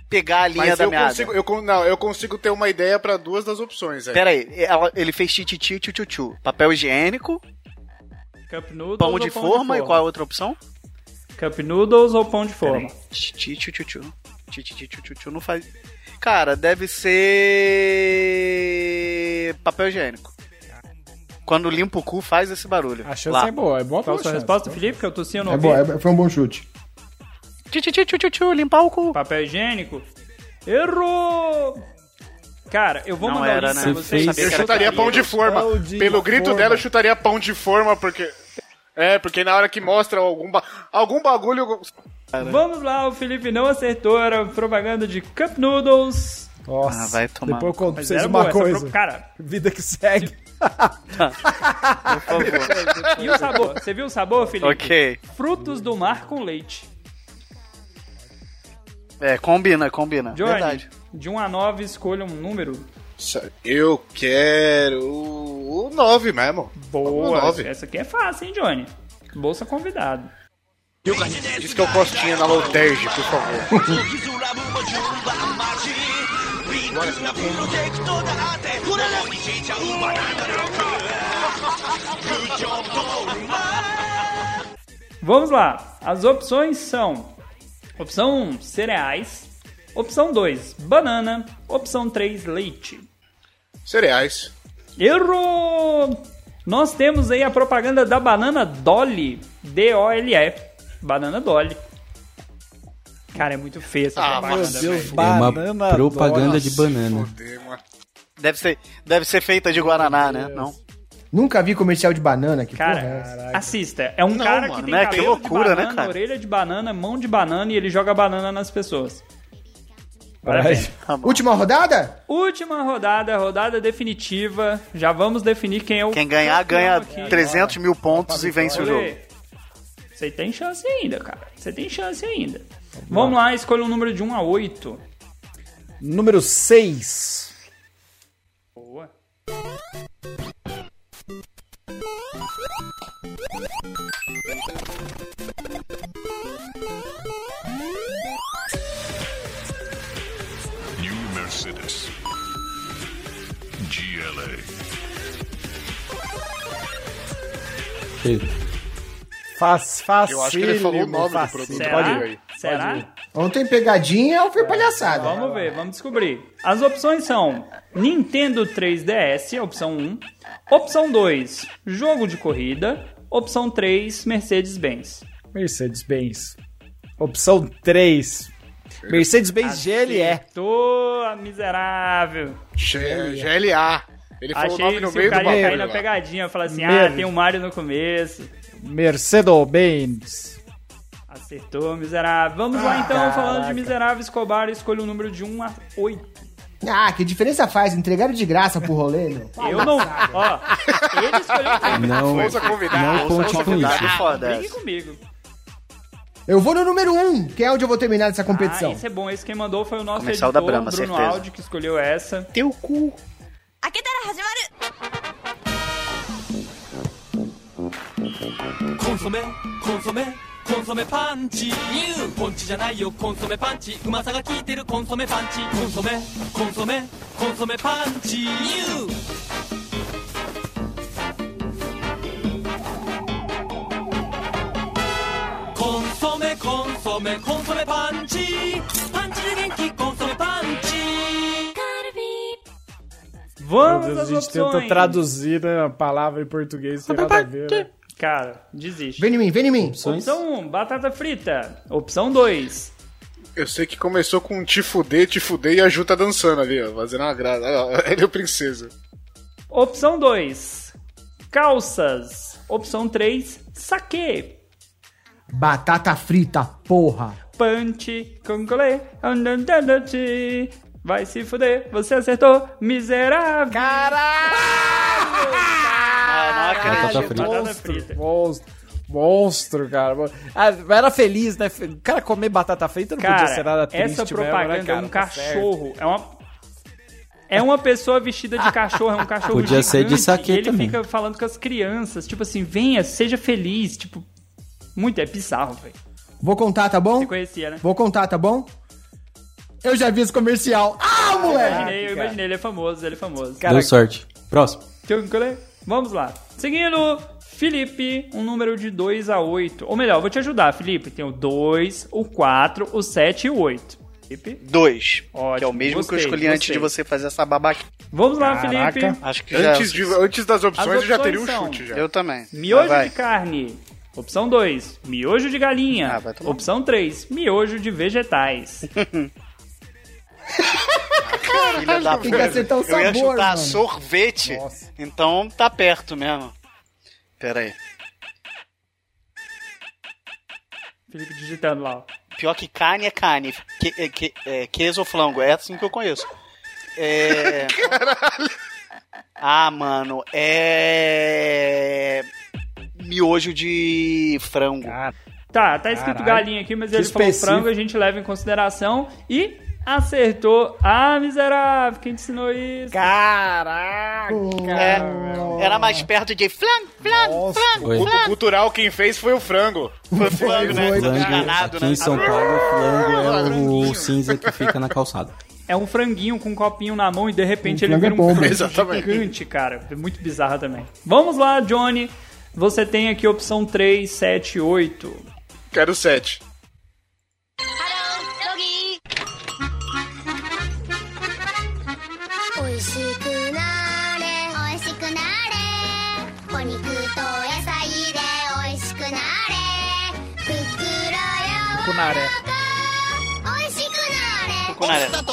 S5: pegar a linha
S1: Mas
S5: da
S1: eu
S5: meada.
S1: consigo, eu, con- não, eu consigo ter uma ideia pra duas das opções. é. velho.
S5: Pera aí, ela- ele fez tititi e tchutchu. Papel higiênico,
S4: Cup noodles.
S5: pão,
S4: ou
S5: de, forma, e qual é a outra opção?
S4: Cup noodles ou pão de forma?
S5: Tititi tchutchu. Tititi tchutchu não faz. Cara, deve ser. papel higiênico. Quando limpa o cu, faz esse barulho. A chance
S6: é boa, é boa
S4: Qual a sua resposta, Felipe? Que eu tossi eu não
S3: É
S4: ouvi.
S3: bom, é- foi um bom chute.
S5: Tchutchu, limpar o cu.
S4: Papel higiênico? Errou! Cara, eu vou
S5: Não
S4: mandar o
S5: era,
S4: link
S5: né?
S4: pra
S5: Você
S4: vocês.
S1: Eu
S5: fez-
S1: chutaria pão de forma.
S4: Pão de
S1: Pelo grito
S4: forma.
S1: dela, eu chutaria pão de forma, porque. É, porque na hora que mostra algum, ba- algum bagulho.
S4: Vamos lá, o Felipe não acertou, era propaganda de Cup Noodles.
S6: Nossa,
S5: Ah, vai tomar.
S6: depois eu conto pra
S4: Mas
S6: vocês
S4: era
S6: uma
S4: boa, essa
S6: coisa.
S4: pro- Cara,
S6: Vida que segue.
S4: e o sabor? Você viu o sabor, Felipe?
S5: Ok.
S4: Frutos do mar com leite.
S5: É, combina, combina.
S4: Johnny,
S5: Verdade.
S4: de 1 a 9, escolha um número.
S1: Eu quero. O 9 mesmo.
S4: Boa, essa aqui é fácil, hein, Johnny? Bolsa convidado.
S1: Diz que eu costinha na Loterge, por favor.
S13: これもひいちゃうバナナロック空調とうま
S4: Vamos lá. As opções são: opção 1, cereais. Opção 2, banana. Opção 3, leite.
S1: Cereais.
S4: Errou! Nós temos aí a propaganda da banana Dolly. D-O-L-E. Banana Dolly. Cara, é muito feia
S1: Ah,
S4: essa propaganda. velho.
S2: É uma propaganda de banana.
S5: Deve ser, deve ser feita de Guaraná, né? Não.
S3: Nunca vi comercial de banana que
S4: Cara,
S3: porra é essa?
S4: assista. É um
S5: Não,
S4: cara
S5: mano,
S4: que tem
S5: né? Que
S4: cabelo
S5: loucura,
S4: de
S5: né,
S4: banana,
S5: cara?
S4: orelha de banana, mão de banana e ele joga banana nas pessoas.
S3: Parabéns.
S5: Tá bom.
S3: Última rodada?
S4: Última rodada, rodada definitiva. Já vamos definir quem é o
S5: Quem ganhar, ganha
S4: campeão aqui.
S5: 300 mil pontos e vence o
S4: Olê,
S5: jogo.
S4: Você tem chance ainda, cara. Você tem chance ainda. Vamos lá, escolha um número de 1 a 8.
S6: Número 6.
S4: Boa.
S6: Faz, faz.
S1: Eu acho que ele falou o nome do produto.
S4: Será?
S1: Pode ir.
S4: Será?
S12: Ontem
S3: é
S12: pegadinha ou foi palhaçada?
S4: Vamos ver, vamos descobrir. As opções são Nintendo 3DS, opção 1. Opção 2, jogo de corrida. Opção 3, Mercedes-Benz.
S6: Mercedes-Benz. Opção 3. Mercedes-Benz
S12: é.
S6: GLE.
S4: Tô a miserável.
S1: GLA. Ele falou o
S4: Achei né?
S1: nome no
S4: se
S1: meio
S4: o
S1: do
S4: cara ia cair
S1: bagulho.
S4: na
S1: lá.
S4: pegadinha, falar assim, ah,
S6: Medo.
S4: tem o Mario no começo.
S6: Mercedes-Benz.
S4: Acertou, miserável. Vamos lá então,
S12: Ah,
S4: falando de miserável, Escobar, escolha o número de 1 a 8.
S12: Ah, que diferença faz? Entregaram de graça pro rolê, meu.
S4: Eu não. Ó, ele escolheu o tema.
S2: Não,
S1: Força convidada,
S2: não
S1: força
S2: conte com
S1: convidada,
S2: isso.
S5: foda.
S4: Brigue comigo.
S12: Eu vou no número 1, um, que é onde eu vou terminar essa
S4: Ah,
S12: competição.
S4: isso é bom. Esse quem mandou foi o nosso
S5: Comercial da
S4: editor,
S5: Brahma,
S4: Bruno
S5: certeza.
S4: Aldi, que escolheu essa.
S5: Teu cu.
S4: Vamos
S6: Meu Deus,
S4: às
S6: a gente
S4: opções.
S6: tenta traduzir né, a palavra em português. Tem nada a ver, né? Então,
S4: Cara, desiste.
S12: Vem em mim, vem em mim.
S4: Opção 1, batata frita. Opção 2,
S1: Eu sei que começou com te fuder, te fuder e a Ju tá dançando ali, ó, fazendo uma graça. Olha lá, Ele é o princesa.
S4: Opção 2, calças. Opção 3, saque.
S12: Batata frita, porra.
S4: Punch, congolê, andandandante. Vai se fuder, você acertou, miserável.
S5: Ah, não
S2: Batata
S5: acredito.
S2: frita.
S4: Batata frita.
S6: Tá Monstro. Monstro, cara. Ah, eu era feliz, né? O cara comer batata frita não
S4: Cara,
S6: podia ser nada triste.
S4: essa
S6: mesmo,
S4: propaganda
S6: né, cara?
S4: é um
S6: Tá certo.
S4: cachorro. É uma... É uma pessoa vestida de cachorro, é um cachorro
S2: Podia ser de
S4: gigante,
S2: saque
S4: e ele
S2: também.
S4: fica falando com as crianças, tipo assim, venha, seja feliz, tipo... Muito, é bizarro, velho.
S12: Vou contar, tá bom?
S4: Você conhecia, né?
S12: Vou contar, tá bom? Eu já vi esse comercial. Ah,
S4: Eu
S12: moleque!
S4: imaginei, eu imaginei, ele é famoso, ele é famoso.
S2: Deu sorte. Próximo.
S4: Tranquilo? né? Vamos lá. Seguindo, Felipe, um número de 2 a 8. Ou melhor, eu vou te ajudar, Felipe. Tem o 2, o 4, o 7 e o 8. Felipe?
S5: Dois. que é o
S4: Ótimo,
S5: mesmo que eu
S4: gostei,
S5: escolhi antes
S4: gostei.
S5: de você fazer essa babaca.
S4: Vamos lá,
S6: Caraca.
S4: Felipe.
S5: Acho que já- é
S1: Antes, de, é antes das opções,
S4: As
S1: eu já
S4: opções
S1: teria um
S4: são-
S1: chute já.
S5: Eu também.
S4: Miojo
S5: Vai,
S4: de carne. Opção 2, miojo de galinha.
S5: Ah, vai tomar.
S4: Opção 3, miojo de vegetais.
S5: vai. Filha da
S12: Tem que
S5: puta.
S12: acertar o
S5: Eu ia
S12: sabor,
S5: chutar
S12: mano.
S5: sorvete. Então tá perto mesmo. Pera aí.
S4: Felipe digitando lá. ó.
S5: Pior que carne é carne. Que, é, que, é, queijo ou flango. É assim que eu conheço. É... Ah, mano. É... Miojo de frango.
S4: Tá, tá escrito
S6: Caralho.
S4: galinha aqui, mas
S6: Que
S4: ele
S6: específico.
S4: falou frango, a gente leva em consideração. E acertou. Ah, miserável, quem te ensinou isso?
S5: É, era mais perto de flango, flango, flango.
S2: Oi.
S1: O cultural quem fez foi o frango.
S5: Foi flango, né?
S12: Foi,
S5: Tô
S12: foi.
S5: enganado,
S2: aqui
S5: né?
S2: em São Paulo, o flango é o cinza que fica na calçada.
S4: É um franguinho com um copinho na mão e de repente ele
S12: frango é
S4: vira um
S12: bom,
S4: frango
S1: exatamente.
S4: gigante, cara. É Muito bizarro também. Vamos lá, Johnny. Você tem aqui opção 3, 7, 8.
S1: Quero sete.
S11: 美味しくなれ美味しくなれお肉と野菜で美味しくなれふっくらやわらか美味しくな
S5: Cunaré.
S11: れさ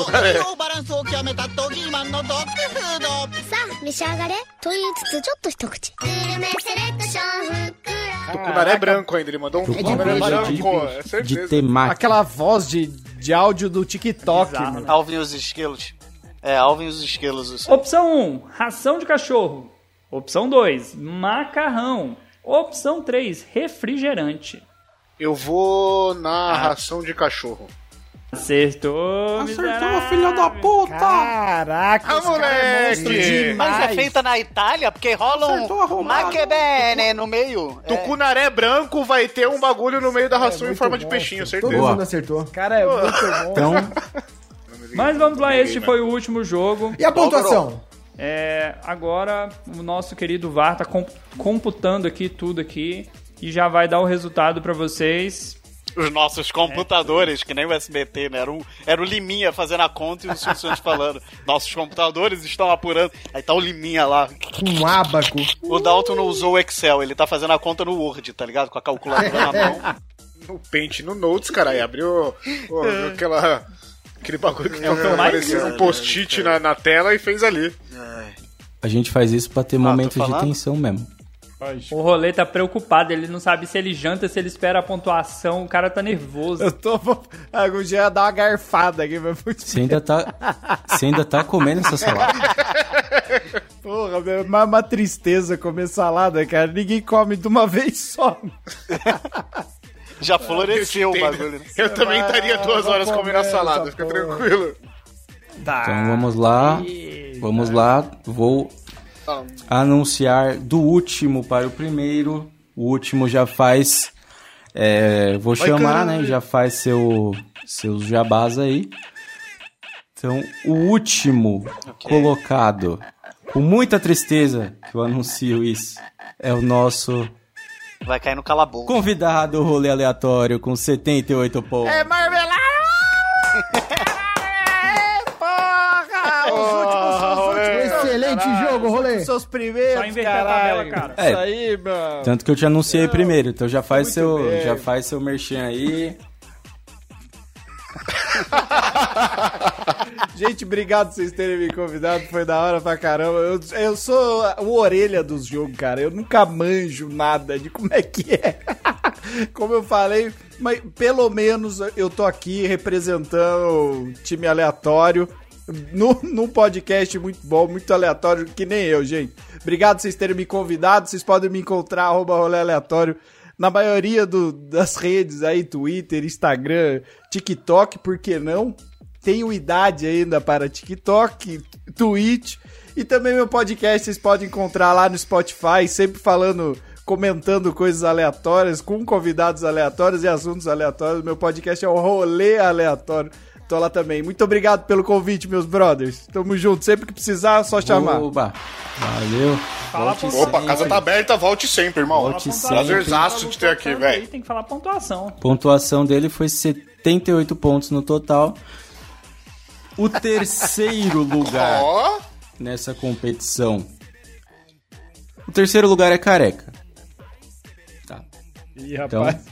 S11: あ召し上がれと言いつつちょっと一口グルメセレクションふっくら
S1: Tucunaré é branco ainda, ele mandou um tucunaré
S2: Tucunaré de
S1: branco, é
S2: De
S1: certeza.
S2: temaki.
S6: Aquela voz de, de áudio do TikTok,
S4: Bizarro,
S6: mano.
S4: né?
S5: Alvin e os esquilos. É, Alvin e os esquilos. Isso.
S4: Opção 1, ração de cachorro. Opção 2, macarrão. Opção 3, refrigerante.
S1: Eu vou na ração de cachorro.
S4: Acertou,
S2: Acertou, filho da
S3: Ah,
S2: puta!
S6: Caraca,
S1: Ah,
S6: esse cara é monstro
S1: moleque!
S5: Mas é
S6: demais.
S5: feita na Itália porque rola
S2: Acertou
S5: um
S2: arrumado.
S5: maquebene no meio. É.
S1: Tucunaré branco vai ter um bagulho no
S2: É
S1: meio da ração em forma de peixinho,
S12: Todo
S1: certeza.
S2: Boa.
S12: mundo acertou.
S6: O cara é muito bom.
S2: Então,
S4: Mas vamos lá, este foi o último jogo.
S12: E a pontuação?
S4: É, agora o nosso querido VAR está computando aqui tudo aqui e já vai dar o resultado para vocês.
S5: Os nossos computadores, que nem o SBT, né? Era o, era o Liminha fazendo a conta e os funcionários falando: Nossos computadores estão apurando. Aí tá o Liminha lá.
S3: Um ábaco.
S5: O Dalton não usou o Excel, ele tá fazendo a conta no Word, tá ligado? Com a calculadora na mão.
S1: No Paint, no Notes, caralho. Abriu pô,
S2: É.
S1: abriu aquela. Aquele bagulho que
S5: É o que eu mais
S1: apareceu
S5: uso,
S1: um
S5: né,
S1: post-it na, na tela e fez ali.
S2: A gente faz isso pra ter momentos de
S4: falando?
S2: tensão mesmo.
S4: O rolê tá preocupado, ele não sabe se ele janta, se ele espera a pontuação, o cara tá nervoso.
S6: Eu tô. Algum dia ia dar uma garfada aqui, mas foi
S2: Você ainda tá, você ainda tá comendo essa salada.
S6: Porra, é uma, uma tristeza comer salada, cara. Ninguém come de uma vez só.
S5: Já floresceu o bagulho. né?
S1: Eu também estaria duas horas comendo a
S2: tá
S1: salada, fica tranquilo.
S2: Então vamos lá. Vamos lá. Vou anunciar do último para o primeiro. O último já faz. é, vou
S15: Vai,
S2: chamar,
S15: caralho.
S2: né? Já faz seu, seus jabás aí. Então, o último colocado, com muita tristeza que eu anuncio isso, é o nosso
S5: Vai cair no calabouço.
S2: convidado rolê aleatório com 78 pontos.
S6: marmelada! Porra! Os últimos, os últimos.
S3: Excelente jogo, rolê.
S6: Seus primeiros, Só inverter caralho. a tabela,
S2: cara.
S6: Isso aí, mano.
S2: É, Tanto que eu te anunciei primeiro, então já faz
S6: Muito
S2: seu,
S6: bem.
S2: já faz seu merchan aí.
S6: Gente, obrigado por vocês terem me convidado. Foi da hora pra caramba. Eu, eu sou o orelha dos jogos, cara. Eu nunca manjo nada de como é que é. Como eu falei, mas pelo menos eu tô aqui representando o time aleatório num, num podcast muito bom, muito aleatório, que nem eu, gente. Obrigado por vocês terem me convidado. Vocês podem me encontrar, arroba rolê aleatório, na maioria do- das redes aí, Twitter, Instagram, TikTok, por que não? Tenho idade ainda para TikTok, Twitch e também meu podcast vocês podem encontrar lá no Spotify, sempre falando, comentando coisas aleatórias, com convidados aleatórios e assuntos aleatórios. Meu podcast é o Rolê Aleatório. Tô lá também. Muito obrigado pelo convite, meus brothers. Tamo junto. Sempre que precisar, é só chamar.
S2: Oba. Valeu. Volte
S1: Opa, a casa
S2: sempre.
S1: tá aberta, volte sempre, irmão.
S2: Volte
S1: Prazerzaço de ter aqui, velho.
S4: Tem que falar pontuação.
S2: pontuação dele foi 78 pontos no total. O terceiro lugar nessa competição. O terceiro lugar é careca.
S6: Ih,
S2: Então,
S6: rapaz.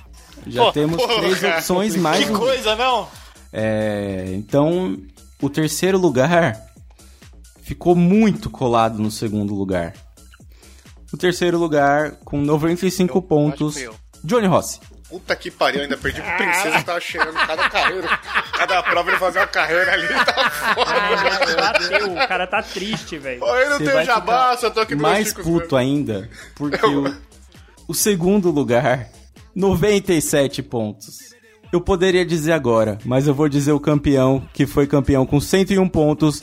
S2: já temos
S5: Porra,
S2: três
S5: cara.
S2: opções mais.
S5: Que
S2: um.
S5: coisa, não?
S2: É, então, o terceiro lugar ficou muito colado no segundo lugar. O terceiro lugar, com 95 pontos,
S1: fui eu.
S2: Johnny Rossi.
S1: Puta que pariu, ainda perdi pro princesa que tava cheirando cada carreira. Cada prova ele fazia uma carreira ali, tá foda.
S4: Bateu, o cara tá triste, velho.
S1: Pô, eu não
S2: Você
S1: tenho
S2: vai
S1: um jabá,
S2: ficar
S1: só tô aqui pelos
S2: mais
S1: chicos
S2: puto ainda, porque o, o segundo lugar, 97 pontos. Eu poderia dizer agora, mas eu vou dizer o campeão, que foi campeão com 101 pontos,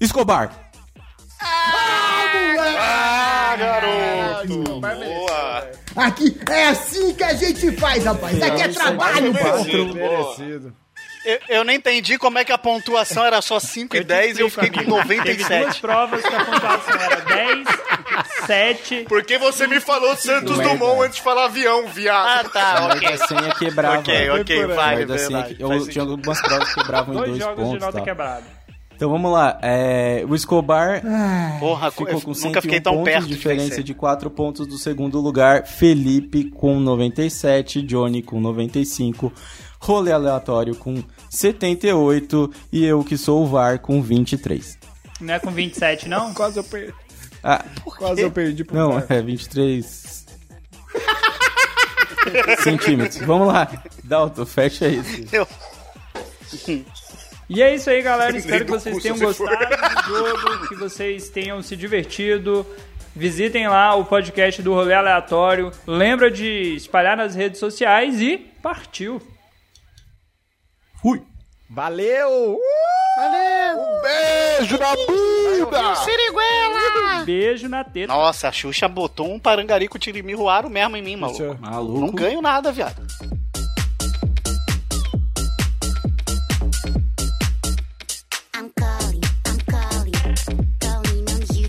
S2: Escobar.
S1: Ah, garoto! Boa!
S3: Aqui é assim que a gente faz, rapaz. Aqui é trabalho, pô.
S6: merecido.
S5: Eu, eu nem entendi como é que a pontuação era só 5 e 10 e eu fiquei com
S4: Teve duas
S5: 97.
S4: provas que a pontuação era 10, 7.
S1: Por que você me falou Santos
S2: Não é
S1: Dumont antes de falar avião, viado?
S5: Ah, tá,
S2: Mas a senha quebrava.
S5: Ok, ok, vale,
S2: Mas a senha
S5: verdade,
S2: que- eu
S5: faz
S2: tinha algumas provas que quebravam em
S4: Dois
S2: dois,
S4: jogos
S2: pontos. tá.
S4: de nota
S2: tal.
S4: quebrada.
S2: Então vamos lá. é, o Escobar
S5: Porra,
S2: ficou com
S5: Ah, eu
S2: 101
S5: nunca fiquei tão
S2: pontos,
S5: perto de
S2: diferença
S5: vencer.
S2: de 4 pontos do segundo lugar. Felipe com 97, Johnny com 95, Rolê Aleatório com 78 e eu que sou o VAR com 23.
S4: Não é com 27, não?
S6: Quase eu perdi.
S2: Ah,
S6: Quase eu perdi pro
S2: não,
S6: VAR.
S2: é 23 centímetros. Vamos lá, Dalton, fecha isso.
S4: E é isso aí, galera. Espero
S2: Nem
S4: que
S2: do
S4: vocês
S2: cu,
S4: tenham
S2: se você
S4: gostado do jogo, que vocês tenham se divertido. Visitem lá o podcast do Rolê Aleatório. Lembra de espalhar nas redes sociais e partiu.
S6: Valeu! Uh!
S13: Valeu! Um beijo na bunda! Siriguela!
S4: Beijo na teta.
S5: Nossa, a Xuxa botou um parangarico tirimiruaro mesmo em mim,
S2: é
S5: maluco.
S2: Maluco.
S5: Não ganho nada, viado.
S11: I'm calling, I'm calling, calling on you.